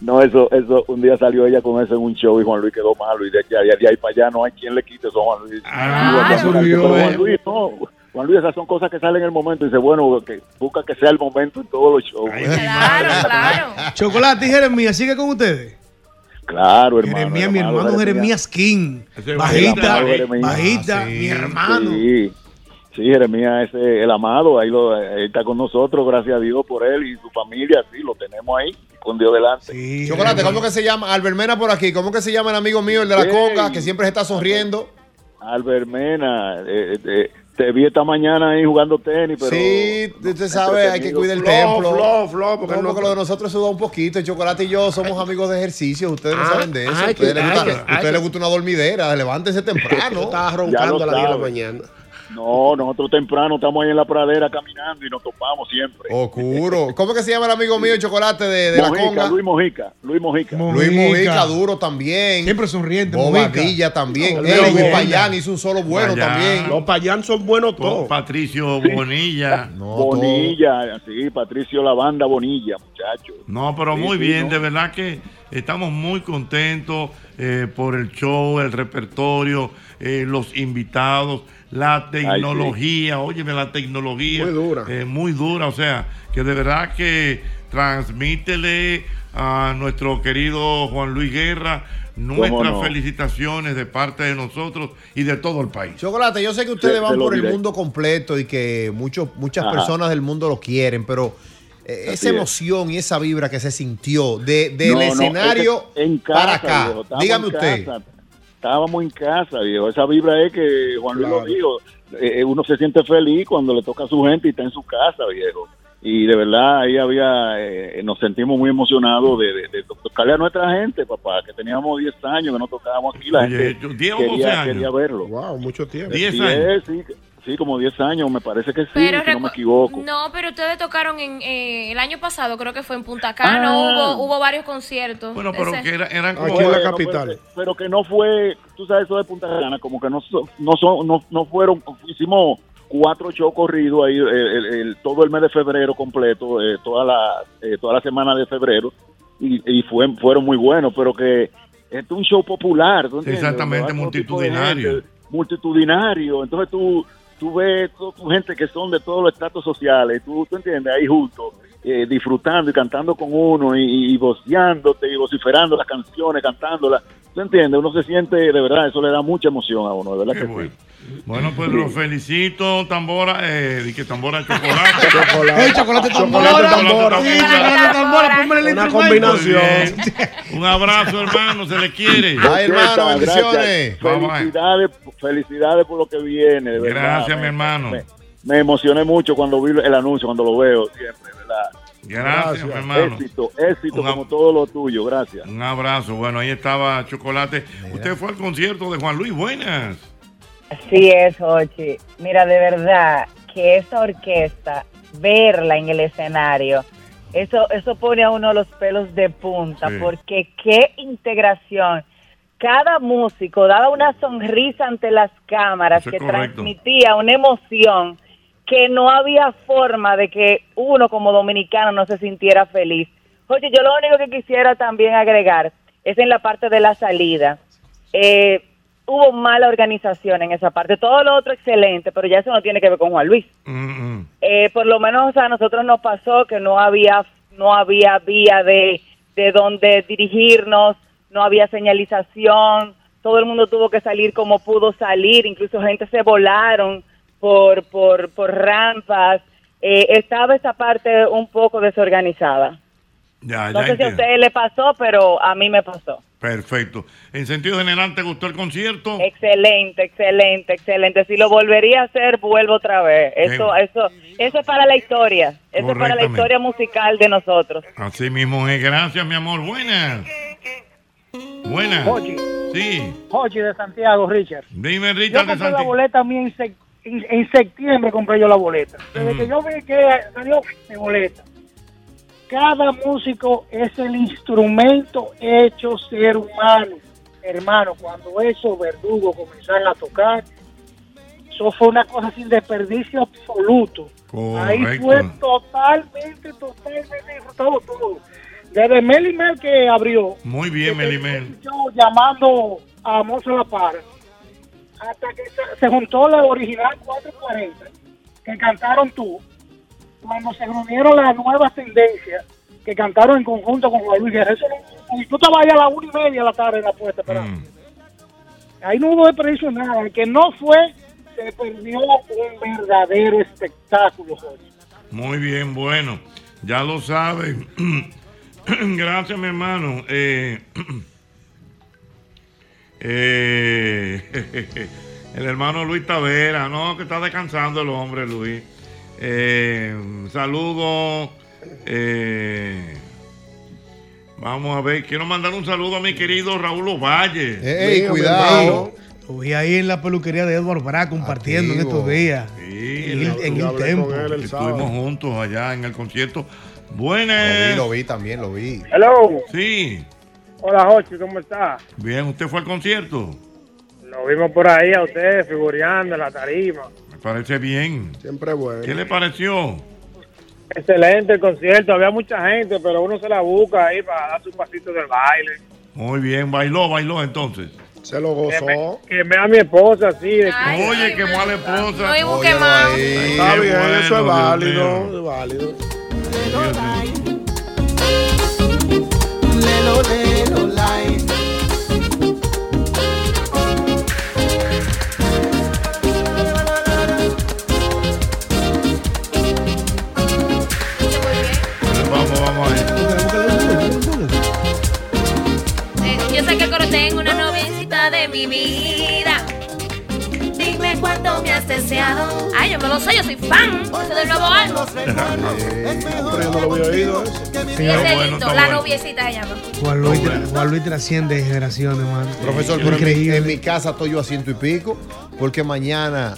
No, eso, eso, un día salió ella con eso en un show y Juan Luis quedó malo y de, de, de ahí para allá no hay quien le quite eso a Juan Luis. Ah, Y yo, por Dios. pero Juan eh. Luis, no. Juan Luis, esas son cosas que salen en el momento y dice, bueno, que busca que sea el momento en todos los shows. Chocolate, y Jeremías, sigue con ustedes. Claro, hermano. Jeremías, mi hermano Jeremías King. Bajita, Ah, bajita, mi hermano. Sí, sí Jeremías es eh, el amado, ahí lo, eh, está con nosotros, gracias a Dios por él y su familia, sí, lo tenemos ahí, con Dios delante. Chocolate, ¿cómo que se llama? Albermena por aquí. ¿Cómo que se llama el amigo mío, el de la Ey. coca, que siempre se está sonriendo? Albert Mena, eh, eh, te vi esta mañana ahí jugando tenis, pero... Sí, usted sabe, hay que entretenido. cuidar el Flow, templo. flow, flow, porque No, no- porque lo de nosotros suda un poquito. El chocolate y yo somos amigos de ejercicio. Ustedes no saben de eso. ay, ustedes que- les gusta, ay, que- ustedes ay, les gusta una dormidera. <laughs> Levántense temprano. Estaba roncando a las 10 de la mañana. No, nosotros temprano estamos ahí en la pradera caminando y nos topamos siempre. Oscuro. Oh, ¿Cómo que se llama el amigo mío, el chocolate de, de Mojica, la conga? Luis Mojica. Luis Mojica. Luis Mojica, duro también. Siempre sonriente. Bobadilla No, también. Él, Luis Luis Mojica. Payán hizo un solo bueno Payán. también. Los payán son buenos todos. Patricio Bonilla. No, Bonilla, sí, Patricio Lavanda Bonilla, muchachos. No, pero Sí, muy sí, bien, no. de verdad que estamos muy contentos eh, por el show, el repertorio, eh, los invitados, la tecnología, óyeme, la tecnología. Muy dura. muy dura, o sea, que de verdad que transmítele a nuestro querido Juan Luis Guerra nuestras no? felicitaciones de parte de nosotros y de todo el país. Chocolate, yo sé que ustedes Te- te van lo por el diré. mundo completo y que muchos muchas Ajá. personas del mundo lo quieren, pero eh, Así esa es. emoción y esa vibra que se sintió de- del No, no, escenario es que en casa, para acá. viejo, estábamos Dígame en usted. casa, estábamos en casa, viejo. Esa vibra es que Juan Luis Claro. lo dijo. Eh, eh, uno se siente feliz cuando le toca a su gente y está en su casa, viejo. Y de verdad, ahí había, eh, nos sentimos muy emocionados de, de- de tocarle a nuestra gente, papá, que teníamos 10 años que no tocábamos aquí. La Oye, gente yo- 10 o 12 quería, años. quería verlo. Wow, mucho tiempo. 10 años. Sí, sí, como 10 años, me parece que sí, Pero si no me recu- equivoco. No, pero ustedes tocaron en eh, el año pasado, creo que fue en Punta Cana, Ah. hubo, hubo varios conciertos. Bueno, Ese- pero que era- eran como... Bueno, pero- Pero, que no fue, tú sabes eso de Punta Cana, como que no so- no son, no, no fueron, hicimos cuatro shows corridos ahí el- el- el- todo el mes de febrero completo, eh, toda la eh, toda la semana de febrero y, y fue- fueron muy buenos, pero que es un show popular, ¿tú entiendes? Exactamente, Donde va todo tipo de multitudinario. gente, multitudinario, entonces tú tú ves toda tu gente que son de todos los estratos sociales, tú, tú entiendes, ahí juntos, eh, disfrutando y cantando con uno y, y, y voceándote y vociferando las canciones, cantándolas. ¿Tú entiendes? Uno se siente, de verdad, eso le da mucha emoción a uno, de verdad que sí. Bueno, pues los felicito, Tambora, eh, di que Tambora de chocolate. El chocolate tambora. Sí, chocolate tambora. Póngale el Una instrumento. combinación. Un abrazo, hermano, se le quiere. Ahí está, gracias. Bye, bye. Felicidades, felicidades por lo que viene, de verdad. Gracias, Me- mi hermano. Me, me emocioné mucho cuando vi el anuncio, cuando lo veo, siempre, ¿verdad? Gracias, mi hermano. Éxito, éxito Un ab- como todo lo tuyo, gracias. Un abrazo. Bueno, ahí estaba Chocolate. Usted fue al concierto de Juan Luis. Buenas. Sí es, Ochi. Mira, de verdad que esa orquesta, verla en el escenario, eso, eso pone a uno los pelos de punta, Sí. porque qué integración. Cada músico daba una sonrisa ante las cámaras Eso es que correcto. transmitía una emoción que no había forma de que uno como dominicano no se sintiera feliz. Oye, yo lo único que quisiera también agregar es en la parte de la salida. Eh, hubo mala organización en esa parte. Todo lo otro excelente, pero ya eso no tiene que ver con Juan Luis. Mm, Eh, por lo menos a nosotros nos pasó que no había no había vía de, de dónde dirigirnos, no había señalización, todo el mundo tuvo que salir como pudo salir, incluso gente se volaron por, por, por rampas. Eh, estaba esa parte un poco desorganizada. Ya, No sé ya si a entiendo. ustedes le pasó, pero a mí me pasó. Perfecto. En sentido general, ¿te gustó el concierto? Excelente, excelente, excelente. Si lo volvería a hacer, vuelvo otra vez. Eso, Bien. eso, eso es para la historia. Eso es para la Correctamente. historia musical de nosotros. Así mismo es. Gracias, mi amor. Buenas. Buenas. Oye. Sí. Jochi de Santiago, Richard. Dime, Yo Richard de compré la Santiago. boleta a mí en, sec- en- en septiembre, compré yo la boleta. Desde Mm. que yo vi que salió mi boleta. Cada músico es el instrumento hecho ser humano. Hermano, cuando esos verdugos comenzaron a tocar, eso fue una cosa sin desperdicio absoluto. Ahí fue Correcto. totalmente, totalmente disfrutado todo. Eh, Desde Mel y Mel que abrió, Muy bien, Melimel. yo llamando a Mozo La Para, hasta que se, se juntó la original 440, que cantaron tú, cuando se reunieron las nuevas tendencias, que cantaron en conjunto con Juan Luis Guerra. Eso no- y tú te vayas a la una y media de la tarde en la puesta, pero ahí no hubo desperdicio nada. El que no fue, se perdió un verdadero espectáculo, Jorge. Muy bien, bueno, ya lo saben. <clears throat> Gracias, mi hermano. Eh, <clears throat> eh, <laughs> el hermano Luis Tavera, no, que está descansando el hombre, Luis. Eh, saludo. eh, vamos a ver, quiero mandar un saludo a mi querido Raúl Ovalle. Dígame, hermano. Estuve ahí en la peluquería de Edward Bra compartiendo en estos días. Sí, En el- en el hablé tempo. con él el sábado. Estuvimos juntos allá en el concierto. Buenas. Lo vi, lo vi también, lo vi. Hello. Sí, Hola, Jochi, ¿cómo está? bien, usted fue al concierto. Lo vimos por ahí a ustedes figureando en la tarima. Me parece bien. Siempre bueno. ¿Qué le pareció? Excelente el concierto. Había mucha gente, pero uno se la busca ahí para dar su pasito del baile. Muy bien, bailó, bailó entonces. Se lo Que me- Que me a mi esposa así. De Oye, que mala esposa. No, y busque Óyelo más. ahí. Está Qué bien, eso es Dios válido, mío. es válido. Lelo, lelo, lai. Vamos, vamos ahí. Eh, yo sé que corté en una noviecita de mi vida. Dime cuánto me has deseado. Ay, yo me lo sé, yo soy fan del nuevo álbum. Pero yo no lo había oído. eso. Y ese lindo, la noviecita se llama. Juan Luis, Juan Luis trasciende de generaciones, mano. Profesor, pero en mi, en mi casa estoy yo a ciento y pico, porque mañana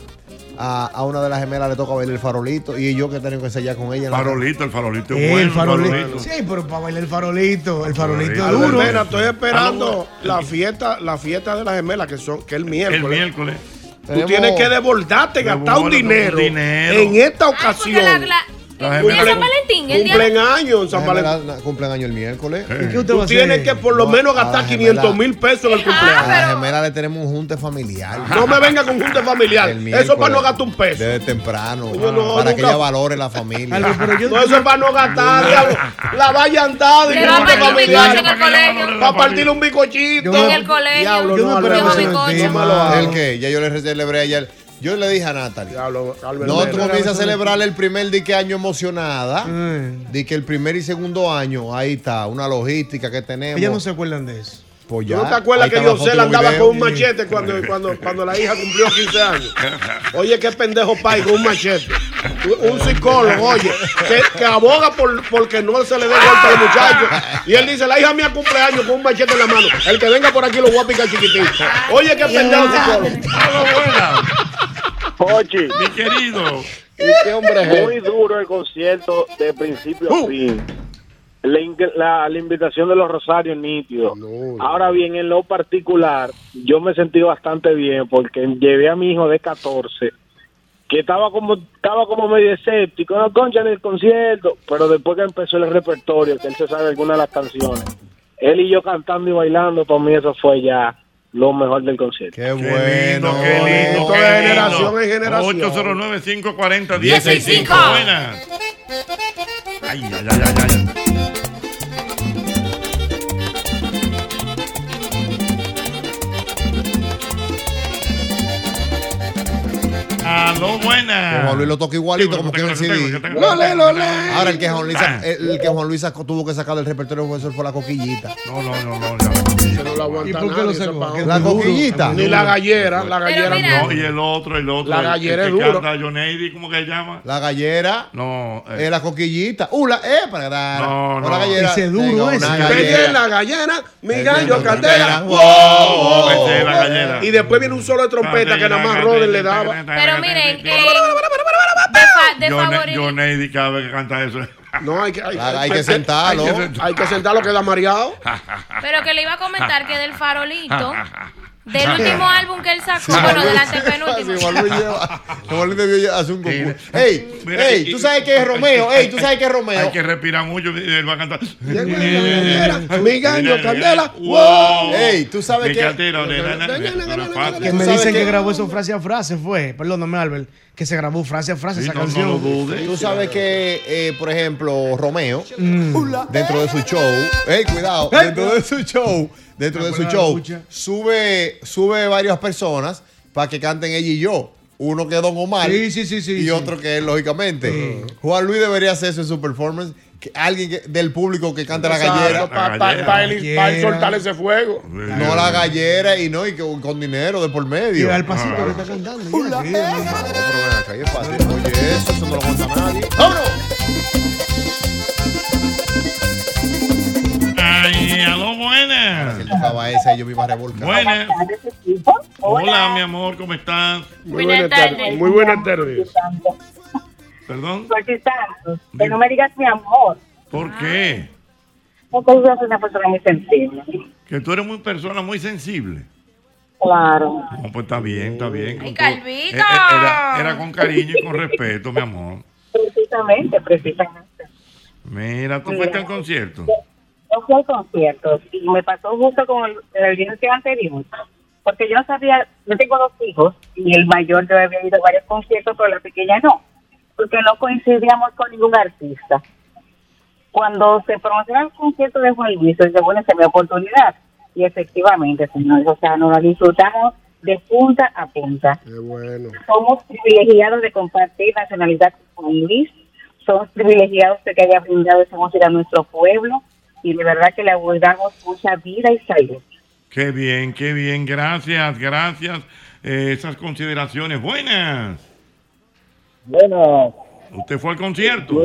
a, a una de las gemelas le toca bailar el farolito y yo que tengo que ensayar con ella. en la casa. Farolito, el farolito Eh, es bueno. el farolito. Sí, pero para bailar el farolito, el farolito Albert duro. Mena, estoy esperando la fiesta, la fiesta de las gemelas que son que el miércoles. El miércoles. Tú Tenemos- tienes que devolverte, gastar un Devórate un dinero, dinero. en esta ocasión. La- la- el día de San Valentín, el día Cumplen años en San Las gemelas Valentín. Eh. na- Cumplen año el miércoles. Tú tienes que por lo menos gastar 500 mil pesos en el A cumpleaños. las gemelas le tenemos un junte familiar. No me venga con junta familiar. El Eso para no miércoles. gastar un peso. Desde temprano. Yo no, para que nunca- ella valore la familia. Algo, pero yo- No, eso es para no gastar, diablo. La vaya andada y Le va a partir un bizcocho en el Va a partirle un bicochito. En el colegio. Diablo, Yo no, me Albert pregunto Mena, si no me encima, lo hagas. ¿El qué? Ya yo le celebré ayer. Yo le dije a Natalie. no, Mena. tú comienzas a celebrar el primer di que año emocionada. Di que el primer y segundo año, ahí está, una logística que tenemos. Ellas no se acuerdan de eso. Pues ¿Tú ya, no te acuerdas ahí que está la foto y Yosel los andaba videos. con un machete cuando, cuando, cuando la hija cumplió 15 años? Oye, qué pendejo pai con un machete. Un psicólogo, oye, que, que aboga por, porque no se le dé golpe al muchacho. Y él dice, la hija mía cumple años con un machete en la mano. El que venga por aquí lo voy a picar chiquitito. Oye, qué pendejo psicólogo. Jochi. Mi querido. Muy duro el concierto de principio a fin. La, ing- la- la invitación de los Rosarios nítido. Ahora bien, en lo particular, yo me sentí bastante bien porque llevé a mi hijo de 14 que estaba como estaba como medio escéptico, no concha en el concierto, pero después que empezó el repertorio, que él se sabe algunas de las canciones, él y yo cantando y bailando, para mí eso fue ya lo mejor del concierto. Qué bueno, qué lindo, Qué lindo. 809-540-165. Buenas. Ay, ay, ay, ay, ay. Aló, Que buenas. Juan Luis lo toca igualito como que en el CD. Lole, lole. Ahora el que Juan Luis, Ah. el que Juan Luis sacó- tuvo que sacar del repertorio profesor fue la coquillita. No, no, no, no. No lo aguanta nadie, ese pavo. La coquillita. Ni la gallera, la gallera No, y el otro, el otro. La el- el gallera que es duro. canta Johnny, ¿cómo que se llama? La gallera. No. eh, la coquillita. Uh, la, eh, para dar. No, O no. La gallera. Ese duro ese. Pegué la gallera, mi gallo candela. Wow. Pegué la gallera. Y después viene un solo de trompeta que nada más Roden le daba. Pero miren, eh, de, fa- de Johnny, favorito. Johnny, cada vez que canta eso. No, hay que, hay, hay que sentarlo. Hay que sentarlo, queda mareado. <laughs> Pero que le iba a comentar que del farolito. Del último álbum que él sacó, Sí, bueno, Juan del Luis. antepenúltimo. Sí, Juan Luis lleva- Juan Luis debió hacer un concurso. Ey, Mira, ey, y- tú sabes que es Romeo, ey, tú sabes que es Romeo. Hay que respirar mucho, él va a cantar. Miguel, Candela, wow. Ey, tú sabes Mi que- cantera, nena, nena, pero aparte. Que me dicen que grabó eso frase a frase, fue. Perdóname, Albert. Que se grabó frase a frase esa canción. Tú sabes que, eh, por ejemplo, Romeo, dentro de su show, ey, cuidado, dentro de su show, dentro de su show, sube, sube varias personas para que canten ella y yo. Uno que es Don Omar Sí, sí, sí, sí, y sí. otro que es, lógicamente. Juan Luis debería hacer eso en su performance. Que alguien que- del público que cante la gallera. Para soltar ese fuego. No la gallera y no, y que- con dinero de por medio. Y al pasito Ah. que está cantando. Oye, eso, eso no lo aguanta nadie. Ay, aló, buenas. Estaba esa y yo me iba a revolcar. Buenas. Hola, mi amor, ¿cómo estás? Muy buenas tardes. Muy buenas tardes. Perdón, Que no me digas mi amor. ¿por qué? Porque yo soy una persona muy sensible. Que tú eres muy persona muy sensible. Claro. No, pues está bien, está bien. con Ay, todo. Calvito. Eh, eh, Era, era con cariño y con respeto, mi amor. Precisamente, precisamente. Mira, tú fuiste al concierto. Yo fui al concierto y me pasó justo con el, el viernes anterior. Porque yo no sabía, yo tengo dos hijos y el mayor yo había ido a varios conciertos, pero la pequeña no. Porque no coincidíamos con ningún artista. Cuando se promociona el concierto de Juan Luis, yo dije, bueno, esa es mi oportunidad. Y efectivamente, señores, o sea, nos la disfrutamos de punta a punta. Qué bueno. Somos privilegiados de compartir nacionalidad con Luis. Somos privilegiados de que haya brindado esa música a nuestro pueblo. Y de verdad que le abordamos mucha vida y salud. Qué bien, qué bien. Gracias, gracias. Eh, esas consideraciones buenas. Bueno, Usted fue al concierto.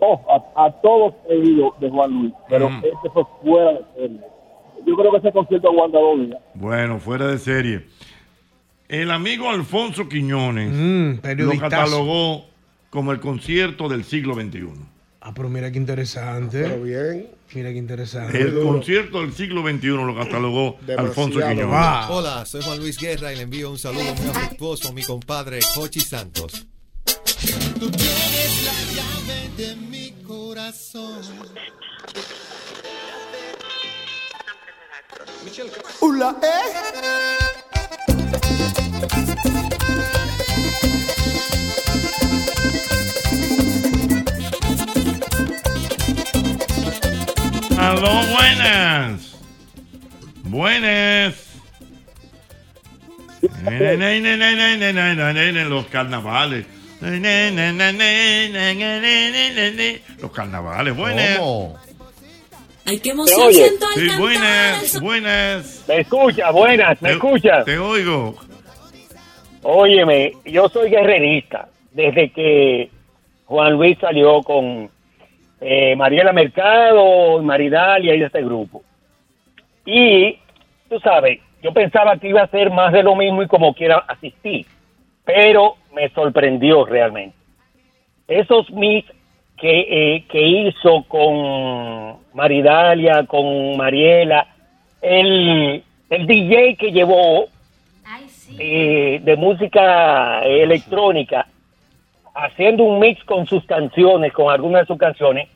oh, a, a todos he ido de Juan Luis, pero Mm. este fue fuera de serie. Yo creo que ese concierto aguanta dos días. Bueno, fuera de serie. El amigo Alfonso Quiñones lo periodistazo. catalogó como el concierto del siglo XXI. Ah, pero mira qué interesante. Pero bien. Mira qué interesante. El concierto del siglo XXI lo catalogó Alfonso Quiñones. Hola, soy Juan Luis Guerra y le envío un saludo muy afectuoso a mi compadre Jochi Santos. Ula, eh. Aló, buenas. Buenas. Ne, ne, ne, ne, ne, ne, ne, ne, ne, ne, Los carnavales. Ne, ne, ne, ne, ne, ne, ne, ne, ne, ne, ne. Los carnavales, buenas. Ay, qué emoción siento al Sí, cantar. buenas, buenas. Me escuchas, buenas, me escuchas. Te oigo. Óyeme, yo soy guerrerista. Desde que Juan Luis salió con eh, Mariela Mercado, Maridalia y este grupo. Y, tú sabes, yo pensaba que iba a ser más de lo mismo y como quiera asistí. Pero me sorprendió realmente. Esos mix que, eh, que hizo con Maridalia, con Mariela, el, el DJ que llevó eh, de música eh, electrónica, haciendo un mix con sus canciones, con algunas de sus canciones,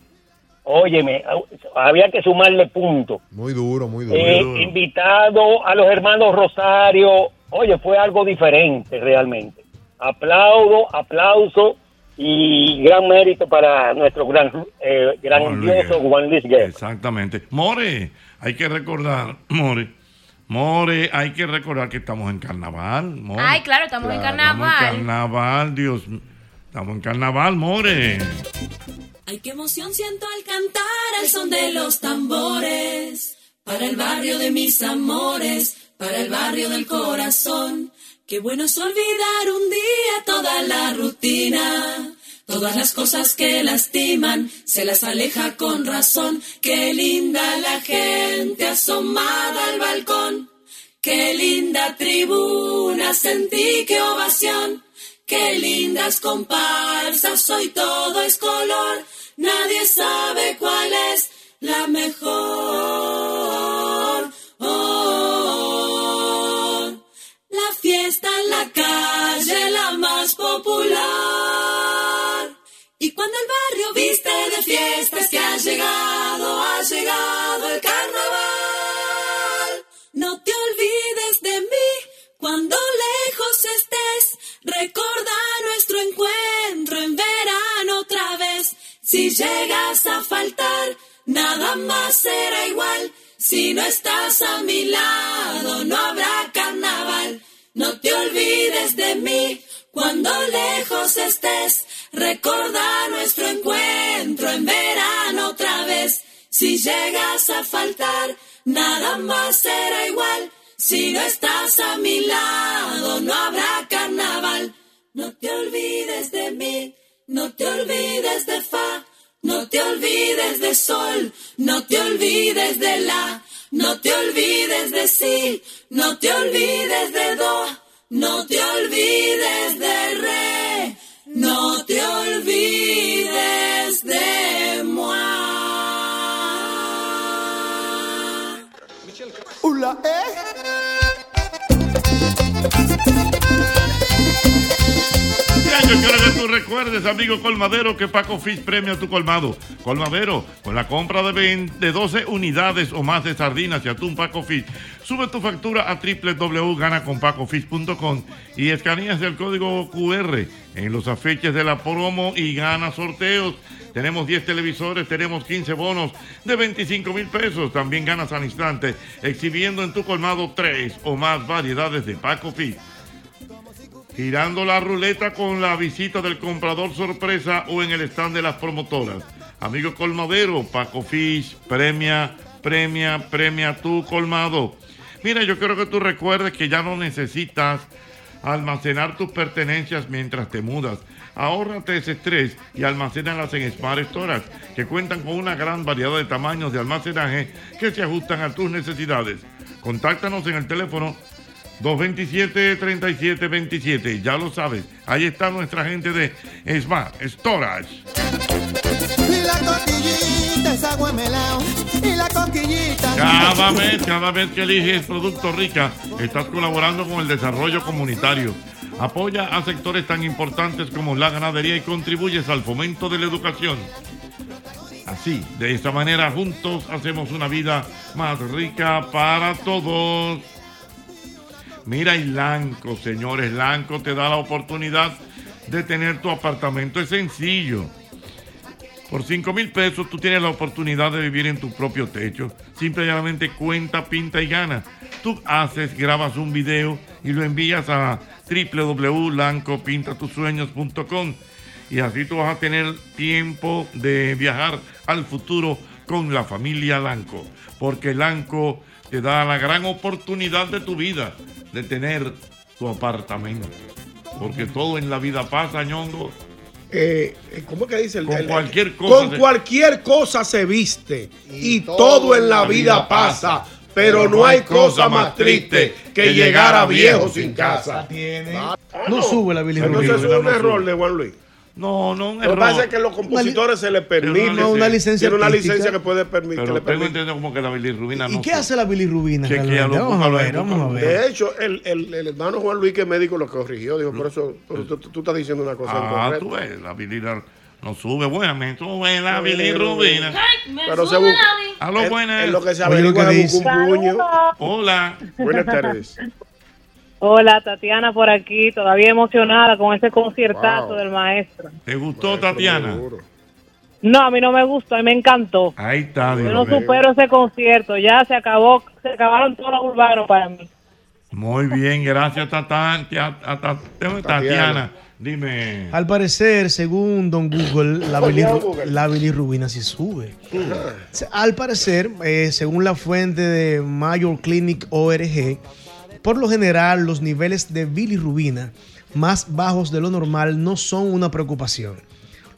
óyeme, a- había que sumarle puntos. Muy duro, muy duro. Eh, invitado a los hermanos Rosario, oye, fue algo diferente realmente. Aplaudo, aplauso y gran mérito para nuestro gran, eh, grandioso Juan Luis Guerra. Exactamente. More, hay que recordar, More, More, hay que recordar que estamos en carnaval. More. Ay, claro, estamos en Estamos carnaval. en carnaval, Dios mío. Estamos en carnaval, More. Ay, qué emoción siento al cantar el son de los tambores. Para el barrio de mis amores, para el barrio del corazón. Qué bueno es olvidar un día toda la rutina. Todas las cosas que lastiman, se las aleja con razón. Qué linda la gente asomada al balcón. Qué linda tribuna, sentí que ovación. Qué lindas comparsas, hoy todo es color. Nadie sabe cuál es la mejor. Oh, oh, oh. fiestas que ha llegado, ha llegado el carnaval. No te olvides de mí cuando lejos estés. Recuerda nuestro encuentro en verano otra vez. Si llegas a faltar, nada más será igual. Si no estás a mi lado, no habrá carnaval. No te olvides de mí cuando lejos estés. Recuerda nuestro encuentro en verano otra vez. Si llegas a faltar, nada más será igual. Si no estás a mi lado, no habrá carnaval. No te olvides de mí, no te olvides de fa, no te olvides de sol, no te olvides de la, no te olvides de si, no te olvides de do, no te olvides de re, no te olvides de moi. Hola, ¿eh? Ya yo quiero que tú recuerdes, amigo colmadero, que Paco Fish premia a tu colmado. Colmadero, con la compra de, 20 de 12 unidades o más de sardinas y atún Paco Fish, sube tu factura a www.ganaconpacofish.com y escaneas el código QR en los afiches de la promo y gana sorteos. Tenemos 10 televisores, tenemos 15 bonos de 25 mil pesos. También ganas al instante exhibiendo en tu colmado 3 o más variedades de Paco Fish. Girando la ruleta con la visita del comprador sorpresa o en el stand de las promotoras. Amigo colmadero, Paco Fish, premia, premia, premia tu colmado. Mira, yo quiero que tú recuerdes que ya no necesitas almacenar tus pertenencias mientras te mudas. Ahórrate ese estrés y almacénalas en Smart Storage, que cuentan con una gran variedad de tamaños de almacenaje que se ajustan a tus necesidades. Contáctanos en el teléfono 227-3727. Ya lo sabes, ahí está nuestra gente de Smart Storage. Y la coquillita es agua melao. Y la coquillita. Cada vez, cada vez que eliges Producto Rica, estás colaborando con el desarrollo comunitario. Apoya a sectores tan importantes como la ganadería y contribuyes al fomento de la educación. Así, de esta manera, juntos hacemos una vida más rica para todos. Mira, y Lanco, señores, Lanco te da la oportunidad de tener tu apartamento. Es sencillo. Por 5 mil pesos tú tienes la oportunidad de vivir en tu propio techo. Simple y llanamente cuenta, pinta y gana. Tú haces, grabas un video y lo envías a www.lancopintatusueños.com y así tú vas a tener tiempo de viajar al futuro con la familia Lanco. Porque Lanco te da la gran oportunidad de tu vida de tener tu apartamento. Porque todo en la vida pasa, ñongo. <laughs> Eh, eh, ¿Cómo que dice el Con el- cualquier cosa Con se- cualquier cosa se viste y, todo en la vida pasa. Pero no hay cosa más triste que llegar a viejo sin casa. No sube la Billy Rubin. Entonces es un error de Juan Luis. No, no, Lo un que error. pasa es que los compositores se les permite. No, una licencia Tiene una artística. licencia que puede permitir. Pero tengo entendido como que la bilirrubina no. ¿Y qué hace la bilirrubina? Chequealo, realmente? Vamos a búscalo ahí, ver, vamos a búscalo. ver. De hecho, el, el- el hermano Juan Luis, que es médico, lo corrigió. Dijo, por eso pero tú, tú- tú estás diciendo una cosa Ah, incorrecta. tú ves, la bilirrubina no sube. Buena, me sube la La bilirrubina. bilirrubina. Pero se busca. Aló, Es- buenas. es lo que se averigua, Oye, lo que se busca un puño. Hola. Buenas tardes. <laughs> Hola, Tatiana por aquí, todavía emocionada con ese conciertazo Wow. del maestro. ¿Te gustó, Tatiana? No, a mí no me gustó, a mí me encantó. Ah, Ahí está, Yo Dios no mío. supero ese concierto, ya se acabó, se acabaron todos los urbanos para mí. Muy bien, gracias, Tata- Tia- a- ta- Tatiana. Dime. Al parecer, según Don Google, la, Don bilirru- Google. la bilirrubina sí sube. Se- Al parecer, eh, según la fuente de Mayor Clinic ORG, por lo general los niveles de bilirrubina más bajos de lo normal no son una preocupación.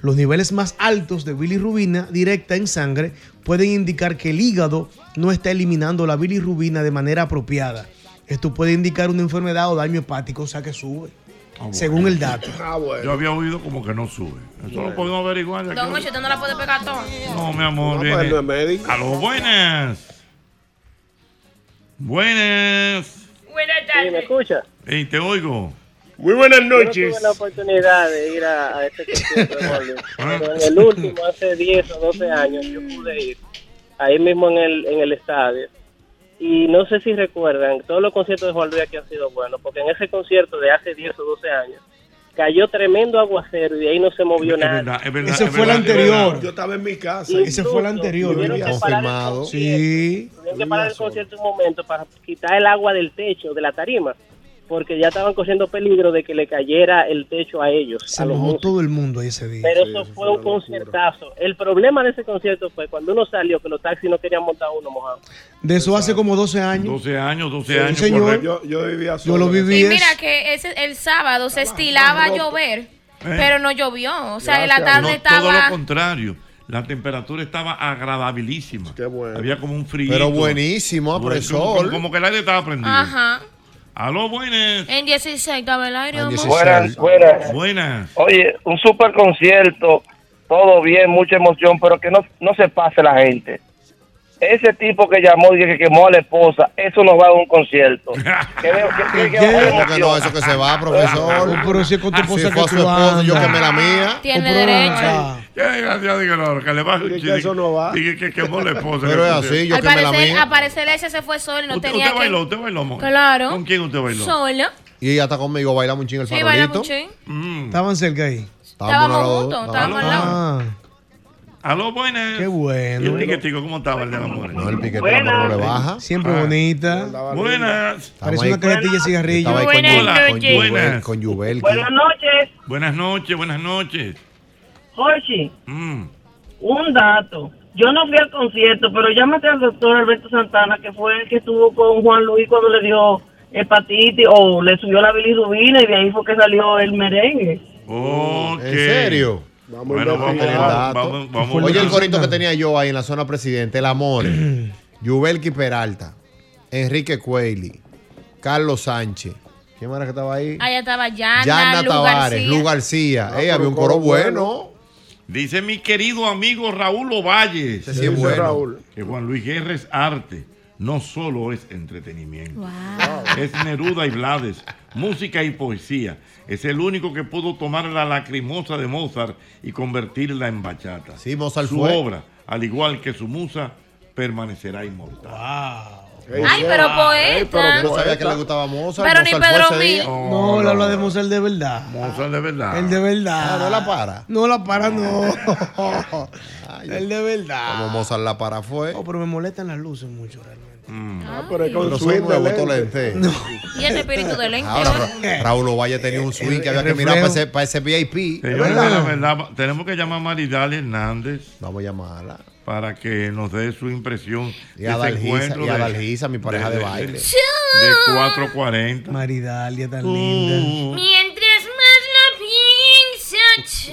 Los niveles más altos de bilirrubina directa en sangre pueden indicar que el hígado no está eliminando la bilirrubina de manera apropiada. Esto puede indicar una enfermedad o daño hepático, o sea que sube, según el dato. Ah, Yo había oído como que no sube. Eso lo podemos averiguar. ya Don que- Mochi, ¿tú no pues, la puedes pegar toda? No, mi amor. No, viene- pues, no es médico. A los buenas. Buenas. Buenas tardes. Ey, te oigo. Eh, Muy buenas Yo no noches. tuve la oportunidad de ir a, a este concierto de Bowie, pero en el último, hace 10 o 12 años, yo pude ir ahí mismo en el, en el estadio. Y no sé si recuerdan, todos los conciertos de Juan Luis aquí han sido buenos, porque en ese concierto de hace 10 o 12 años cayó tremendo aguacero y de ahí no se movió nada. Ese fue el anterior. Yo estaba en mi casa. Ese fue el anterior. tuvieron que parar el Confirmado. Sí. Tuvieron que parar el concierto un momento para quitar el agua del techo, de la tarima, porque ya estaban corriendo peligro de que le cayera el techo a ellos. Se a los mojó músicos. todo el mundo ahí ese día. Pero eso fue un conciertazo. El problema de ese concierto fue cuando uno salió que los taxis no querían montar uno mojado. De eso hace como 12 años. 12 años, 12 Sí, años. señor. Yo, vivía Yo lo viví. Y es- mira que ese, el sábado se estilaba a llover, pero no llovió. O sea, en la tarde Eh. Todo estaba... lo contrario. La temperatura estaba agradabilísima. Había como un frío. Pero buenísimo, ah, por el Como- sol. Como, como que el aire estaba prendido. Ajá. Aló, buenas. En 16 estaba el aire, amor. Buenas, buenas. Buenas. Oye, un super concierto, todo bien, mucha emoción, pero que no, no se pase la gente. Ese tipo que llamó y que quemó a la esposa, eso no va a un concierto. Que veo- que- que- que- ¿Cómo que no? Eso que se va, profesor. Pero si es con tu Si esposa fue a que su tú esposo, yo andas. quemé la mía. Tiene Compró una derecho. lancha. Ya, gracias, diga la hora, que le va un chile. Eso no va. Dije que quemó la esposa. Pero es así, Al parecer, al parecer ese se fue solo y no Usted, tenía usted que... bailó, usted bailó, amor. Claro. ¿Con quién usted bailó? Solo. Y ella está conmigo, bailamos un chingo el Sí, ¿eh? bailamos farolito. un ching. Estaban cerca ahí. Estábamos juntos, estábamos al lado. Ah. Aló, buenas. Qué bueno. ¿Y el piquetico cómo estaba el de la mujer? No, el piquetico no le Ah. baja. Siempre bonita. Buenas. Parece una cajetilla de cigarrillo. Estaba ahí con Buenas Yubel- con noches. Yubel- con Buenas noches. Buenas noches, buenas noches. Jorge, Mm. un dato. Yo no fui al concierto, pero llámate al doctor Alberto Santana, que fue el que estuvo con Juan Luis cuando le dio hepatitis o le subió la bilirrubina y de ahí fue que salió el merengue. Ok. ¿En serio? Bueno, vamos, Tiene el vamos, dato. vamos, vamos. Oye, el corito que tenía yo ahí en la zona presidente, <clears throat> el Amore, Yubelki Peralta, Enrique Cueli, Carlos Sánchez. ¿Quién más era que estaba ahí? Allá estaba Yana, Yana Lu Tavares, García. Lu García. Ah, Ey, había un coro bueno. Dice mi querido amigo Raúl Ovalle. sí es Dice bueno. Raúl. Que Juan Luis Guerra es arte, no solo es entretenimiento. Es Neruda y Blades, música y poesía. Es el único que pudo tomar la lacrimosa de Mozart y convertirla en bachata. Sí, Mozart su fue. obra, al igual que su musa, permanecerá inmortal. Ay, pero poeta. Yo no sabía que le gustaba Mozart. Pero ni Mozart fue Pedro ese día. No, él habla de Mozart de verdad. Mozart de verdad. El de verdad. Ah, no la para. No la para, no. el de verdad. Ah. Como Mozart la para fue. Oh, pero me molestan las luces mucho realmente. Mm. Ah, pero es con Pero swing son de nuevos, estos lente. lentes. Y el espíritu de lente. Ahora, Ra- <laughs> Raúl Ovalle tenía un swing que había que mirar para ese, para ese VIP. Señores, ¿verdad? la verdad, tenemos que llamar a Maridali Hernández. Vamos a llamarla. Para que nos dé su impresión Y a Dalgisa- y a Dalgisa, mi pareja de baile. De, 440. Maridalia tan linda. Mientras más lo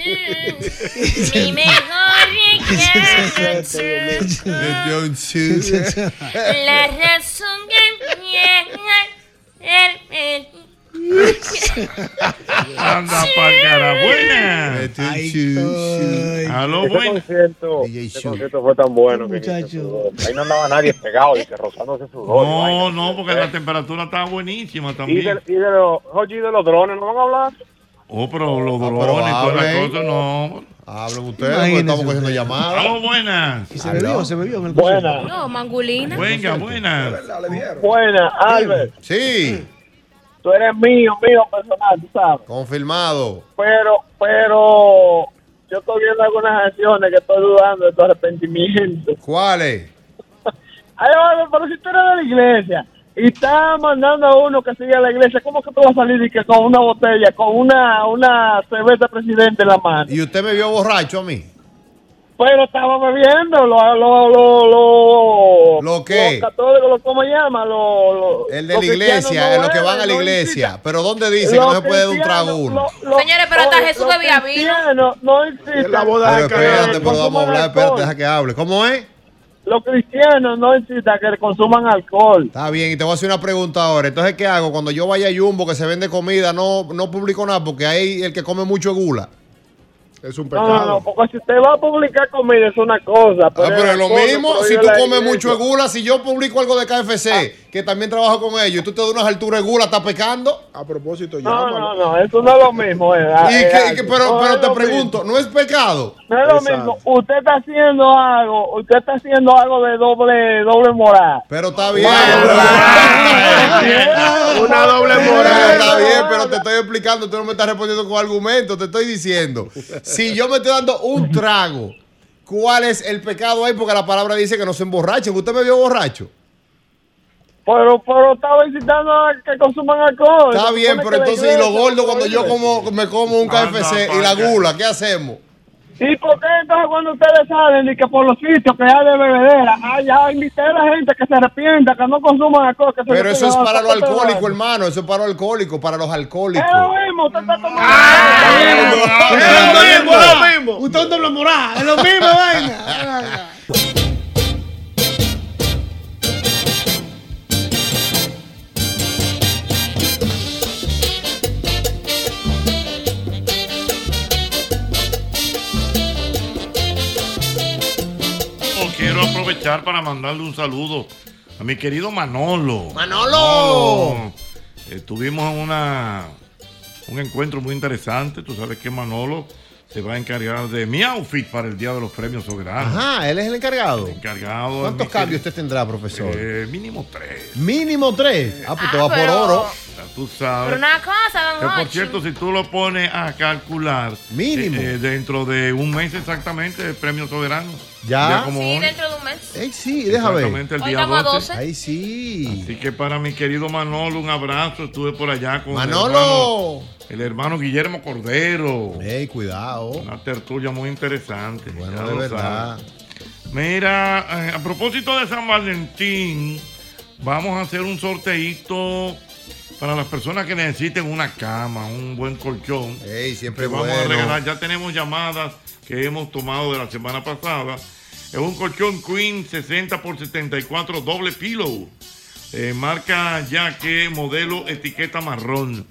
pienso, <laughs> tú, mi mejor regalo, <laughs> tú, la razón que empieza el Anda para cara buena. Aló, buenas. ese Este concierto, ese concierto fue tan bueno que ni se sudó. ahí no andaba nadie pegado y que rozándose sudor. y vaina. No, no, porque la temperatura estaba buenísima Y de, también. y de los, oye, ¿y de los drones, ¿no van a hablar? Oh, pero los drones, todas las Ah, hablen. cosas, no. Hablan ustedes, porque estamos cogiendo llamadas. Aló, buenas. Se bebió, se bebió en el Buena. No, mangulina. Venga, buenas. Buena, Albert. Sí. Tú eres mío, mío personal, tú sabes. Confirmado. Pero, pero, yo estoy viendo algunas acciones que estoy dudando de tu arrepentimiento. ¿Cuáles? <laughs> Ay, Albert, pero si tú eres de la iglesia y estás mandando a uno que siga a la iglesia, ¿cómo que tú vas a salir y que con una botella, con una, una cerveza presidente en la mano? ¿Y usted me vio borracho a mí? Pero estaba bebiendo, lo, lo, lo, lo, ¿Lo qué? Los católicos, los, ¿cómo llama? Lo, lo- El de los la cristianos iglesia, no los que van a la beben, no iglesia. Pero ¿dónde dice Los que no se puede dar un trago cristianos, uno? Señores, pero hasta Oye, Jesús los bebía vino. cristianos No existen. Pero espérate, pero vamos a hablar, espérate, deja que hable. ¿Cómo es? Los cristianos no existen que consuman alcohol. Está bien, y te voy a hacer una pregunta ahora. Entonces, ¿qué hago? Cuando yo vaya a Jumbo, que se vende comida, no, no publico nada, porque ahí el que come mucho es gula. Es un No, no, pecado. no, porque si usted va a publicar comida es una cosa. Ah, pero es la lo cosa mismo si prohibida tú la comes iglesia. mucho de gula. Si yo publico algo de KFC, que también trabajo con ellos, y tú te das unas alturas de gula, ¿estás pecando? A propósito, No, no, no, eso no es lo mismo. eh, Y eh, que- y que- pero no pero es te lo pregunto, ¿no es pecado? No es lo mismo. Usted está haciendo algo, usted está haciendo algo de doble doble moral. Pero está bien. Una doble moral. Está bien, pero te estoy explicando, tú no me estás respondiendo con argumentos, te estoy diciendo. Si yo me estoy dando un trago, ¿cuál es el pecado ahí? Porque la palabra dice que no se emborrachen. ¿Usted me vio borracho? Pero, pero estaba incitando a que consuman alcohol. Está Se bien, supone pero que la entonces, ¿y los iglesia gordos lo cuando yo prohíbe? como, me como un KFC y la gula? ¿Qué hacemos? ¿Y por qué entonces cuando ustedes salen y que por los sitios que hay de bebedera, ay, ya invité a la gente que se arrepienta, que no consuman alcohol? Que se Pero eso es para los alcohólicos, alcohólicos hermano. Eso es para los alcohólicos, para los alcohólicos. Eh. mismo, usted está tomando. Es lo mismo, es lo mismo. Usted es un doble moral, es lo mismo, vaina. Oh, quiero aprovechar para mandarle un saludo a mi querido Manolo. ¡Manolo! Eh, tuvimos una, un encuentro muy interesante. Tú sabes que Manolo se va a encargar de mi outfit para el Día de los Premios Soberanos. Ajá, él es el encargado. Encargado. ¿Cuántos mi cambios querido- usted tendrá, profesor? Eh, mínimo tres. Mínimo tres. Ah, pues te Ah, va por pero- oro. Ya tú sabes. Pero una cosa, Que don por Hochi. cierto, si tú lo pones a calcular. Mínimo. eh, eh, dentro de un mes exactamente, el Premio Soberano. Ya. como Sí, hoy. dentro de un mes. sí, deja ver. Exactamente, el Hoy día estamos a 12. 12. Ahí sí. Así que para mi querido Manolo, un abrazo. Estuve por allá con el Manolo. hermano- El hermano, Guillermo Cordero. Ey, cuidado. Una tertulia muy interesante. Bueno, ya de lo verdad. sabes. Mira, eh, a propósito de San Valentín, vamos a hacer un sorteíto para las personas que necesiten una cama, un buen colchón. siempre Que vamos a bueno. regalar. Ya tenemos llamadas que hemos tomado de la semana pasada. Es un colchón Queen 60 por 74 doble pillow. Eh, marca ya que modelo etiqueta marrón.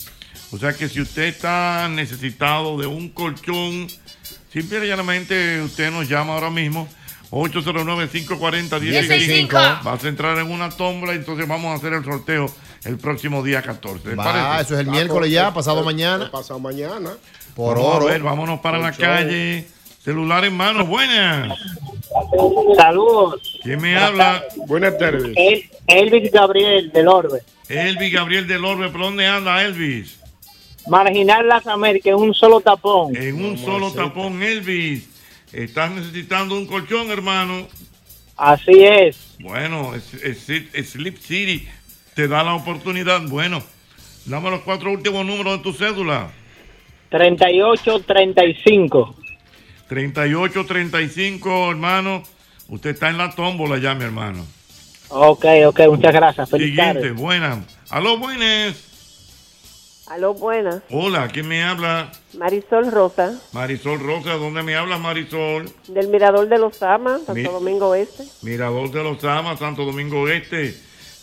O sea que si usted está necesitado de un colchón, simple y llanamente usted nos llama ahora mismo. 809-540-1065. Vas a entrar en una tombla, entonces vamos a hacer el sorteo el próximo día 14. ¿Te Va, parece? eso es el miércoles ya, pasado mañana. Ah, Pasado mañana. Por Vamos a oro. ver, vámonos para la Mucho. calle. Celular en mano, buenas. Saludos. ¿Quién me habla? Buenas tardes. El, Elvis Gabriel del Orbe. Elvis Gabriel del Orbe, ¿por dónde anda Elvis? Marginal Las Américas, un solo tapón. En un solo tapón, Elvis. Estás necesitando un colchón, hermano. Así es. Bueno, es- es- es- Sleep City te da la oportunidad. Bueno, dame los cuatro últimos números de tu cédula. 38-35. 3835, hermano. Usted está en la tómbola ya, mi hermano. Ok, ok, muchas gracias. Feliz Siguiente, tarde. <laughs> buenas. Aló, buenas. Aló, buenas. Hola, ¿quién me habla? Marisol Rosa, Marisol Rosa, ¿dónde me hablas, Marisol? del Mirador de los Amas, Santo Mi- Domingo Este. Mirador de los Amas, Santo Domingo Este.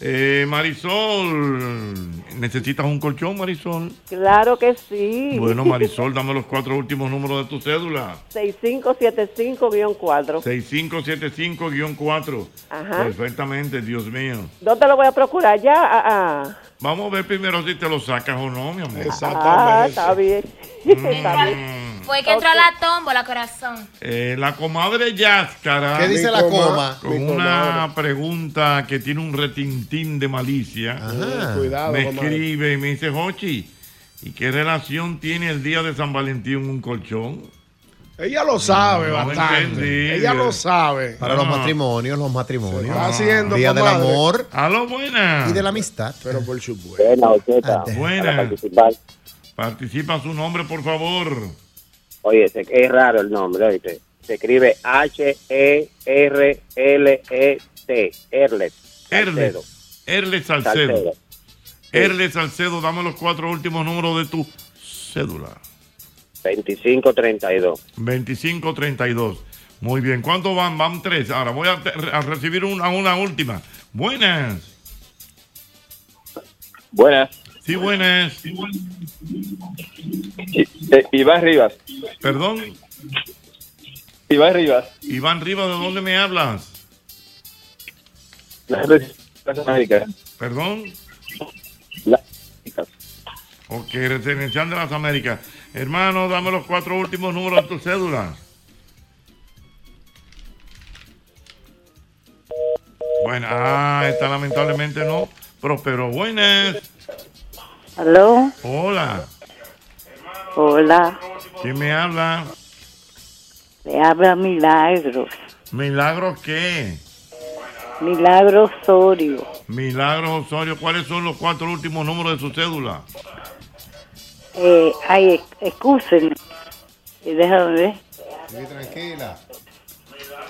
Eh, Marisol, ¿necesitas un colchón, Marisol? Claro que sí. Bueno, <laughs> Marisol, dame los cuatro últimos números de tu cédula. 6575-4. 6575-4. Ajá. Perfectamente, Dios mío. ¿Dónde lo voy a procurar? Ya. Ah, ah. Vamos a ver primero si te lo sacas o no, mi amor. Ah, está bien. está bien. Mm. Fue que entró a la tómbola, corazón. Eh, la comadre Yáscara. ¿Qué dice Mi la coma? coma? Con Mi una pregunta que tiene un retintín de malicia. Ajá. Eh, cuidado, me comadre. escribe y me dice, Jochi, ¿y qué relación tiene el día de San Valentín un colchón? Ella lo sabe No bastante. entendí. Ella lo sabe. Para los matrimonios, los matrimonios. está haciendo, Día del comadre. amor. A lo buena. Y de la amistad. Pero por supuesto. Buena, Ocheta. Buena. Para participar. Participa su nombre, por favor. Oye, se- es raro el nombre, oíste. Se escribe E H-E-R-L-E-T. E Erlet. Erle. Salcedo. Erle Salcedo. Erle Salcedo, dame los cuatro últimos números de tu cédula. 2532. 2532. Muy bien, ¿cuánto van? Van tres. Ahora voy a, te- a recibir una, una última. Buenas. Buenas. Sí, buenas. Eh, Iván Rivas. Perdón. Iván Rivas. Iván Rivas, ¿de dónde me hablas? Las Plaza América. Perdón. La- Ok, Residencial de las Américas. Hermano, dame los cuatro últimos números de tu cédula. Bueno, ah, esta lamentablemente no prosperó. Buenas. Aló, Hola. hola, ¿Quién me habla? te habla Milagros, ¿Milagros qué? Milagros Osorio, Milagros Osorio. ¿Cuáles son los cuatro últimos números de su cédula? eh, ay, excúsenme, Eh, déjame ver, Sí, tranquila.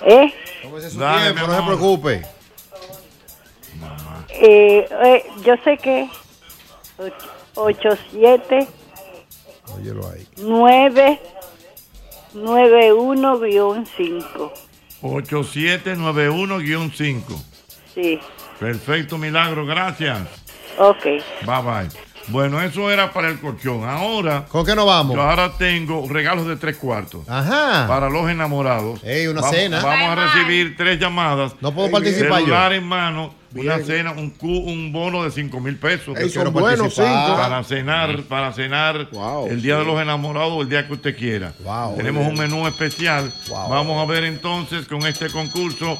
¿eh? Tómese su Dale, tiempo, mi no se amor. preocupe. Eh, eh, yo sé que 87 9 91-5. 8791-5. Sí, Perfecto, Milagro. Gracias. ok. Bye bye. Bueno, eso era para el colchón. Ahora. ¿Con qué nos vamos? Yo ahora tengo regalos de tres cuartos. Ajá. Para los enamorados. una Vamos- cena. Vamos a recibir tres llamadas. No puedo participar yo. Celular en mano, una Bien. cena, un, cu- un bono de 5 mil pesos. Ey, son Yo quiero buenos, participar. cinco. Para cenar, para cenar el día de los enamorados o el día que usted quiera. Tenemos un menú especial. Vamos a ver entonces con este concurso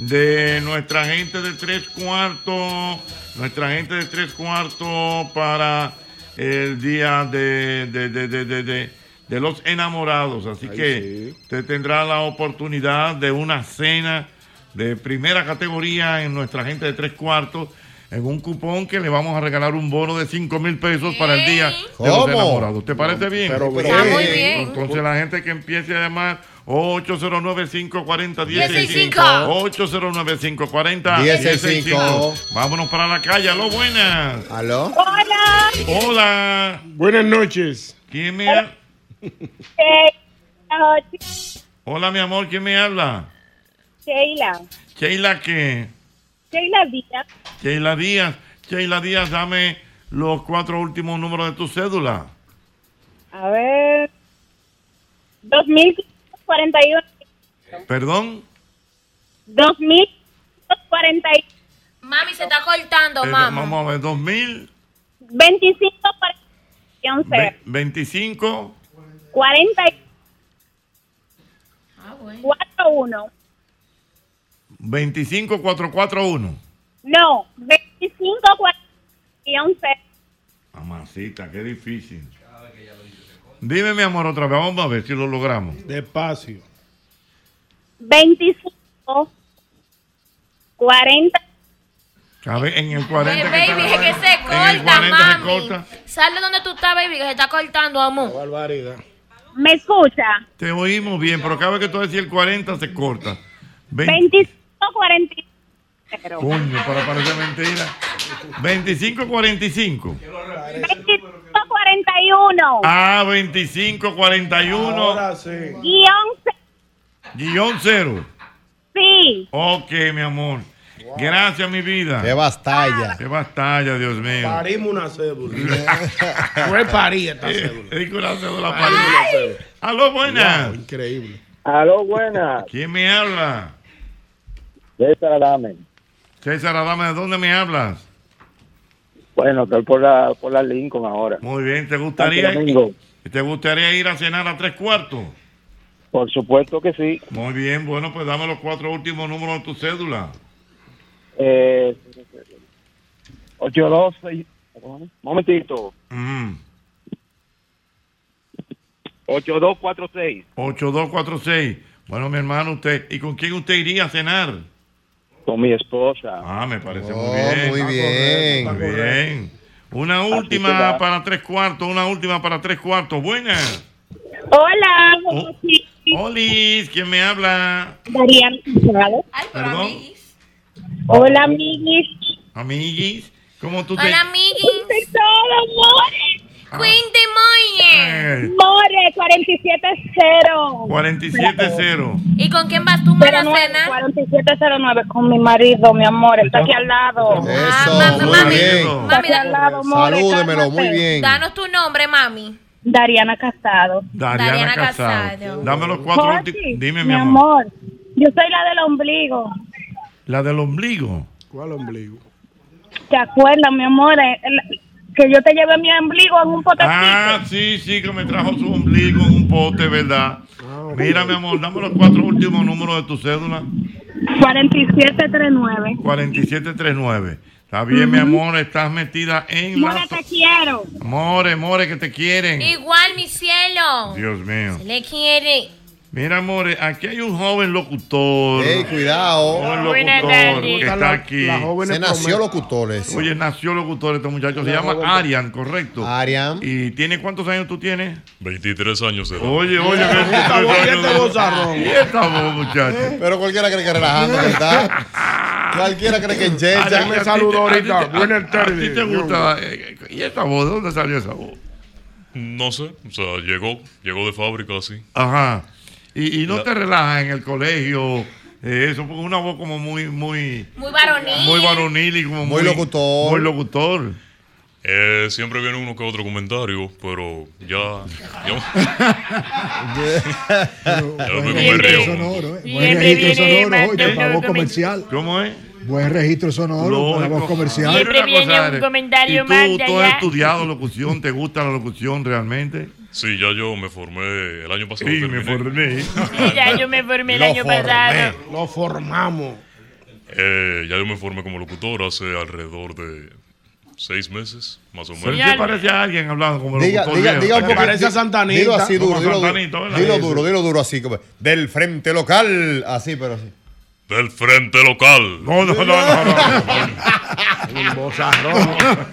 de nuestra gente de tres cuartos, nuestra gente de tres cuartos para el día de, de- de- de- de- de- de los enamorados. Así Ay, que usted tendrá la oportunidad de una cena de primera categoría en nuestra gente de tres cuartos. En un cupón que le vamos a regalar un bono de 5 mil pesos para el día de los ¿Cómo? enamorados. ¿Te parece bien? pero Está bien. muy bien. Entonces la gente que empiece a llamar 809-540-165. 809-540-165. Vámonos para la calle. Aló, buenas. Aló. Hola. Hola. Buenas noches. ¿Quién me ha- Hola, mi amor. ¿Quién me habla? Sheila. Sheila, ¿qué? Sheila Díaz. Sheila Díaz. Sheila Díaz, dame los cuatro últimos números de tu cédula. A ver. 2541. Perdón. 2541. Mami, se está cortando, Eh, mamá. Vamos a ver, 2000, 2541. 25, Ah, 41. 25, 441. No, 2541. Mamacita, qué difícil. Dime, mi amor, otra vez. Vamos a ver si lo logramos. Despacio. 25 40 A ver, en el Eh, 40 que está baby, la es que vaina. se En el corta, 40 se mami. corta. Sal de donde tú estás, baby, que se está cortando, amor. ¿Me escucha? Te oímos bien, pero cada vez que tú decís el 40 se corta. 20, 25 40 coño, para parecer mentira. 25, 45. 25 41 Ah, 25, 41, guión guión 0. sí Ok, mi amor. Gracias, mi vida. Qué bastalla. Qué bastalla, Dios mío. Parimos una cédula. <laughs> Fue parí esta cédula. Es que una cédula Parimos una cédula. Aló, buenas. Increíble. Aló, buenas. ¿Quién me habla? César Adame. César Adame, ¿de dónde me hablas? Bueno, estoy por la, por la Lincoln ahora. Muy bien, ¿te gustaría, Santo Domingo. ¿te gustaría ir a cenar a tres cuartos? Por supuesto que sí. Muy bien, bueno, pues dame los cuatro últimos números de tu cédula. Eh, 826. Momentito. Mm, 8246. 8246. Bueno, mi hermano, usted, ¿y con quién usted iría a cenar? Con mi esposa. Ah, me parece Oh, muy bien. muy bien. Muy bien. Una última será. para tres cuartos, una última para tres cuartos. Buenas. Oh, hola Olis, ¿quién me habla? Darían González. Perdón. hola amiguis Amiguis, ¿cómo tú te Hola, amigui. todo amor Queen de Moñe. More. More, 47-0. 47-0. ¿Y con quién vas tú, Pero no, 4709 con mi marido, mi amor, está aquí al lado. Ah, Eso, muy bien. Mami, da- Salúdemelo, muy bien. Danos tu nombre, mami. Dariana Casado. Dariana, Dariana Casado. Casado. Dame los cuatro Jorge, últimos. Dime, mi amor. Yo soy la del ombligo. La del ombligo. ¿Cuál ombligo? ¿Te acuerdas, mi amor? Eh, el- que yo te llevé mi ombligo en un potecito. Ah, sí, sí, que me trajo su ombligo en un pote, ¿verdad? Ah, Mira, mi amor, dame los cuatro últimos números de tu cédula. 4739. 4739. Está bien, mi amor, estás metida en la... More, te quiero. More, more, que te quieren. Igual, mi cielo. Dios mío. Se le quiere. Mira, more, aquí hay un joven locutor. Ey, cuidado. Un joven locutor que está aquí. Se nació locutores. Oye, nació locutor este muchacho. Se La llama joven- Arian, correcto. Arian. ¿Y tiene cuántos años tú tienes? 23 años de edad. Oye, oye, Mira, ¿qué esta voz, años este de- bozarrón. ¿Y esta voz, muchacho? Pero cualquiera cree que relajando, ¿verdad? cualquiera cree que en Arian, Checha. ¿a ti te- a ti te- a- ¿A ti te gusta? eh, eh, ¿Y esta voz? ¿De dónde salió esa voz? No sé, o sea, llegó, llegó de fábrica así. Ajá. Y, y no La- te relajas en el colegio. eh, eso fue una voz como muy, muy, Muy varonil. muy varonil y como muy, locutor. Muy locutor. Eh, siempre viene uno que otro comentario, pero ya. <laughs> Ya, ya me Buen registro río. sonoro, ¿eh? Viene, Buen registro viene, sonoro, oye, Mateo, para voz que me- comercial. ¿Cómo es? Buen registro sonoro, para voz comercial. Pero una cosa, un Are, comentario ¿y más tú, de tú has allá. estudiado locución? ¿Te gusta la locución realmente? Sí, ya yo me formé el año pasado. Sí, terminé. me formé. ya yo me formé el Lo año formé. pasado. Lo formamos. Eh, ya yo me formé como locutor hace alrededor de seis meses, más o Pero menos. se parece a alguien hablando <laughs> como Diga, locutor. diga, viejo. diga un poquito. Dilo así duro, Como dilo duro, Santanito, ¿verdad? dilo duro, dilo duro así. como, Del frente local, así, pero así. Del frente local. No, no, no, no. <laughs> Un bozarrón. <laughs>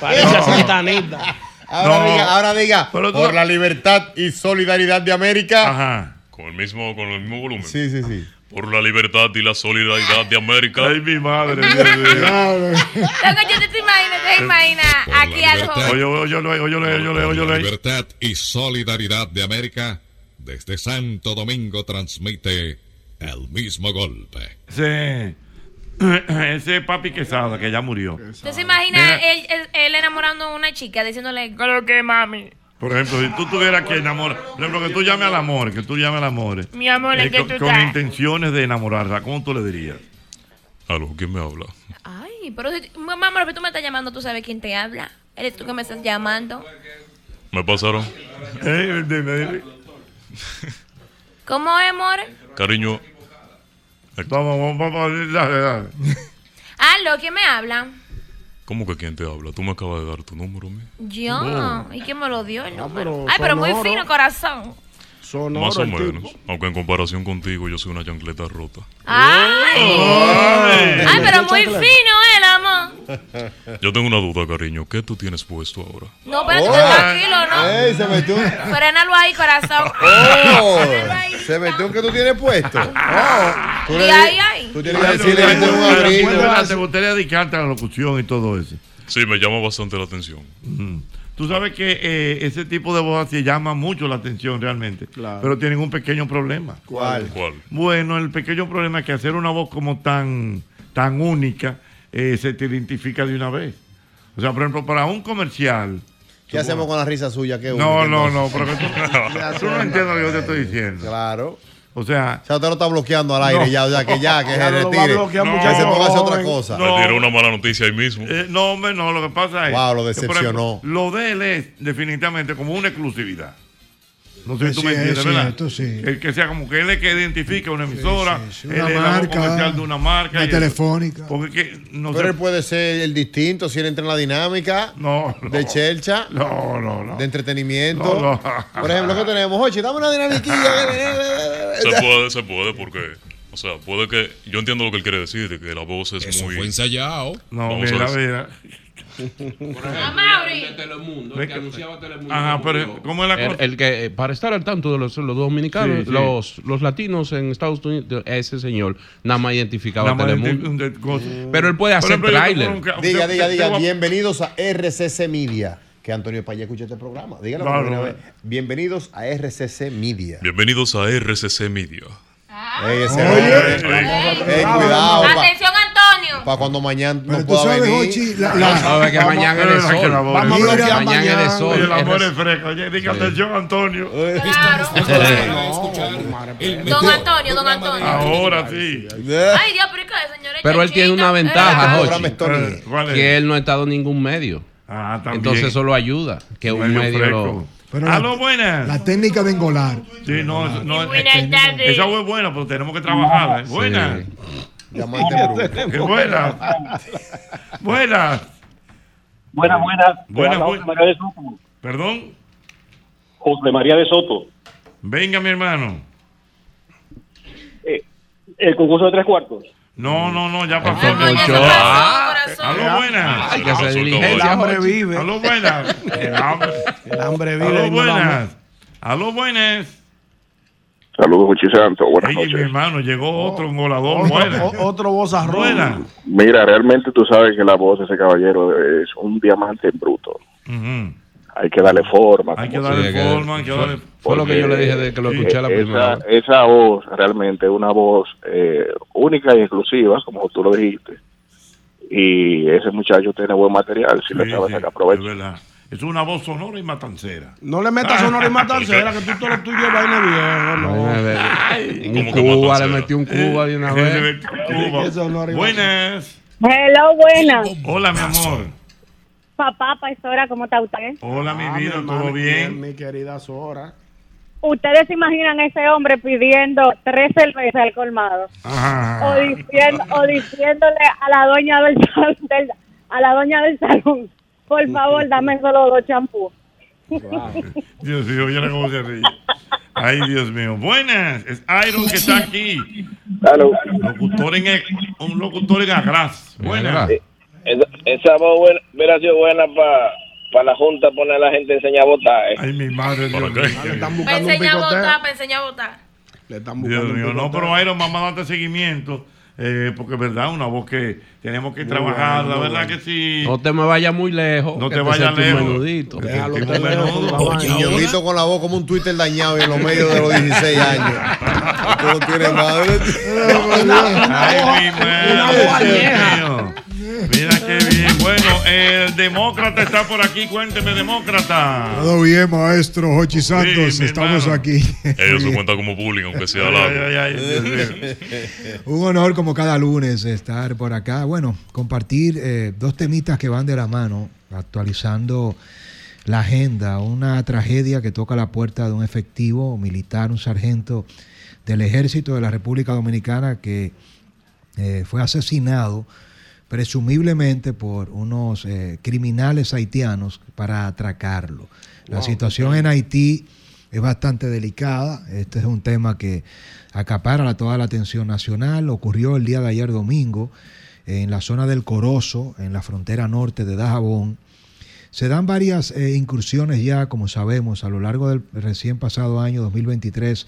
Parece satanita. Ahora No. diga, ahora diga, Pero tú- por la libertad y solidaridad de América. Ajá. Con el mismo, con el mismo volumen. Sí, sí, sí. Por la libertad y la solidaridad de América. Ay, mi madre. Loco, yo te, te imagino, te imaginas aquí al joven. Oye, oye, oye, oye, oye, oye, Por oye, la oye. libertad y solidaridad de América, desde Santo Domingo transmite el mismo golpe. Ese, <clears throat> ese papi Quesada que ya murió. ¿Tú se imaginas Mira. él, él- él enamorando a una chica diciéndole, creo que mami, Por ejemplo, si tú tuvieras que enamorar, por ejemplo, que tú llames al amor, que tú llames al amor. mi amor, eh, ¿en qué con, tú con estás? intenciones de enamorarla, ¿cómo tú le dirías? Aló, ¿quién me habla? Ay, pero si- mamá, pero si tú me estás llamando, tú sabes quién te habla. Eres tú que me estás llamando. ¿Me pasaron? Eh, dime, dime. ¿Cómo es, amor? Cariño, Vamos, vamos, vamos, dale, dale. Aló, ¿quién me habla? ¿cómo que quién te habla? Tú me acabas de dar tu número, mía. Yo. Oh. ¿Y quién me lo dio? el número? pero Ay, pero muy sonoro. fino, corazón. Sonoro Más o el tipo. menos. Aunque en comparación contigo, yo soy una chancleta rota. Ay. Ay. Ay, pero muy fino el amor. Yo tengo una duda, cariño. ¿Qué tú tienes puesto ahora? No, espérate, Oh. tranquilo, ¿no? Ey, se metió. un- Frenalo ahí, corazón. Oh, se metió un que tú tienes <laughs> puesto. Oh, tú le Y di- ahí, ahí. Tú tienes que decirle que tengo un abrigo. ¿Te gustaría dedicarte a la locución y todo eso? Mm. Sí, me llama bastante la atención. Tú sabes que eh, ese tipo de voz así llama mucho la atención realmente. Pero tienen un pequeño problema. ¿Cuál? ¿Cuál? Bueno, el pequeño problema es que hacer una voz como tan, tan única eh, se te identifica de una vez. O sea, por ejemplo, para un comercial. ¿Qué hacemos con la risa suya? ¿Qué No, no, única, no, entonces? pero que tú, <laughs> tú no entiendes lo que yo te estoy diciendo. Claro. O sea. O sea, usted lo está bloqueando al No. aire ya, ya que ya, <laughs> que Ya no se lo va a retire. bloquear, que muchacho, se ponga a hacer joven. otra cosa. Me tiró una mala noticia ahí mismo. Eh, no, hombre, no, lo que pasa es. Wow, lo que, por ejemplo, decepcionó. lo de él es definitivamente como una exclusividad. No sé si Es tú me cierto, entiendes, ¿verdad? es cierto, sí. El que sea como que él es que identifica una emisora, Una él es la voz marca, comercial de una marca. una y eso. telefónica. Porque que, no Pero sé. él puede ser el distinto si él entra en la dinámica de chelcha, no, no, no. de entretenimiento. No, no. Por ejemplo, ¿qué tenemos? Oye, dame <laughs> una dinamiquilla. Se puede, se puede, porque. O sea, puede que. Yo entiendo lo que él quiere decir, de que la voz es muy. fue ensayado. No, Vamos a mira, ver. mira. Telemundo, el que anunciaba Telemundo. Ajá, no pero, murió. ¿cómo es la el, cosa? el que, eh, para estar al tanto de los, los dominicanos, Sí, sí. Los, los latinos en Estados Unidos, ese señor nada más identificaba Nada más Telemundo. de- de cosas. Pero él puede Por hacer ejemplo, yo te tráiler. pongo un ca- Diga, diga, te- te diga. voy a- Bienvenidos a RCC Media. que Antonio Payá escuche este programa. Dígalo Claro. por primera vez. Bienvenidos a RCC Media. Bienvenidos a RCC Media. Ah. Ey, ese Oye. hombre. Ey. Ey, cuidado. Atención, Antonio. Para cuando mañana no tú pueda sabes, venir. Jochi, la- la- Sabe que Vamos- mañana es de Ay, que sol. la voz. Vamos a Mira, bloquear mañana. Oye, la mujer es fresca. fresca. Oye, diga atención, Antonio. Don Antonio, don Antonio. Ahora sí. Ay, Dios, pero ¿y qué, señores? Pero él tiene una ventaja, Jochi, Eh, ¿cuál es? Ah, que él no ha estado en ningún medio. también. Entonces eso lo ayuda, que un Medio medio lo... Pero A la- lo buenas. La técnica de engolar. Sí, no, eso- no, Buenas es que- tardes. Esa agua es buena, pero tenemos que trabajarla. ¿eh? Sí. Buena. <laughs> <laughs> Llamante Buena. Buena. Buenas, buenas. Hola, Buenas, buenas. José María de Soto. Perdón. José María de Soto. Venga, mi hermano. Eh, el concurso de tres cuartos. No, no, no, ya pasó. Ay, mi ya hermano. pasó, Ah, corazón. A lo buenas. Hay que hacer Ah, diligencia, soltó. Jorge. A lo buenas. El hambre- hambre A vive lo y no la buenas. A lo buenas. Saludos, Jochi Santos. Buenas Ey, mi noches. hermano, llegó otro engolador. Buena. O- Otro vozarrón. Mira, realmente tú sabes que la voz de ese caballero es un diamante en bruto. Hay que darle forma. Hay que como darle se- forma, hay que darle Fue lo que yo le dije de que lo escuché la esa, primera vez. esa voz realmente es una voz eh, única y exclusiva, como tú lo dijiste. Y ese muchacho tiene buen material, si le sabe sacar provecho. Es una voz sonora y matancera. Ah. No le metas sonora y matancera, que tú <laughs> todo lo tuyo es vaina viejo, no. Un Cuba, le metió un Cuba de <laughs> una vez. Cuba. Eso no arriba. Buenas. Hello, buenas. Hola, mi amor. Papá, paisora, ¿cómo está usted? Hola, Ah, mi vida, ¿todo bien, bien? mi querida Sora. ¿Ustedes se imaginan a ese hombre pidiendo tres cervezas al colmado? O, diciendo, o diciéndole a la doña del, sal- del- a la doña del salón, por favor, dame solo dos champús. Dios mío, ya cómo se ríe. Ay, Dios mío. Buenas. Es Iron que está aquí. Locutor en el- un locutor en Agras. Buenas. Esa, esa voz buena- hubiera sido buena para la Junta poner a la gente a enseñar a votar. eh. Ay, mi madre, Dios mío. Para enseñar a votar, para enseñar a votar. Dios mío, no, pero Iron, mamá, date seguimiento. eh, porque es verdad, una voz que tenemos que trabajar, bueno, la muy verdad bueno. que sí. No te me vayas muy lejos. No que te vayas saque un lejos. menudito. Déjalo, Te saque un déjalo. menudo. Oye, Ñonguito con la voz como un Twitter dañado y en los medios de los 16 años. Tú no tienes madre. Ay, mi madre. Dios mío. Mira qué bien. Bueno, el demócrata está por aquí. Cuénteme, demócrata. Todo bien, maestro Jochi Santos, mi estamos aquí. <laughs> Ellos se cuentan como bullying, aunque sea al Ay, ay, ay, Dios mío. Un honor como cada lunes estar por acá. Bueno, compartir eh, dos temitas que van de la mano, actualizando la agenda. Una tragedia que toca la puerta de un efectivo militar, un sargento del ejército de la República Dominicana que eh, fue asesinado presumiblemente por unos eh, criminales haitianos para atracarlo. La Wow. situación en Haití es bastante delicada. Este es un tema que acapara la- toda la atención nacional. Ocurrió el día de ayer domingo en la zona del Corozo, en la frontera norte de Dajabón. Se dan varias eh, incursiones ya, como sabemos, a lo largo del recién pasado año 2023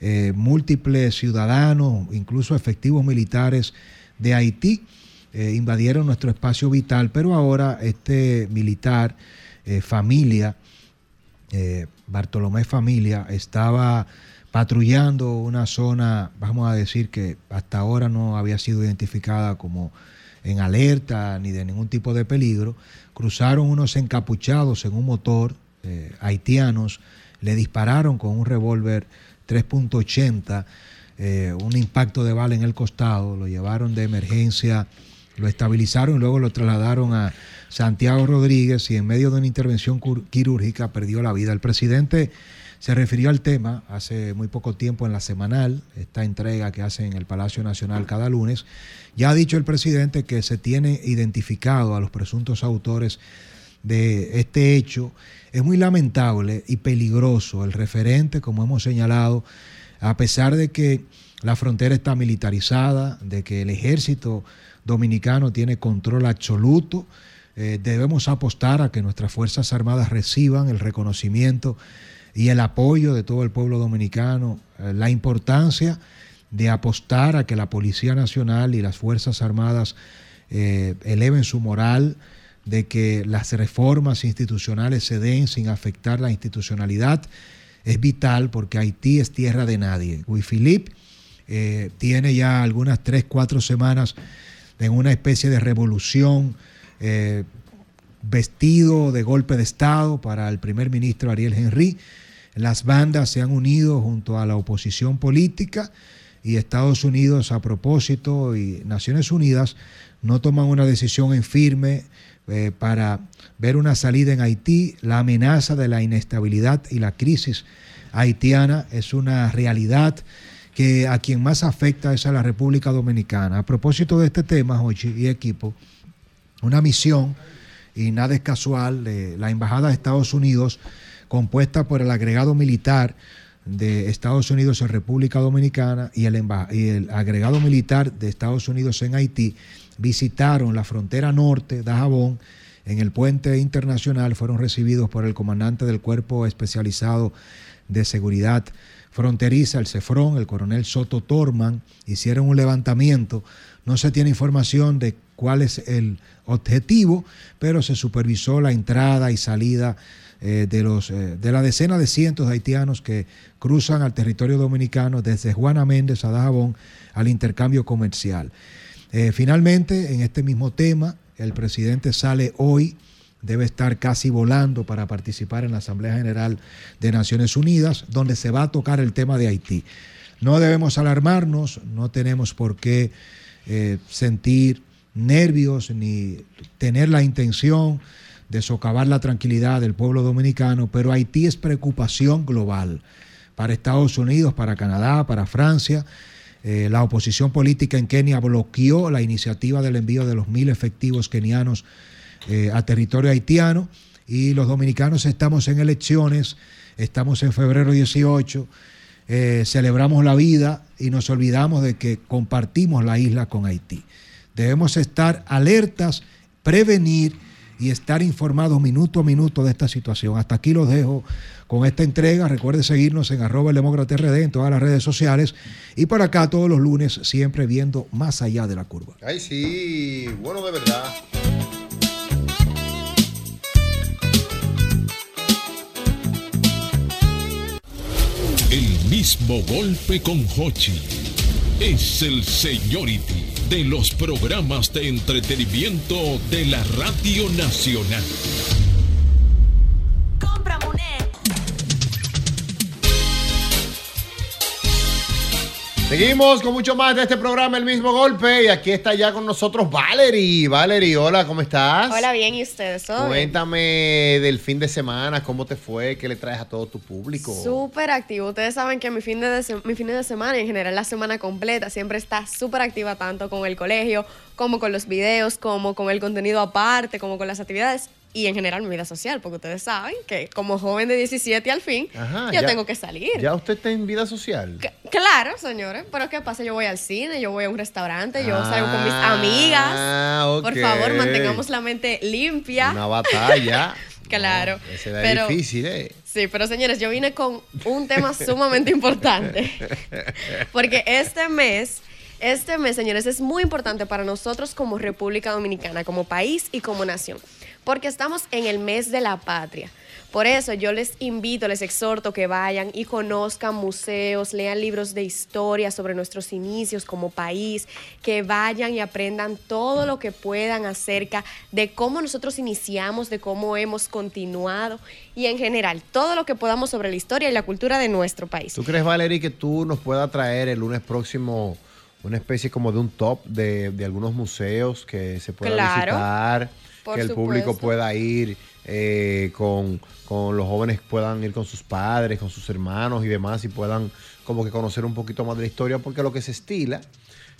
eh, múltiples ciudadanos, incluso efectivos militares de Haití, eh, invadieron nuestro espacio vital, pero ahora este militar, eh, familia, eh, Bartolomé Familia, estaba patrullando una zona, vamos a decir que hasta ahora no había sido identificada como en alerta ni de ningún tipo de peligro, cruzaron unos encapuchados en un motor, eh, haitianos, le dispararon con un revólver 3.80, eh, un impacto de bala en el costado, lo llevaron de emergencia, lo estabilizaron y luego lo trasladaron a Santiago Rodríguez y en medio de una intervención cur- quirúrgica perdió la vida. El presidente se refirió al tema hace muy poco tiempo en la semanal, esta entrega que hace en el Palacio Nacional cada lunes. Ya ha dicho el presidente que se tiene identificado a los presuntos autores de este hecho. Es muy lamentable y peligroso el referente, como hemos señalado, a pesar de que la frontera está militarizada, de que el ejército dominicano tiene control absoluto. eh, debemos apostar a que nuestras Fuerzas Armadas reciban el reconocimiento y el apoyo de todo el pueblo dominicano, eh, la importancia de apostar a que la Policía Nacional y las Fuerzas Armadas eh, eleven su moral, de que las reformas institucionales se den sin afectar la institucionalidad es vital porque Haití es tierra de nadie. Guy Philippe eh, tiene ya algunas tres, cuatro semanas en una especie de revolución eh, vestido de golpe de Estado para el primer ministro Ariel Henry. Las bandas se han unido junto a la oposición política y Estados Unidos a propósito y Naciones Unidas no toman una decisión en firme eh, para ver una salida en Haití. La amenaza de la inestabilidad y la crisis haitiana es una realidad que a quien más afecta es a la República Dominicana. A propósito de este tema, Jochi y equipo, una misión, y nada es casual, de la Embajada de Estados Unidos, compuesta por el agregado militar de Estados Unidos en República Dominicana y el, emba- y el agregado militar de Estados Unidos en Haití, visitaron la frontera norte, Dajabón, en el puente internacional, fueron recibidos por el comandante del Cuerpo Especializado de Seguridad Fronteriza, el CEFRON, el coronel Soto Torman, hicieron un levantamiento. No se tiene información de cuál es el objetivo, pero se supervisó la entrada y salida eh, de, los, eh, de la decena de cientos de haitianos que cruzan al territorio dominicano desde Juana Méndez a Dajabón al intercambio comercial. Eh, finalmente, en este mismo tema, el presidente sale hoy, debe estar casi volando para participar en la Asamblea General de Naciones Unidas, donde se va a tocar el tema de Haití. No debemos alarmarnos, no tenemos por qué eh, sentir nervios ni tener la intención de socavar la tranquilidad del pueblo dominicano, pero Haití es preocupación global para Estados Unidos, para Canadá, para Francia. Eh, la oposición política en Kenia bloqueó la iniciativa del envío de los mil efectivos kenianos eh, a territorio haitiano y los dominicanos estamos en elecciones, estamos en febrero 18, eh, celebramos la vida y nos olvidamos de que compartimos la isla con Haití. Debemos estar alertas, prevenir y estar informados minuto a minuto de esta situación. Hasta aquí los dejo con esta entrega. Recuerde seguirnos en arroba el demócrata RD en todas las redes sociales y por acá todos los lunes siempre viendo más allá de la curva. Ay, sí, bueno, de verdad. El mismo golpe con Hochi es el seniority de los programas de entretenimiento de la Radio Nacional. Compra Munet. Seguimos con mucho más de este programa, El mismo golpe. Y aquí está ya con nosotros Valerie. Valerie, hola, ¿cómo estás? Hola, bien, ¿y ustedes? ¿Todo bien? Cuéntame del fin de semana, cómo te fue, qué le traes a todo tu público. Súper activo. Ustedes saben que mi fin de, de se- mi fin de semana, y en general la semana completa, siempre está súper activa tanto con el colegio, como con los videos, como con el contenido aparte, como con las actividades y en general mi vida social, porque ustedes saben que como joven de 17 al fin, Ajá, yo ya- tengo que salir. Ya usted está en vida social. C- Claro, señores, pero ¿qué pasa? Yo voy al cine, yo voy a un restaurante, yo salgo con mis Ah, amigas. Ah, ok. Por favor, mantengamos la mente limpia. Una batalla. <laughs> Claro. Ese da Pero- difícil, <laughs> ¿eh? Sí, pero señores, yo vine con un tema sumamente importante. Porque este mes, este mes, señores, es muy importante para nosotros como República Dominicana, como país y como nación. Porque estamos en el mes de la patria. Por eso yo les invito, les exhorto que vayan y conozcan museos, lean libros de historia sobre nuestros inicios como país, que vayan y aprendan todo lo que puedan acerca de cómo nosotros iniciamos, de cómo hemos continuado y en general todo lo que podamos sobre la historia y la cultura de nuestro país. ¿Tú crees, Valerie, que tú nos puedas traer el lunes próximo una especie como de un top de, de algunos museos que se pueda Claro, visitar? por que el público supuesto. pueda ir eh, con, con los jóvenes puedan ir con sus padres, con sus hermanos y demás y puedan como que conocer un poquito más de la historia porque lo que se estila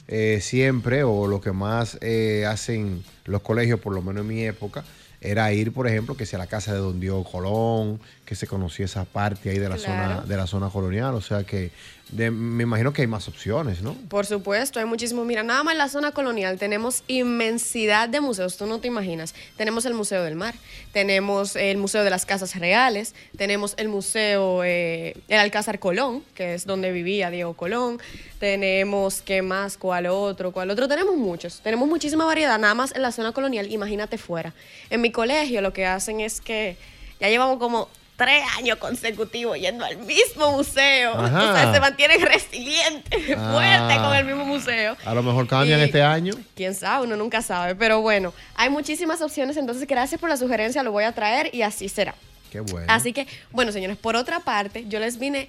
eh, siempre o lo que más eh, hacen los colegios, por lo menos en mi época, era ir, por ejemplo, que sea la casa de Don Diego Colón, que se conocía esa parte ahí de la Claro. zona de la zona colonial, o sea que de- me imagino que hay más opciones, ¿no? Por supuesto, hay muchísimos. Mira, nada más en la zona colonial tenemos inmensidad de museos, tú no te imaginas. Tenemos el Museo del Mar, tenemos el Museo de las Casas Reales, tenemos el Museo, eh, el Alcázar Colón, que es donde vivía Diego Colón, tenemos, ¿qué más? ¿Cuál otro? ¿Cuál otro? Tenemos muchos, tenemos muchísima variedad, nada más en la la zona colonial, imagínate fuera. En mi colegio lo que hacen es que ya llevamos como tres años consecutivos yendo al mismo museo. Ajá. O sea, se mantienen <laughs> resilientes, fuertes Ah. con el mismo museo. A lo mejor cambian Y- este año. Quién sabe, uno nunca sabe. Pero bueno, hay muchísimas opciones, entonces gracias por la sugerencia, lo voy a traer y así será. Qué bueno. Así que, bueno, señores, por otra parte, yo les vine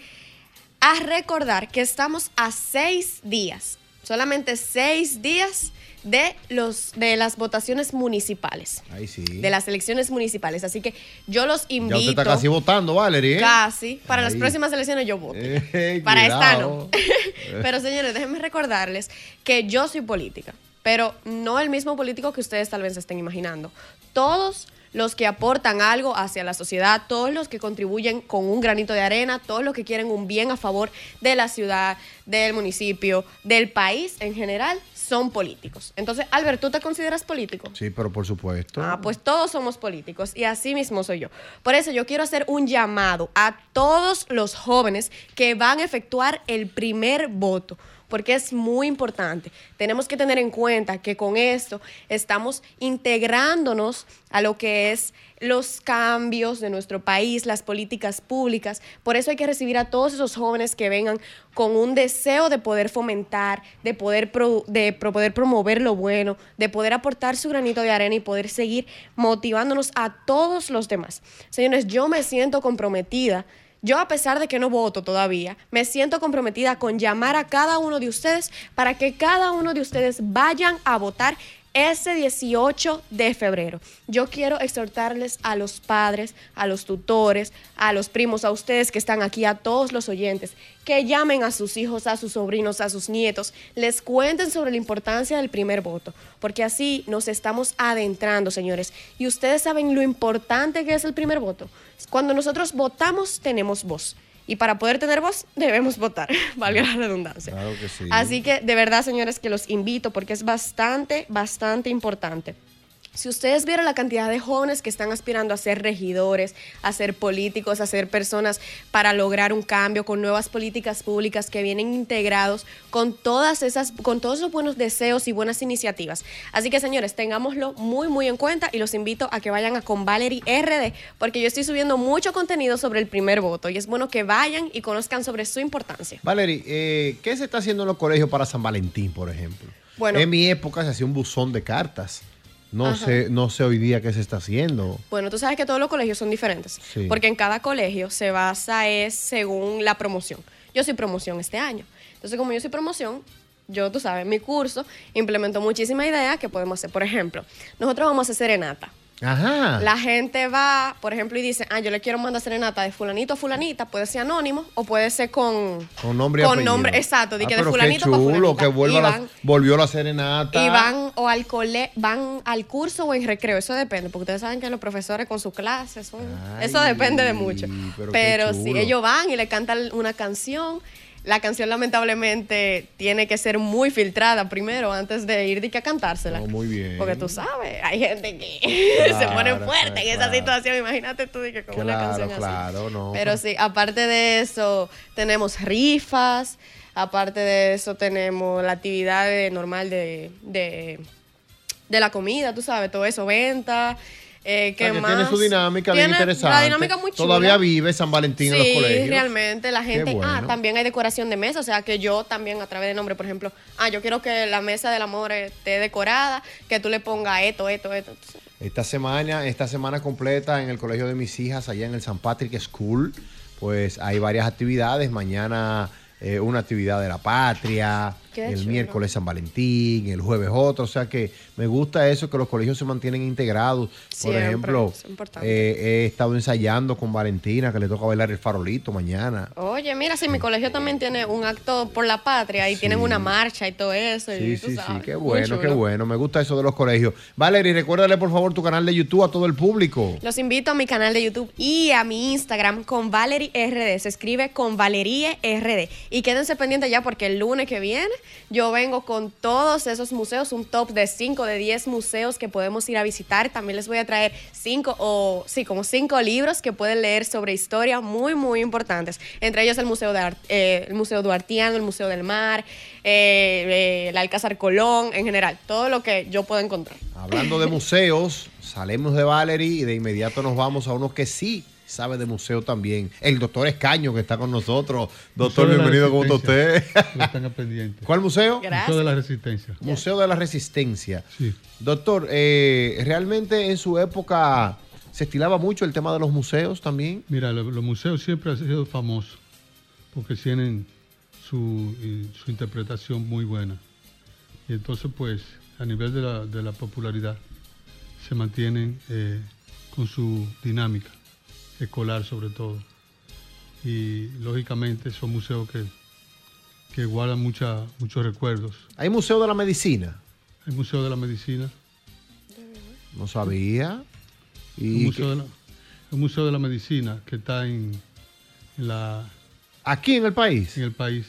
a recordar que estamos a seis días, solamente seis días de, los, de las votaciones municipales, Ahí sí. de las elecciones municipales. Así que yo los ya invito. usted está casi votando, Valerie. ¿eh? Casi. Para las Ahí. <laughs> próximas elecciones yo voto. Eh, Para esta cuidado. no. Eh. Pero señores, déjenme recordarles que yo soy política, pero no el mismo político que ustedes tal vez se estén imaginando. Todos los que aportan algo hacia la sociedad, todos los que contribuyen con un granito de arena, todos los que quieren un bien a favor de la ciudad, del municipio, del país en general, son políticos. Entonces, Albert, ¿tú te consideras político? Sí, pero por supuesto. Ah, pues todos somos políticos y así mismo soy yo. Por eso yo quiero hacer un llamado a todos los jóvenes que van a efectuar el primer voto, porque es muy importante. Tenemos que tener en cuenta que con esto estamos integrándonos a lo que es los cambios de nuestro país, las políticas públicas. Por eso hay que recibir a todos esos jóvenes que vengan con un deseo de poder fomentar, de poder, pro- de pro- poder promover lo bueno, de poder aportar su granito de arena y poder seguir motivándonos a todos los demás. Señores, yo me siento comprometida. Yo, a pesar de que no voto todavía, me siento comprometida con llamar a cada uno de ustedes para que cada uno de ustedes vayan a votar ese 18 de febrero. Yo quiero exhortarles a los padres, a los tutores, a los primos, a ustedes que están aquí, a todos los oyentes, que llamen a sus hijos, a sus sobrinos, a sus nietos, les cuenten sobre la importancia del primer voto, porque así nos estamos adentrando, señores. Y ustedes saben lo importante que es el primer voto. Cuando nosotros votamos, tenemos voz. Y para poder tener voz, debemos votar, <laughs> valga la redundancia. Claro que sí. Así que de verdad, señores, que los invito porque es bastante, bastante importante. Si ustedes vieran la cantidad de jóvenes que están aspirando a ser regidores, a ser políticos, a ser personas para lograr un cambio con nuevas políticas públicas que vienen integrados con todas esas, con todos esos buenos deseos y buenas iniciativas. Así que señores, tengámoslo muy muy en cuenta y los invito a que vayan a con Valerie RD porque yo estoy subiendo mucho contenido sobre el primer voto y es bueno que vayan y conozcan sobre su importancia. Valerie, eh, ¿qué se está haciendo en los colegios para San Valentín, por ejemplo? Bueno. en mi época se hacía un buzón de cartas. No Ajá. sé, no sé hoy día qué se está haciendo. Bueno, tú sabes que todos los colegios son diferentes, Sí. porque en cada colegio se basa es según la promoción. Yo soy promoción este año. Entonces, como yo soy promoción, yo, tú sabes, mi curso implementó muchísimas ideas que podemos hacer. Por ejemplo, nosotros vamos a hacer serenata. Ah. Ajá. La gente va, por ejemplo, y dice, ah, yo le quiero mandar serenata de fulanito a fulanita, puede ser anónimo o puede ser con... Con nombre y Con apellido. nombre, exacto, de Ah, que de pero fulanito qué pa' chulo, fulanita. que vuelva Y la- van- volvió la serenata. Ah. Y van o al cole, van al curso o en recreo, eso depende, porque ustedes saben que los profesores con sus clases, son- eso depende de mucho. pero Pero, qué si chulo. ellos van y le cantan una canción, la canción lamentablemente tiene que ser muy filtrada primero antes de ir de que a cantársela. Muy bien. Porque tú sabes, hay gente que <laughs> se Claro, pone fuerte en esa claro. situación. Imagínate tú de que con una Claro, canción así. claro, no. Pero sí, aparte de eso, tenemos rifas, aparte de eso, tenemos la actividad de- normal de, de, de la comida, tú sabes, todo eso, venta. Eh, ¿qué O sea, que más? Tiene su dinámica bien Tiene interesante. La dinámica muy chula. Todavía vive San Valentín en los Sí, colegios. realmente la gente. Ah, bueno. también hay decoración de mesa, o sea que yo también a través de nombre, por ejemplo, ah, yo quiero que la mesa del amor esté decorada, que tú le pongas esto, esto, esto. Esta semana, esta semana completa en el colegio de mis hijas, allá en el San Patrick School, pues hay varias actividades. Mañana eh, una actividad de la patria, Qué el chulo. miércoles San Valentín, el jueves otra. O sea que me gusta eso, que los colegios se mantienen integrados. Siempre, Por ejemplo, es importante. eh, he estado ensayando con Valentina, que le toca bailar el farolito mañana. Oye, mira, si mi colegio también tiene un acto por la patria y tienen una marcha y todo eso. Sí, y tú sí, sí, sabes, qué muy bueno, qué chulo. bueno. Me gusta eso de los colegios. Valerie, recuérdale por favor tu canal de YouTube a todo el público. Los invito a mi canal de YouTube y a mi Instagram con Valerie RD. Se escribe con Valerie RD. Y quédense pendientes ya porque el lunes que viene Yo vengo con todos esos museos, un top de 5 de 10 museos que podemos ir a visitar. También les voy a traer 5 o sí, como 5 libros que pueden leer sobre historia muy muy importantes. Entre ellos el Museo de Ar- eh, el Museo Duartiano, el Museo del Mar, eh, eh, el Alcázar Colón, en general, todo lo que yo pueda encontrar. Hablando de museos, salimos de Valerie y de inmediato nos vamos a uno que sí sabe de museo también. El doctor Escaño que está con nosotros. Doctor, Museo de la bienvenido, ¿cómo está usted? No están pendientes. ¿Cuál museo? Museo de la Resistencia. Museo de la Resistencia. Doctor, eh, realmente en su época se estilaba mucho el tema de los museos también. Mira, lo- los museos siempre han sido famosos porque tienen su, eh, su interpretación muy buena. Y entonces, pues, a nivel de la, de la popularidad, se mantienen eh, con su dinámica escolar sobre todo. Y lógicamente son museos que, que guardan mucha, muchos recuerdos. Hay Museo de la Medicina. El Museo de la Medicina. No sabía. el, Y museo de la, el Museo de la Medicina que está en, en la... ¿Aquí en el país? Oh. En el país.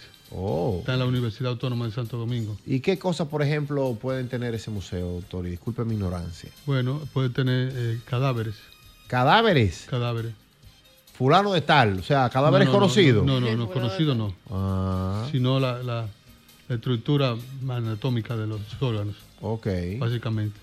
Está en la Universidad Autónoma de Santo Domingo. ¿Y qué cosas, por ejemplo, pueden tener ese museo, doctor? Y disculpe mi ignorancia. Bueno, puede tener eh, cadáveres. ¿Cadáveres? Cadáveres. Fulano de tal, o sea, cadáveres No, no, no, conocidos. Ah. No, no, no, no, conocido no. Sino la, la- la estructura anatómica de los órganos. Ok. Básicamente.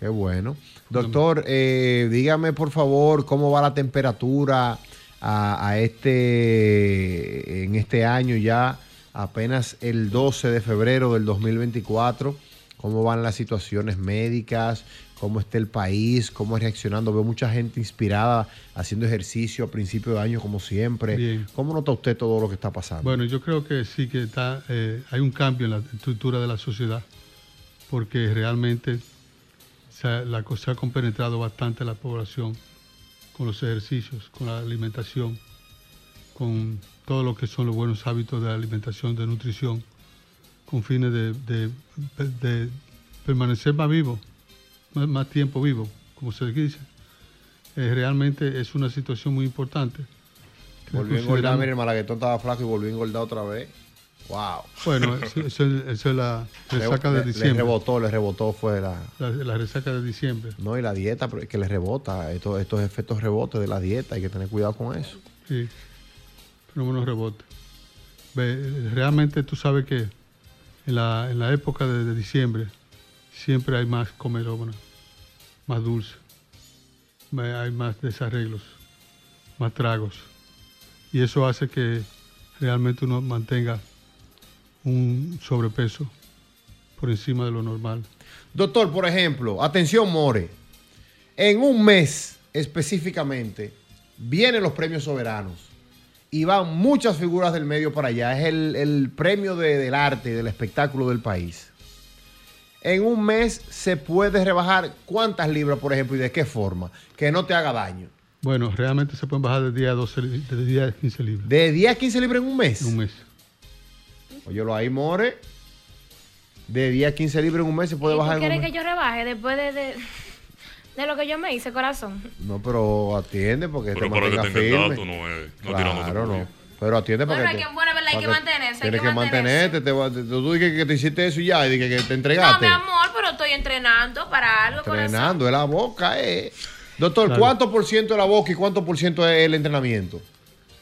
Qué bueno. Doctor, eh, dígame por favor cómo va la temperatura a, a este en este año ya apenas el 12 de febrero del 2024. Cómo van las situaciones médicas, cómo está el país, cómo es reaccionando. Veo mucha gente inspirada haciendo ejercicio a principio de año como siempre. Bien. ¿Cómo nota usted todo lo que está pasando? Bueno, yo creo que sí que está, eh, hay un cambio en la estructura de la sociedad, porque realmente se ha, la, co- se ha compenetrado bastante la población con los ejercicios, con la alimentación, con todo lo que son los buenos hábitos de alimentación, de nutrición, con fines de, de- de permanecer más vivo, más, más tiempo vivo, como se dice. Eh, realmente es una situación muy importante. volvió a engordar, mire, el malaguetón estaba flaco y volvió a engordar otra vez. Wow. Bueno, <laughs> eso, eso- eso es la Le- resaca le- de Le diciembre. rebotó, le rebotó fue la, La, la resaca de diciembre. no, y la dieta pero es que le rebota, estos, estos efectos rebotes de la dieta, hay que tener cuidado con eso. Sí. Fenómeno rebote. Ve, Realmente tú sabes que en la, en la época de, de diciembre siempre hay más comerógona, más dulce, me- hay más desarreglos, más tragos. Y eso hace que realmente uno mantenga un sobrepeso por encima de lo normal. Doctor, por ejemplo, atención More, en un mes específicamente vienen los premios soberanos y van muchas figuras del medio para allá, es el, el premio de- del arte y del espectáculo del país. En un mes se puede rebajar cuántas libras, por ejemplo, y de qué forma, que no te haga daño. Bueno, realmente se pueden bajar de 10 a 12, li- de 10 a 15 libras. ¿De 10 a 15 libras en un mes? En un mes. Óyelo ahí, More. De 10 a 15 libras en un mes se puede ¿Y bajar. ¿Tú en un mes. quieres que yo rebaje después de, de, de lo que yo me hice, corazón? No, pero atiende porque Pero te para que mantenga tenga el firme. dato, no es- no tirándote claro, por no. Pero atiende para Bueno, que. hay que- bueno, verdad, hay para que mantenerse, hay Tienes que que mantenerte. Te, va- te- tú dices que te hiciste eso y ya, y dije que, te No, entregaste. mi amor, pero estoy entrenando para algo, corazón. Entrenando, es la boca, eh. Doctor, Claro. ¿cuánto por ciento es la boca y cuánto por ciento es el <clears throat> entrenamiento?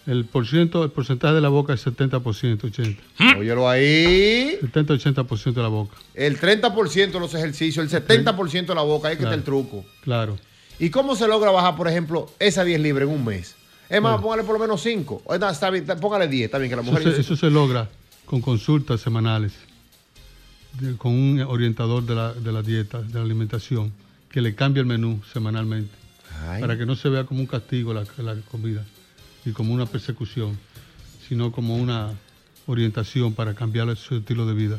El, por ciento, el porcentaje de la boca es 70%, 80%. Óyelo ahí. 70-80% de la boca. El 30% los ejercicios, el 70% de la boca, ahí que está Claro. el truco. Claro. ¿Y cómo se logra bajar, por ejemplo, esa 10 libras en un mes? Es más, póngale por lo menos 5. Está bien, está- póngale 10, está bien, que la Eso mujer... se, eso se logra con consultas semanales, de- con un orientador de la, de la dieta, de la alimentación, que le cambia el menú semanalmente, para que no se vea como un castigo la, la comida y como una persecución, sino como una orientación para cambiar su estilo de vida.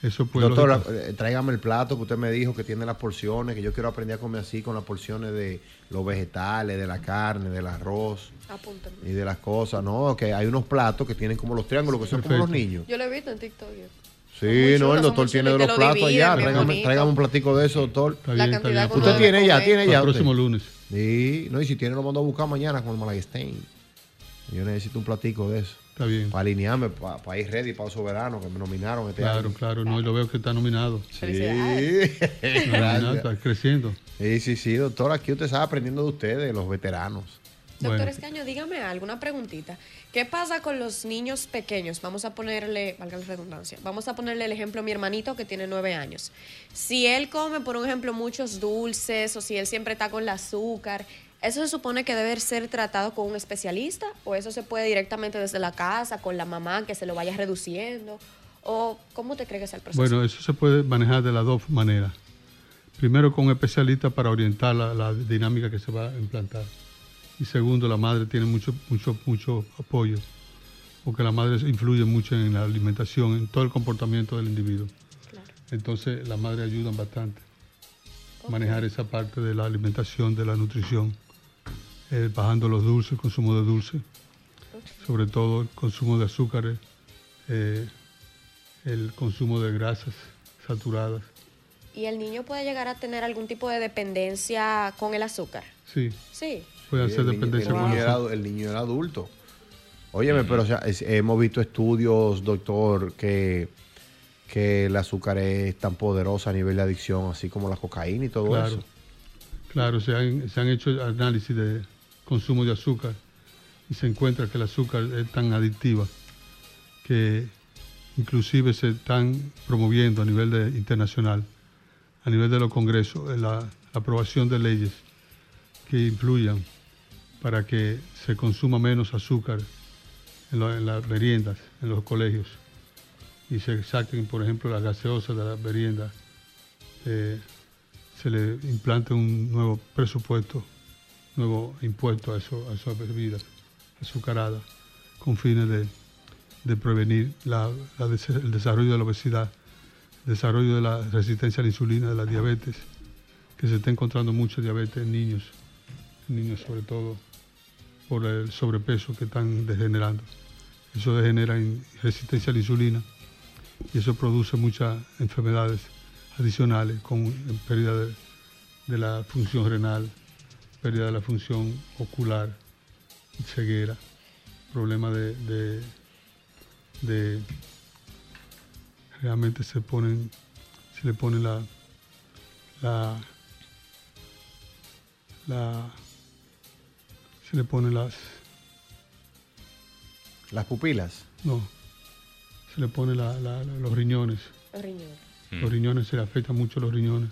Eso puede Doctora, eh, tráigame el plato que usted me dijo que tiene las porciones, que yo quiero aprender a comer así con las porciones de los vegetales, de la carne, del arroz Apúntame. y de las cosas. No, que hay unos platos que tienen como los triángulos, que son como los niños. Yo lo he visto en TikTok. yo. Sí, chulos, no, el son doctor muy tiene de chulos y te los lo platos dividen, allá. bien Tráigame, bonito. tráigame un platico de eso, doctor. bien, está cantidad bien. que uno Usted debe tiene ya, comer. tiene Para ya. el próximo usted. lunes. Sí, no, y si tiene lo mando a buscar mañana con el Malaguestein. Yo necesito un platico de eso. Está bien. Para alinearme, para ir ready, para soberano, que me nominaron este Claro, año. claro, no, y lo veo que está nominado. Sí. Nominado, está creciendo. Sí, sí, sí, doctor. Aquí usted está aprendiendo de ustedes, los veteranos. Doctor Escaño, dígame algo, una preguntita. ¿Qué pasa con los niños pequeños? Vamos a ponerle, valga la redundancia, vamos a ponerle el ejemplo a mi hermanito que tiene nueve años. Si él come, por ejemplo, muchos dulces o si él siempre está con el azúcar, ¿eso se supone que debe ser tratado con un especialista? ¿O eso se puede directamente desde la casa, con la mamá, que se lo vaya reduciendo? ¿O cómo te crees que es el proceso? Bueno, eso se puede manejar de las dos maneras. Primero con un especialista para orientar la, la dinámica que se va a implantar. Y segundo, la madre tiene mucho, mucho, mucho apoyo, porque la madre influye mucho en la alimentación, en todo el comportamiento del individuo. Entonces, la madre ayuda bastante a manejar esa parte de la alimentación, de la nutrición, eh, bajando los dulces, el consumo de dulces, sobre todo el consumo de azúcares, eh, el consumo de grasas saturadas. ¿Y el niño puede llegar a tener algún tipo de dependencia con el azúcar? Sí, Sí. puede Sí, hacer el niño- dependencia el con niño el era- El niño era adulto. Óyeme, pero o sea, es- hemos visto estudios, doctor, que, que el azúcar es tan poderosa a nivel de adicción, así como la cocaína y todo Claro. eso. Claro, se han, se han hecho análisis de consumo de azúcar y se encuentra que el azúcar es tan adictiva que inclusive se están promoviendo a nivel de- internacional, a nivel de los congresos, eh, la, la aprobación de leyes que influyan para que se consuma menos azúcar en, lo- en las meriendas, en los colegios, y se saquen, por ejemplo, las gaseosas de las meriendas. eh, se le implante un nuevo presupuesto, nuevo impuesto a, eso, a esas bebidas azucaradas, con fines de, de prevenir la- la des- el desarrollo de la obesidad, el desarrollo de la resistencia a la insulina, de la diabetes, que se está encontrando mucho diabetes en niños, en niños sobre todo por el sobrepeso que están degenerando. Eso degenera en resistencia a la insulina y eso produce muchas enfermedades adicionales con pérdida de, de la función renal, pérdida de la función ocular, ceguera, problema de, de, de- realmente se ponen, se le pone la la la se le pone las Las pupilas. no se le pone la- la- la- los riñones Los riñones. Mm. Mm. Los riñones se le afectan mucho los riñones,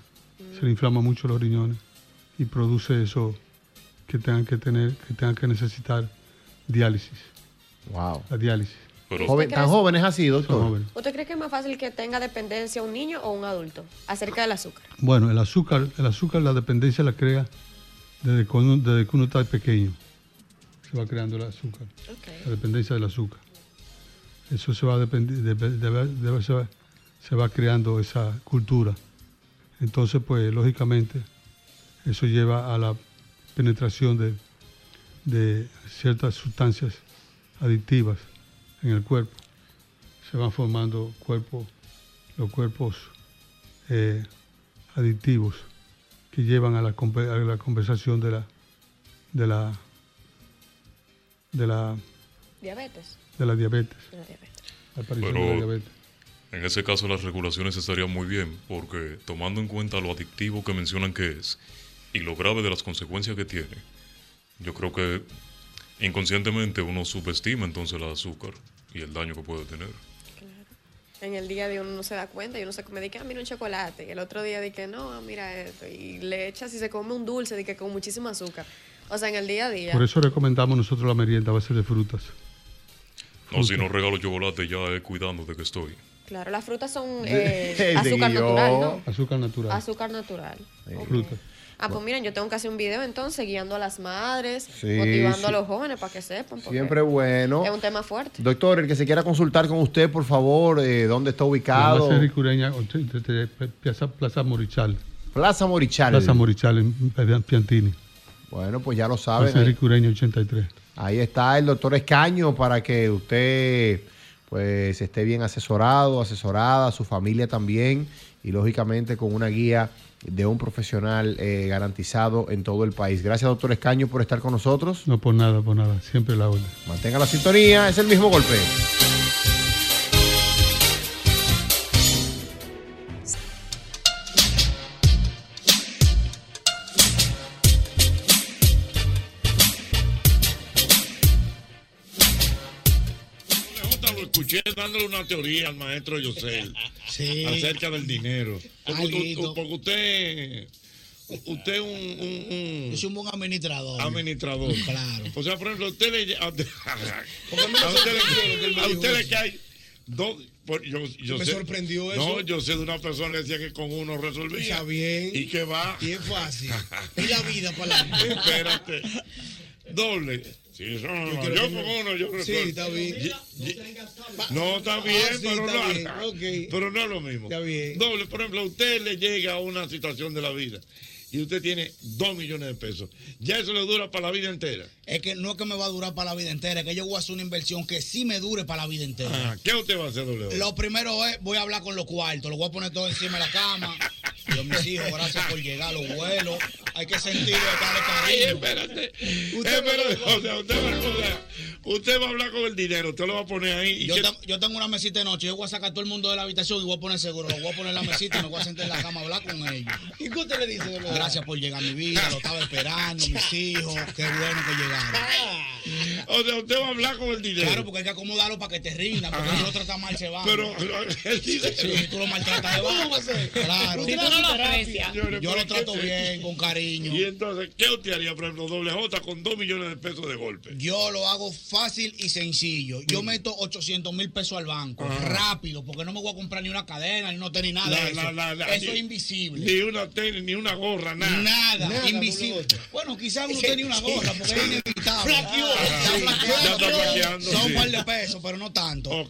se le inflama mucho los riñones y produce eso que tengan que tener, que tengan que necesitar diálisis. Wow. La diálisis. Pero- Joven- tan jóvenes así, doctor. Son jóvenes. ¿Usted cree que es más fácil que tenga dependencia un niño o un adulto acerca del azúcar? Bueno, el azúcar, el azúcar, la dependencia la crea desde que uno, desde que uno está pequeño. Se va creando el azúcar, la dependencia del azúcar. Eso se va, dependi- debe- debe- debe- se va- se va creando esa cultura. Entonces, pues, lógicamente, eso lleva a la penetración de, de ciertas sustancias adictivas en el cuerpo. Se van formando cuerpos, los cuerpos eh, adictivos que llevan a la, compe- a la conversación de la, de la de la Diabetes. de la diabetes. La aparición de la Pero diabetes. en ese caso las regulaciones estarían muy bien, porque tomando en cuenta lo adictivo que mencionan que es y lo grave de las consecuencias que tiene, yo creo que inconscientemente uno subestima entonces el azúcar y el daño que puede tener. En el día de uno no se da cuenta y uno se come de que, ah, mira un chocolate. Y el otro día de que, no, ah, mira esto. Y le echas y se come un dulce de que con muchísimo azúcar. O sea, en el día a día. Por eso recomendamos nosotros la merienda a base de frutas. No, si no regalo chocolate ya es cuidando de que estoy. Claro, las frutas <laughs> son <laughs> eh, azúcar natural, ¿no? Azúcar natural. Azúcar natural. Ok. Fruta. Ah, pues miren, yo tengo que hacer un video entonces guiando a las madres, Sí, motivando a sí. los jóvenes para que sepan. porque Siempre bueno. Es un tema fuerte. Doctor, el que se quiera consultar con usted, por favor, eh, ¿dónde está Ah. La ubicado? base ricureña, o- te- te- te- Plaza, Plaza Morichal. Plaza Morichal. Plaza Morichal en en Piantini. Bueno, pues ya lo Ah, saben. Plaza ahí- Ricureña 83. Ahí está el doctor Escaño para que usted pues esté bien asesorado, asesorada, su familia también y lógicamente con una guía de un profesional eh, garantizado en todo el país. Gracias, doctor Escaño, por estar con nosotros. No por nada, por nada. Siempre la orden. Mantenga la sintonía, es el mismo golpe. Lo escuché dándole una teoría al maestro Yosel Sí. acerca del dinero. Porque, Alguito. porque usted, usted es un, un- un- Es un buen administrador. administrador. Claro. O sea, por ejemplo, usted le, a, usted- <laughs> no a usted sorprende le, lo a que usted dijo le cae dos. por- yo, yo Me sé- sorprendió No, eso. yo sé de una persona que decía que con uno resolvía. Está bien. Y que va. Y es <laughs> fácil. Y la vida para la Espérate. Doble. Sí, eso no, Yo no, quiero yo con que me- uno, yo Sí, resuelvo. está bien. pues, Ye- no, está bien, Ah, sí, pero, está no, bien, ok. pero no es lo mismo. Está bien. Doble, por ejemplo, a usted le llega a una situación de la vida y usted tiene dos millones de pesos. Ya eso le dura para la vida entera. Es que no es que me va a durar para la vida entera, es que yo voy a hacer una inversión que sí me dure para la vida entera. Ah, ¿Qué usted va a hacer, doble? Lo primero es, voy a hablar con los cuartos, lo voy a poner todo encima de la cama. Yo, mis hijos, gracias por llegar, los vuelos. Hay que sentir Ay, darle cariño. espérate. Espérate, o sea, usted va a acordar. Usted va a hablar con el dinero, usted lo va a poner ahí. ¿Y Yo, qué- te- yo tengo una mesita de noche, yo voy a sacar a todo el mundo de la habitación y voy a poner seguro, lo voy a poner en la mesita y me voy a sentar en la cama a hablar con ellos. ¿Y qué usted le dice? Gracias por llegar a mi vida, lo estaba esperando, mis hijos, qué bueno que llegaron. O sea, usted va a hablar con el dinero. Claro, porque hay que acomodarlo para que te rinda, porque Ajá. si lo tratas mal se va. Pero el dinero. Sí, tú lo maltratas de ¿Cómo va a ser? Claro. Usted hace terapia. Señores, Yo pero lo es que trato sí. bien, con cariño. Y entonces, ¿qué usted haría, por ejemplo, doble J con dos millones de pesos de golpe? Yo lo hago fácil y sencillo. Yo meto 800 mil pesos al banco, Mm. Ajá. rápido, porque no me voy a comprar ni una cadena, ni no tenis, nada. La- de eso la- la- la- Eso ni- es invisible. Ni una tenis, ni una gorra, nada. Nada, invisible. Bueno, quizás uno tenía una gorra porque es inevitable. Ajá. Está Ya está flaqueando. flaqueando, Son sí. un par de pesos, pero no tanto.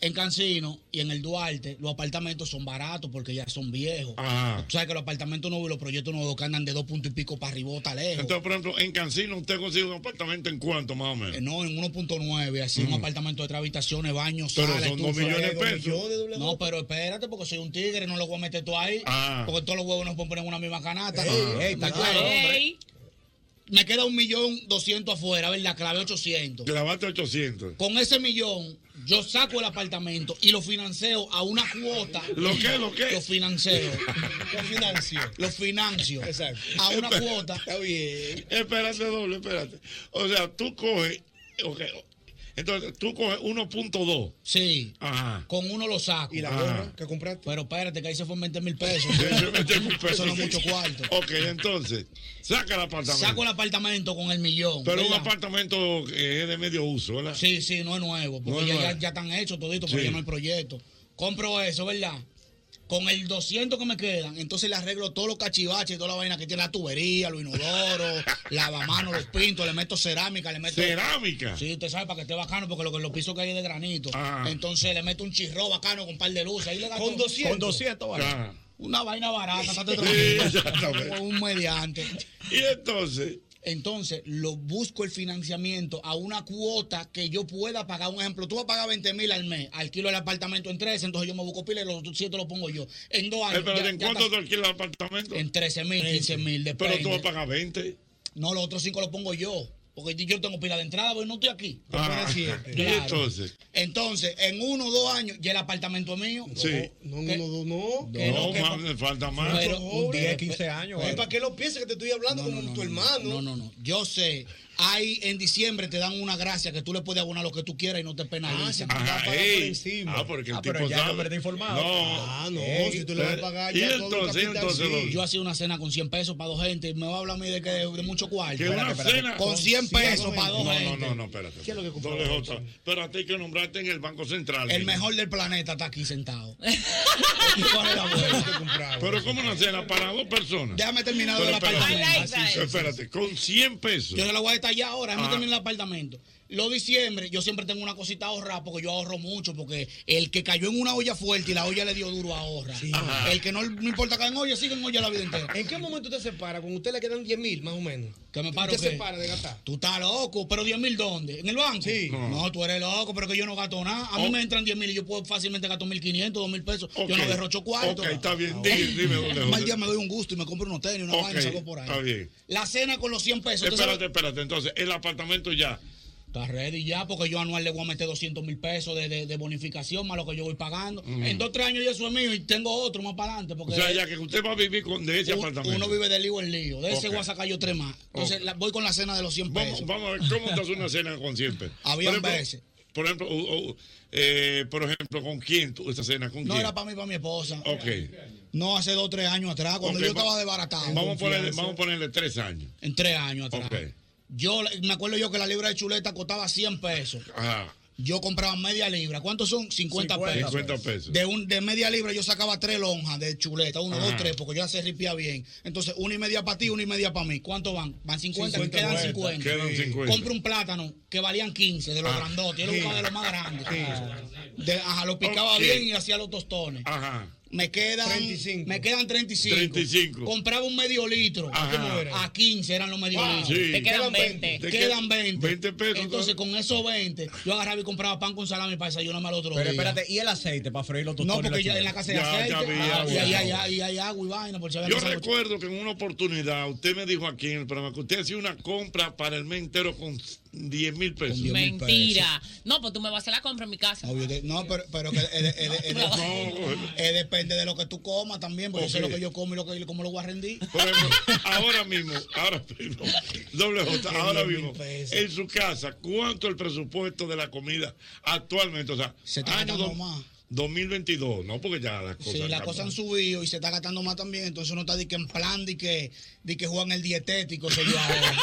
En Cancino y en el Duarte, los apartamentos son baratos porque ya son viejos. Ajá. Tú sabes que los apartamentos nuevos y los proyectos nuevos que andan de dos puntos y pico para arribota lejos. Entonces, por ejemplo, en Cancino usted consigue un apartamento en cuánto, más o menos. Eh, No, en 1.9, así un apartamento de tres habitaciones, baños, Mm. Pero sala, son dos estufa, millones de dos pesos. millones de dólares. No, pero espérate, porque soy un tigre, no lo voy a meter todo ahí. Ah. Porque todos los huevos nos poner en una misma canasta. Ey, Ah, ey, ¿Está cuidado, claro? hombre. Me queda un millón doscientos afuera, ¿verdad? Clave 800. Clavaste 800. Con ese millón, yo saco el apartamento y lo financio a una cuota. ¿Lo qué, lo qué? Lo financio. lo financio. Lo financio. Exacto. A una Espera. cuota. Está bien. Espérate, doble, espérate. O sea, tú coges. ok, Entonces, tú coges 1.2. Sí. Ajá. Con uno lo saco. ¿Y la gorra que compraste? Pero espérate, que ahí se fue 20 mil pesos. Eso no es mucho cuarto. Ok, entonces, saca el apartamento. Saco el apartamento con el millón. Pero un ¿verdad? apartamento que es de medio uso, ¿verdad? Sí, sí, no es nuevo. Porque No es ya, nuevo. ya- ya están hechos toditos, Sí. porque ya no hay proyecto. Compro eso, ¿verdad? Con el 200 que me quedan, entonces le arreglo todos los cachivaches y toda la vaina que tiene la tubería, <laughs> los inodoros, lavamanos, los pintos, le meto cerámica, le meto. ¿Cerámica? Sí, usted sabe para que esté bacano, porque lo que los pisos que hay es de granito. Ah. Entonces le meto un chirro bacano con un par de luces. Ahí le gasto- Con 200. Con 200, vale. Ah. Una vaina barata, estate Sí, tranquilo. exactamente. un mediante. Y entonces. Entonces, lo busco el financiamiento a una cuota que yo pueda pagar. Un ejemplo, tú vas a pagar 20 mil al mes, alquilo el apartamento en 13, entonces yo me busco pila y los otros 7 los pongo yo. En dos años. Espérate, ya- Eh, ¿en ya cuánto está- te alquilas el apartamento? En 13 mil, 15 mil, Pero tú vas a depende. pagar 20. No, los otros 5 los pongo yo. Porque yo tengo pila de entrada, porque no estoy aquí. Ah, <laughs> y Claro. entonces. Entonces, en uno o dos años, ya el apartamento es mío. Sí. No, no, no, no. No, más, le falta más. Pero eh, un día, 15 años. vale. ¿Para qué lo piensas que te estoy hablando como tu hermano? No, no, no. Yo sé. Ahí en diciembre te dan una gracia que tú le puedes abonar lo que tú quieras y no te penalizan. Ajá, ey. Ah, porque el tipo sabe. No. Ah, no, si tú le vas a pagar ya Y todo el entonces, capital, entonces, sí. lo- Yo hacía una cena con 100 pesos para dos gente y me va a hablar a mí de, que de, de mucho cuarto. Que una cena Con 100 pesos para dos No, gente. no, no, no, espérate. ¿Qué es lo que compró? Doble J. Espérate, hay que nombrarte en el Banco Central. El niño. mejor del planeta está aquí sentado. Pero como una cena para dos personas. Déjame terminar Pero el espérate, apartamento. así, Así, sí, sí. Espérate, con 100 pesos. Yo se la voy a detallar ahora, déjame Ah. terminar el apartamento. Los diciembre, yo siempre tengo una cosita ahorrada porque yo ahorro mucho, porque el que cayó en una olla fuerte y la olla le dio duro ahorra. Ajá. El que no, no importa que en olla, sigue en olla la vida entera. ¿En qué momento usted se para? Cuando usted le quedan 10 mil, más o menos. ¿Que me paro ¿Usted qué? se para de gastar? Tú Tú estás loco, pero 10 mil ¿dónde? ¿En el banco? Sí. No, tú eres loco, pero que yo no gasto nada. A mí me entran 10 mil y yo puedo fácilmente gastar 1.500, 2.000 pesos. Yo no Ok. derrocho cuarto. Ok, está bien. Dime, dime dónde, Un mal dónde. día me doy un gusto y me compro unos tenis, una Ok, vaina y salgo por ahí. Pues, Está bien. La cena con los 100 pesos. ¿usted Espérate, sabe? espérate. Entonces, el apartamento ya. Está ready ya, porque yo anual le voy a meter 200 mil pesos de, de- de bonificación más lo que yo voy pagando. Mm. En dos, tres años ya eso es mío y tengo otro más para adelante. O Porque sea, ya que usted va a vivir con de ese un- apartamento. uno vive de lío en lío. De ese Ok. voy a sacar yo tres más. Entonces la- voy con la cena de los 100 Vamos, pesos. vamos a ver, ¿cómo estás una cena con 100 pesos? Habían Por ejemplo, veces. Por ejemplo, u- u- eh, por ejemplo, ¿con quién tú, esa cena? ¿Con No quién? era <laughs> para mí, para mi esposa. Ok. No, hace dos, tres años atrás, cuando Ok, yo va- estaba desbaratado. Vamos a, ponerle, Confianza. vamos a ponerle tres años. En tres años atrás. Ok. Yo me acuerdo yo que la libra de chuleta costaba 100 pesos. Ajá. Yo compraba media libra. ¿Cuántos son? 50, 50 pesos. 50 pesos. De, un, de media libra yo sacaba tres lonjas de chuleta. Uno, Ajá. dos, tres, porque yo ya se ripía bien. Entonces, una y media para ti, una y media para mí. ¿Cuánto van? Van 50, 50, quedan vuelta. 50. Quedan 50. Compro un plátano que valían 15 de los Ah. grandotes. Yo lo buscaba de los más grandes. De- ajá, lo picaba Ok. bien y hacía los tostones. Ajá. Me quedan 35. Me quedan 35. 35. Compraba un medio litro. Ajá. ¿Cómo era? A 15 eran los medio Wow. litros. Sí. Te quedan 20. Te quedan 20. 20 pesos, Entonces, con esos 20, yo agarraba y compraba pan con salami para desayunarme al otro Pero día. espérate, ¿y el aceite para freír los No, tostones? porque y ya en la chuleta? casa de aceite. ah, y ahí- ahí- ahí hay agua y vaina. Por si había Yo pasado- recuerdo que en una oportunidad usted me dijo aquí en el programa que usted hacía una compra para el mes entero con 10 mil pesos. Mentira. No, pues tú me vas a hacer la compra en mi casa. Obvio, de- No, pero, pero que eh, eh, eh, <laughs> eh, No. eh, depende de lo que tú comas también, porque yo sé Ok. lo que yo como y lo que, cómo lo voy a rendir. Por ejemplo, <laughs> ahora mismo, ahora mismo, <laughs> doble J, Que ahora 10.000 mismo, en su casa, ¿cuánto el presupuesto de la comida actualmente? O sea, Se está año gastando do- más. 2022, ¿no? Porque ya las cosas. Sí, las cambian. cosas han subido y se está gastando más también, entonces uno está de que en plan de que, de que juegan el dietético, soy yo ahora.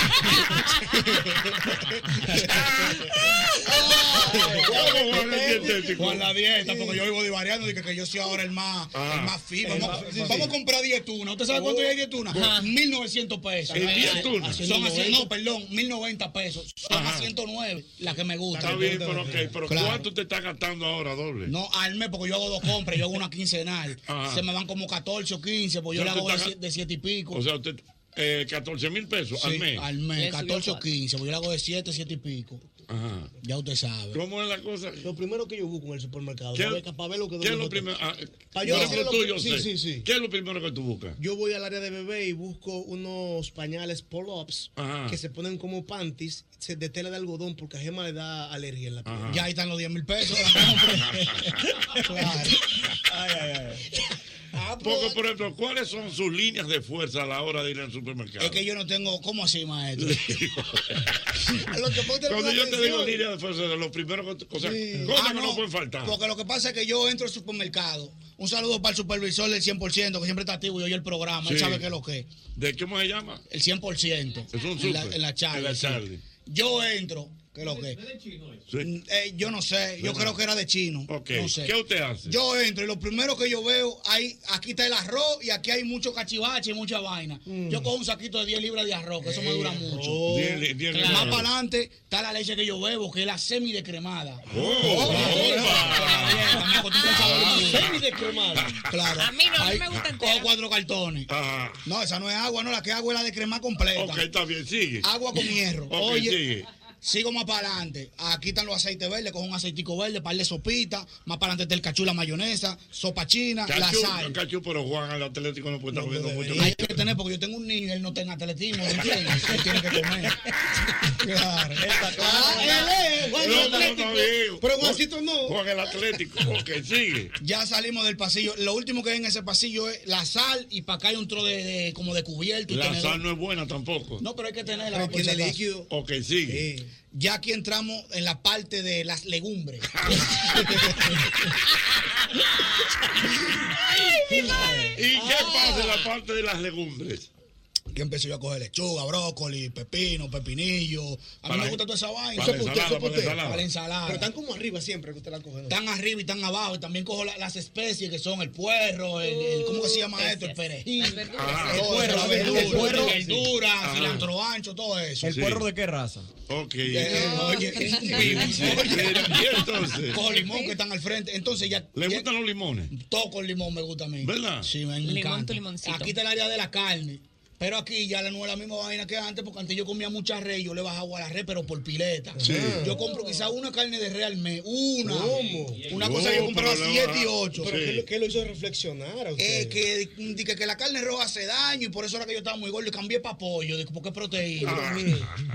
¿Cómo juegan el dietético? Juegan la dieta, porque yo vivo divariando, de que, que yo soy ahora el más, Ah. el más fit. El Vamos, más- sí, vamos sí. a comprar dietuna. ¿Usted sabe cuánto Oh. hay dietuna? Ajá. 1900 pesos. ¿En dietuna? Son así, 190. no, perdón, 1090 pesos. Son Ajá. a 109, las que me gustan. Está bien, pero, ok, pero Claro. ¿cuánto te está gastando ahora, doble? No, al mes, porque yo hago dos compras, yo hago una quincenal. Ajá. Se me van como 14 o 15, pues yo Ya le tú hago de estás- sie- de 7 y pico. O sea, usted, eh, 14 mil pesos al Sí, mes. Al mes, 14 o 15, pues yo le hago de 7, 7 y pico. Ajá. Ya usted sabe. ¿Cómo es la cosa? Lo primero que yo busco en el supermercado, ¿Qué- para ver- para ver lo que ¿Qué es doble lo J- primero? Ah, Pa' por yo ejemplo, hacer lo tú, que- yo sí, sé. sí, sí. ¿Qué es lo primero que tú buscas? Yo voy al área de bebé y busco unos pañales pull-ups Ajá. que se ponen como panties se- de tela de algodón porque a Gema le da alergia en la piel. Ya ahí están los 10 mil pesos. claro. Ay, ay, ay. <laughs> Ah, Porque, pues, por ejemplo, ¿cuáles son sus líneas de fuerza a la hora de ir al supermercado? Es <laughs> que yo no tengo. ¿Cómo así, maestro? <laughs> Lo que ponte la Cuando yo te atención. digo líneas de fuerza, de lo primero que, o sea, cosas Ah, que no, pueden faltar. Porque lo que pasa es que yo entro al supermercado. Un saludo para el supervisor del 100%, que siempre está activo y oye el programa. Él Sí. sabe qué es lo que es. ¿De qué cómo se llama? El 100%. Es un en la, súper. en la Charlie, En la sí. Charlie. Yo entro, ¿qué es lo que es? Mm, eh, yo no sé, yo Bueno. creo que era de chino. Ok. No sé. ¿Qué usted hace? Yo entro y lo primero que yo veo, hay, aquí está el arroz y aquí hay mucho cachivache y mucha vaina. Yo cojo un saquito de 10 libras de arroz, que eso me dura mucho. Oh. 10 li- 10 libras de Más arroz. para adelante está la leche que yo bebo, que es la semi decremada. Oh, Ah. semi decremada. Claro. A mí no, a mí Ahí me gusta entera. Cojo cuatro cartones. Ajá. No, esa no es agua, no, la que hago es la de crema completa. Ok, está bien, sigue. Agua con hierro. <laughs> Ok, Oye, sigue. sigo más para adelante. Aquí están los aceites verdes, cojo un aceitico verde, par de sopitas. Más para adelante está el cachú, la mayonesa, sopa china, la Cachú, sal. Cachú, pero Juan, el Atlético no puede estar comiendo mucho. Hay que tener, porque yo tengo un niño y él no tiene atletismo, ¿me ¿entiendes? Él tiene que <laughs> comer. Claro. Ah, él es, Juan No, el no, no, Atlético. bien. Pero Juan- Juancito no. Juan el Atlético. Ok, sigue. Ya salimos del pasillo. Lo último que hay en ese pasillo es la sal y para acá hay un tro de, de- como de cubierto. y La tenedor. sal no es buena tampoco. No, pero hay que tenerla. Pero por si tiene acaso. líquido. Ok, sigue. Ya aquí entramos en la parte de las <laughs> legumbres. ¿Y qué pasa en la parte de las legumbres? Que empecé Ah. yo a coger lechuga, brócoli, pepino, pepinillo. A mí Para- me gusta toda esa vaina. para la ensalada, para la ensalada. Para la ensalada. Pero están como arriba siempre que usted la coge. ¿no? Están arriba y están abajo. Y también cojo la- las especies que son el puerro, el, el- ¿cómo que se Uh, llama esto? El perejil. El Ah, Ajá. puerro, la El verdura, el puerro. verdura, Ajá. cilantro ancho, todo eso. ¿El puerro de qué raza? Ok. Eh, oye, eh, ¿Y entonces? Cojo limón que están al frente. Entonces ya. ¿Le gustan los limones? Todo con limón me gusta a mí. ¿Verdad? Sí, me, me Limón, encanta. tu limoncito. Aquí está el área de la carne. Pero aquí ya no es la misma vaina que antes, porque antes yo comía mucha res, yo le bajaba a la res, pero por pileta. Sí. Yo compro quizás una carne de res al mes, una. Una No, cosa yo compraba pero le 7 y baja. 8. Pero ¿qué lo lo- hizo reflexionar a usted? que, di que, que la carne roja hace daño y por eso era que yo estaba muy gordo y cambié para pollo, di que porque es proteína. Ah.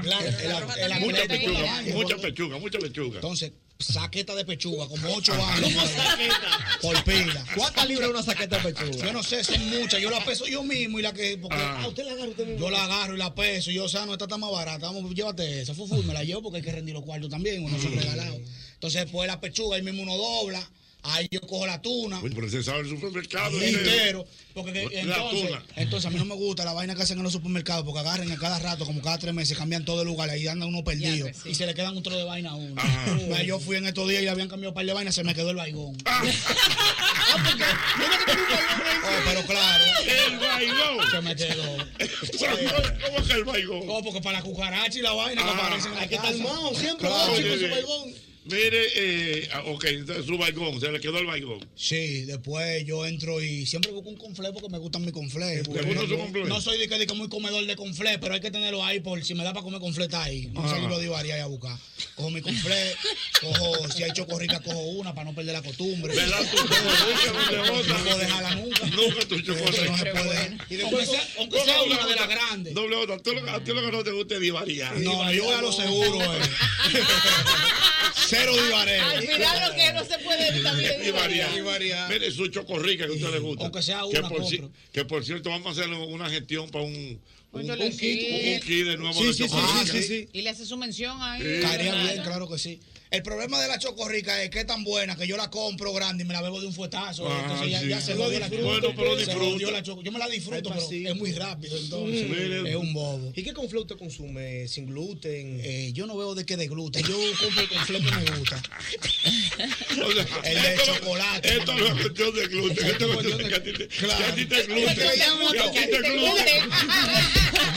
La- la- la- la- la- Mucha la- pechuga, la- mucha pechuga, mucha pechuga. Entonces, saqueta de pechuga, como 8 años. ¿Cómo saqueta? Por pila. ¿Cuántas libras una saqueta de pechuga? Yo no sé, son muchas. Yo la peso yo mismo y la que. Porque, ah, usted la agarra usted mismo. Yo la agarro y la peso. Y yo, o sea, no, esta está más barata. Vamos, llévate esa. Fufu, y me la llevo porque hay que rendir los cuartos también. Uno Mm. son regalados. Entonces, después la pechuga, ahí mismo uno dobla. Ahí yo cojo la tuna. Oye, pero se sabe el supermercado eh. Entero, porque que- La entonces, tuna. entonces a mí no me gusta la vaina que hacen en los supermercados porque agarran a cada rato, como cada tres meses, cambian todo el lugar, ahí andan uno perdido y se le quedan un trozo de vaina a uno. Mira, Yo fui en estos días y habían cambiado un par de vainas, se me quedó el Ah, baigón. <laughs> Oh, pero claro. El bailón. Se me quedó. <laughs> ¿Cómo que el bailón? No, porque para la cucaracha y la vaina que Ah, aparecen en la hay que casa. estar mao siempre. Claro, chico, oye, su oye. baigón. Mire, eh, ah, ok, su baigón, se le quedó el baigón. Sí, después yo entro y siempre busco un conflé porque me gustan mis ¿Te conflés. Porque gusta no- su conflé? No soy de que, de que muy comedor de conflé, pero hay que tenerlo ahí por si me da para comer conflé está ahí. No Ah. salgo de varía a buscar. Cojo mi conflé, <laughs> cojo, si hay chocorrica, cojo una para no perder la costumbre. ¿Verdad? Tú chocorrica, ¿dónde No botas? puedo dejarla nunca. Nunca tu chocolate. No se puede. Eh, Y después, aunque sea, aunque sea una de las grandes. Doble otra, tú lo- a ti lo que no te gusta es divariar. No, no, yo voy <laughs> a lo seguro, eh. Cero divareo. Al final lo que no se puede evitar, mire, divariar. Divariar. Mire, su chocorrica que a usted le gusta. Aunque sea que una, por, ci- compro. que por cierto, vamos a hacer una gestión para un, un, Un un, yolecito. kit, un kit de nuevo Sí, de sí, sí, chocorrica. sí, sí, sí. Y le hace su mención ahí. Estaría bien, claro que sí. El problema de la chocorrica es que es tan buena que yo la compro grande y me la bebo de un fuetazo. Ah, entonces ya, sí. ya se Lo jodió la disfruto, choco- pero lo se disfruto. jodió la choco. Yo me la disfruto, pero es muy rápido. Entonces, Mm. es un bobo. ¿Y qué conflé usted consume? ¿Sin gluten? Eh, yo no veo de qué de gluten. <laughs> Yo compro el conflé que me gusta. el de chocolate. Esto no es cuestión de gluten, esto es cuestión de que a ti te- que a ti te gluten. Esto <laughs> le llamo que a ti que te a ti te gluten.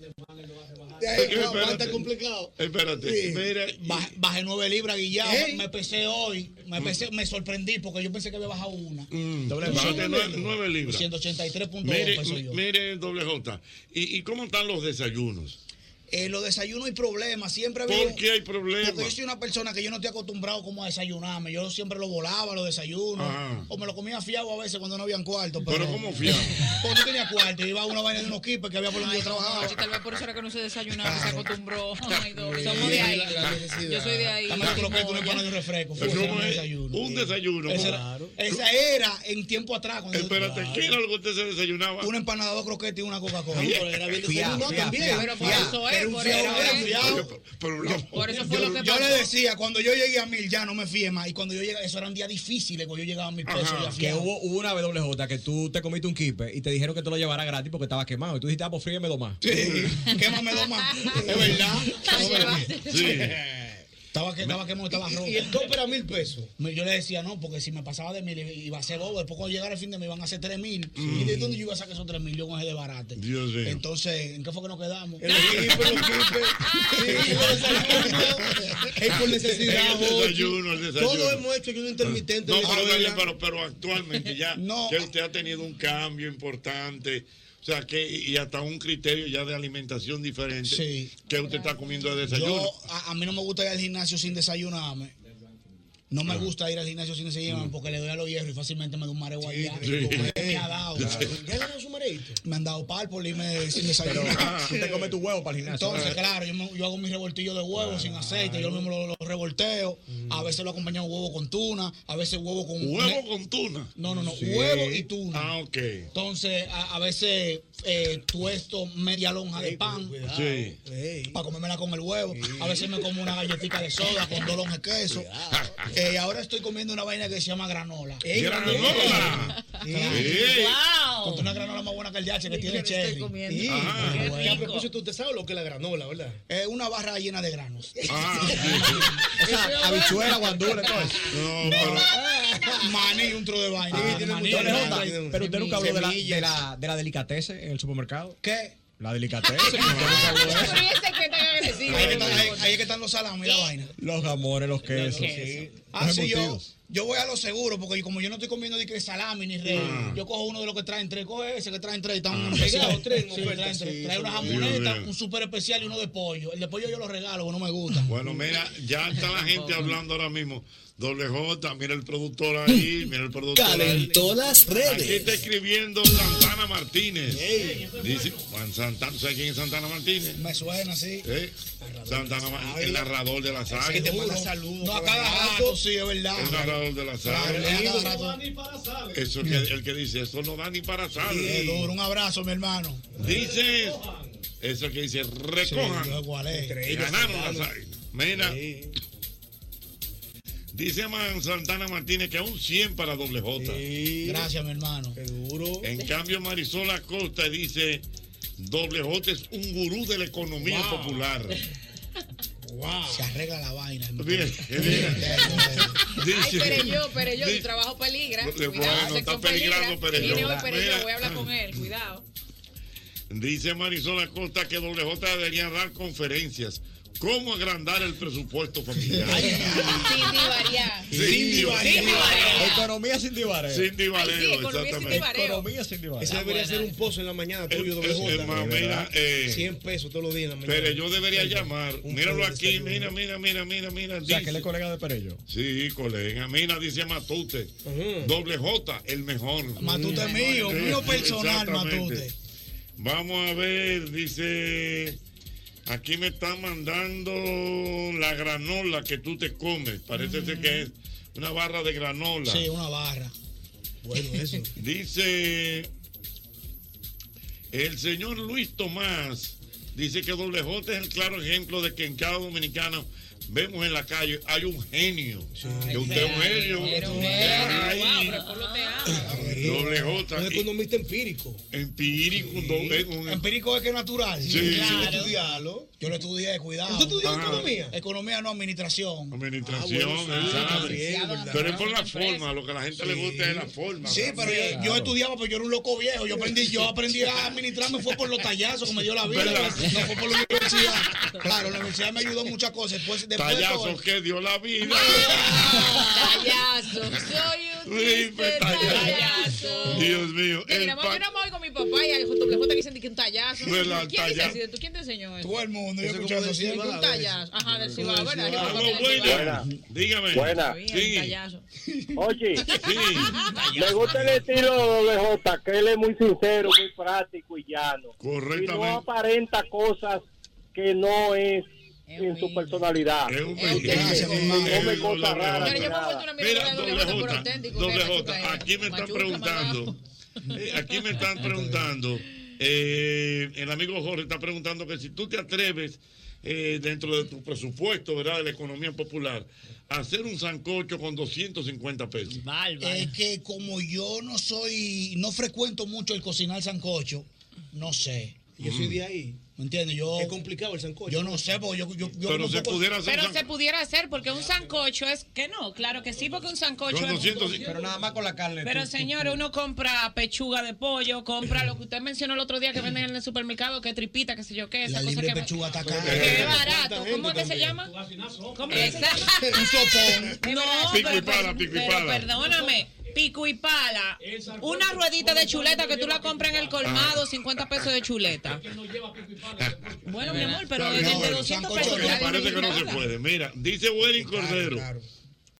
Va a Espérate. estar complicado. Espérate, Sí. mire, Ba- Bajé nueve libras, guillado. Ey. Me pesé hoy. Me, pesé- me sorprendí porque yo pensé que había bajado una. Mm, Doble bájate J. nueve, nueve libras. 183.2 Mire, peso yo. mire, doble J. ¿Y, y cómo están los desayunos? Eh, los desayunos hay problemas, siempre ha ¿Por habido- qué hay problemas? Porque yo soy una persona que yo no estoy acostumbrado como a desayunarme. Yo siempre lo volaba, los desayunos. Ajá. O me lo comía fiado a veces cuando no habían cuarto. Pero, Pero ¿cómo <laughs> fiado? Porque no tenía cuarto. Iba a una vaina de unos kippers que había por donde yo trabajaba. Ay, Tal vez por eso era que no se desayunaba, se acostumbró. Ay, no, Somos Sí, de ahí. la- la necesidad. Yo soy de ahí. Dame la croqueta, una empanada y un refresco. Fue, Pero ese era ¿cómo mi es? desayuno. Un desayuno. Esa era, Claro. esa era en tiempo atrás. cuando yo- Espérate, ¿qué era lo que usted se desayunaba? Una empanada, dos croquetas y una Coca-Cola. Bien. Pero era bien Fiao, desayunado fiao, también. fiao, Pero por fiao. eso es, Era un por fiao, eso era es. fiao. Por eso Yo- fue lo que Yo pasó. le decía, cuando yo llegué a mil, ya no me fíe más. Y cuando yo llegué, eso eran días difíciles, cuando yo llegaba a mil pesos, ya Que fiao. hubo, hubo una WJ que tú te comiste un kipe y te dijeron que te lo llevara gratis porque estaba quemado. Y tú dijiste, ah, pues fríeme lo más. Quémame dos más. Es verdad. Sí. Estaba que estaba quemado, estaba Y- rojo. y el top era mil pesos? Yo le decía no, porque si me pasaba de mil iba a ser bobo. Después cuando llegara el fin de me iban a hacer tres mil. ¿Y de dónde yo iba a sacar esos tres mil? Yo con ese de barate. Dios mío. Entonces, ¿en qué fue que nos quedamos? Es por <laughs> necesidad, El desayuno, el Jochi. desayuno. Todo hemos hecho ayuno intermitente. No, en la pero, escuela. Daniel, pero, pero actualmente ya que usted ha tenido un cambio importante, o sea que y hasta un criterio ya de alimentación diferente que usted está comiendo de desayuno. Yo, a, a mí no me gusta ir al gimnasio sin desayunarme. No me gusta ir al gimnasio sin desayunarme Mm. porque le doy a los hierros y fácilmente me doy un mareo allá. sí. Como Me ha dado. Sí. ¿Ya le dado su mareito? Me han dado par por irme sin desayunar. <laughs> Pero, ah, si te comes tu huevo para el gimnasio. Entonces, claro, yo, me- yo hago mis revoltillos de huevo Ah. sin aceite, yo mismo lo, lo revolteo. A veces lo acompaño huevo con tuna, a veces huevo con... Mm. ¿Huevo con tuna? No, no, no, Sí. huevo y tuna. Ah, ok. Entonces, a, a veces eh, tuesto media lonja de pan Sí. para comérmela con el huevo. A veces me como una galletita de soda con dos lonjas de queso. Eh, ahora estoy comiendo una vaina que se llama granola. Ey, ¡Granola! Sí. Ey. Wow. Con una granola más buena que el DH que tiene Yo lo estoy cherry. comiendo. Y- Ajá. Qué Bueno. rico. Y a propósito, usted sabe lo que es la granola, ¿verdad? Es una barra llena de granos. Ah, <laughs> O sea, habichuela, guandula, todo eso. No, pero. Maní, un tro de vaina. maní, Doble maní. J, Ah, Pero usted nunca habló de la, de Semillas. la, Ah, de la delicatessen en el supermercado. ¿Qué? La delicatessen. usted nunca habló de eso. Pero ese que tan agresivo. Ahí es que están- ahí- ahí es que están los salames y la vaina. Ah, Los amores, los quesos. quesos. Así Ah, yo, Yo voy a lo seguro, porque como yo no estoy comiendo ni que salami ni rey, yo cojo uno de los que traen tres, coge ese que traen tres y están Ah. pegados Sí, tres. en sí, oferta. traen tres. Trae una Dios jamoneta, mío. un súper especial y uno de pollo. El de pollo yo lo regalo, porque no me gusta. Bueno, mira, <laughs> ya está la gente hablando ahora mismo. Doble J, mira el productor ahí, mira el productor. Calentó ahí. las redes. Aquí está escribiendo Santana Martínez. Dice, Juan Santana, ¿sabes quién es Santana Martínez? Me suena así. ¿Eh? Santana Ma- el narrador de la saga. Ah, Ah, que te manda saludos. No, a cada rato, sí, es verdad. El narrador de la saga. Claro, a cada rato. Eso que, el que dice, eso no da ni para sal. Sí, es duro. Un abrazo, mi hermano. Dice, eso que dice, recojan. Sí, yo eh. sé cuál es. Entre ellos, Ganaron hermano. las águilas. Mira. Dice Man Santana Martínez que a un 100 para doble J. Gracias, mi hermano. Qué duro. En cambio, Marisol Acosta dice, doble J es un gurú de la economía Wow. popular. Se arregla la vaina. hermano. Bien, bien. <laughs> Ay, Dice- Pereyó, Pereyó, tu dice- trabajo peligra. Bueno, Cuidado, el está sector peligrando peligra. Pereyó. Viene hoy Mira. Pereyó, voy a hablar con él, <laughs> cuidado. Dice Marisol Acosta que WJ debería dar conferencias. ¿Cómo agrandar el presupuesto familiar? Sin divariar. Sin divariar. Economía sin divareo. Sin divareo, Ay, sí, economía sin exactamente. divareo. Economía sin divareo. Ese debería ser un pozo en la mañana tuyo, doble es- es más, Eh, mira, eh, 100 pesos todos los días en la mañana. Pero yo debería Oiga, llamar. un Míralo pollo aquí, desayuno. mira, mira, mira, mira, mira. O sea, dice- que él es colega de Perello. Sí, colega. Mira, dice Matute. Doble J, el mejor. Matute Mm. mío, mío personal, Exactamente. Matute. Vamos a ver, dice. Aquí me están mandando la granola que tú te comes. Parece ser que es una barra de granola. Mm. Sí, una barra. Bueno, eso. <laughs> Dice el señor Luis Tomás, dice que Doble J es el claro ejemplo de que en cada dominicano vemos en la calle hay un genio. Que usted es un genio. Ay, Doble J. Un economista empírico. Empírico, un doble- un- Empírico es que es natural. Sí, sí. Claro. Estudiarlo. Yo lo estudié, cuidado. ¿Tú estudiaste economía? Economía no, administración. Administración, Ah, bueno, sí, ¿sabes? también, ¿verdad? pero es por la forma, lo que a la gente le gusta es la forma. Sí, pero yo, yo estudiaba, pero yo era un loco viejo. Yo aprendí, yo aprendí a administrarme, fue por los tallazos que me dio la vida. ¿Verdad? No fue por la universidad. Claro, la universidad me ayudó en muchas cosas. Después, después de todo- Tallazos que dio la <laughs> vida. Payaso, soy un Sí, pues, triste payaso. Dios mío. Que el mira, vamos, pa- mira, voy con mi papá y al doble J que dicen que un tallazo. No es la ¿Quién dice talla- así? ¿Tú quién te enseñó eso? Todo el mundo, yo he escuchado eso Que siempre. Un tallazo. Ajá, del Cibao, ¿verdad? Yo Aló, creo que del Cibao. buena. Dígame. Buena. Sí. Oye, me gusta el estilo de J, que él es muy sincero, muy práctico y llano. Correctamente. Y no aparenta cosas que no es en su personalidad. Gracias, Come cosas raras. ni nada. Mira, doble J, doble J, aquí me están preguntando, <laughs> eh, aquí me están preguntando, eh, el amigo Jorge está preguntando que si tú te atreves eh, dentro de tu presupuesto, ¿verdad?, de la economía popular, a hacer un sancocho con 250 pesos. Eh, Es Eh, que como yo no soy, no frecuento mucho el cocinar sancocho, no sé. Yo soy de ahí. ¿Me entiendes? Yo, es complicado el sancocho. Yo no sé, porque yo... yo, yo Pero como se poco- pudiera Pero se pudiera hacer porque un sancocho es que no, claro que sí, porque un sancocho Con es 200, sí. Pero nada más con la carne. Pero tú. señor, uno compra pechuga de pollo, compra lo que usted mencionó el otro día que venden en el supermercado, que tripita, qué sé yo qué, esa La cosa libre que pechuga está acá. que es barato. ¿Cómo es que se <laughs> llama? ¿Cómo es que se llama? Eh, Un <laughs> sopón. No, Pico y pero, pala, pico y pero pala. perdóname, pico y pala. Una ruedita de chuleta que tú la compras en el colmado, 50 pesos de chuleta. Bueno, mi amor, pero Está de bien, de bueno, 200 sancocho, pesos. que ya Parece que no se nada. puede. Mira, dice Welling Cordero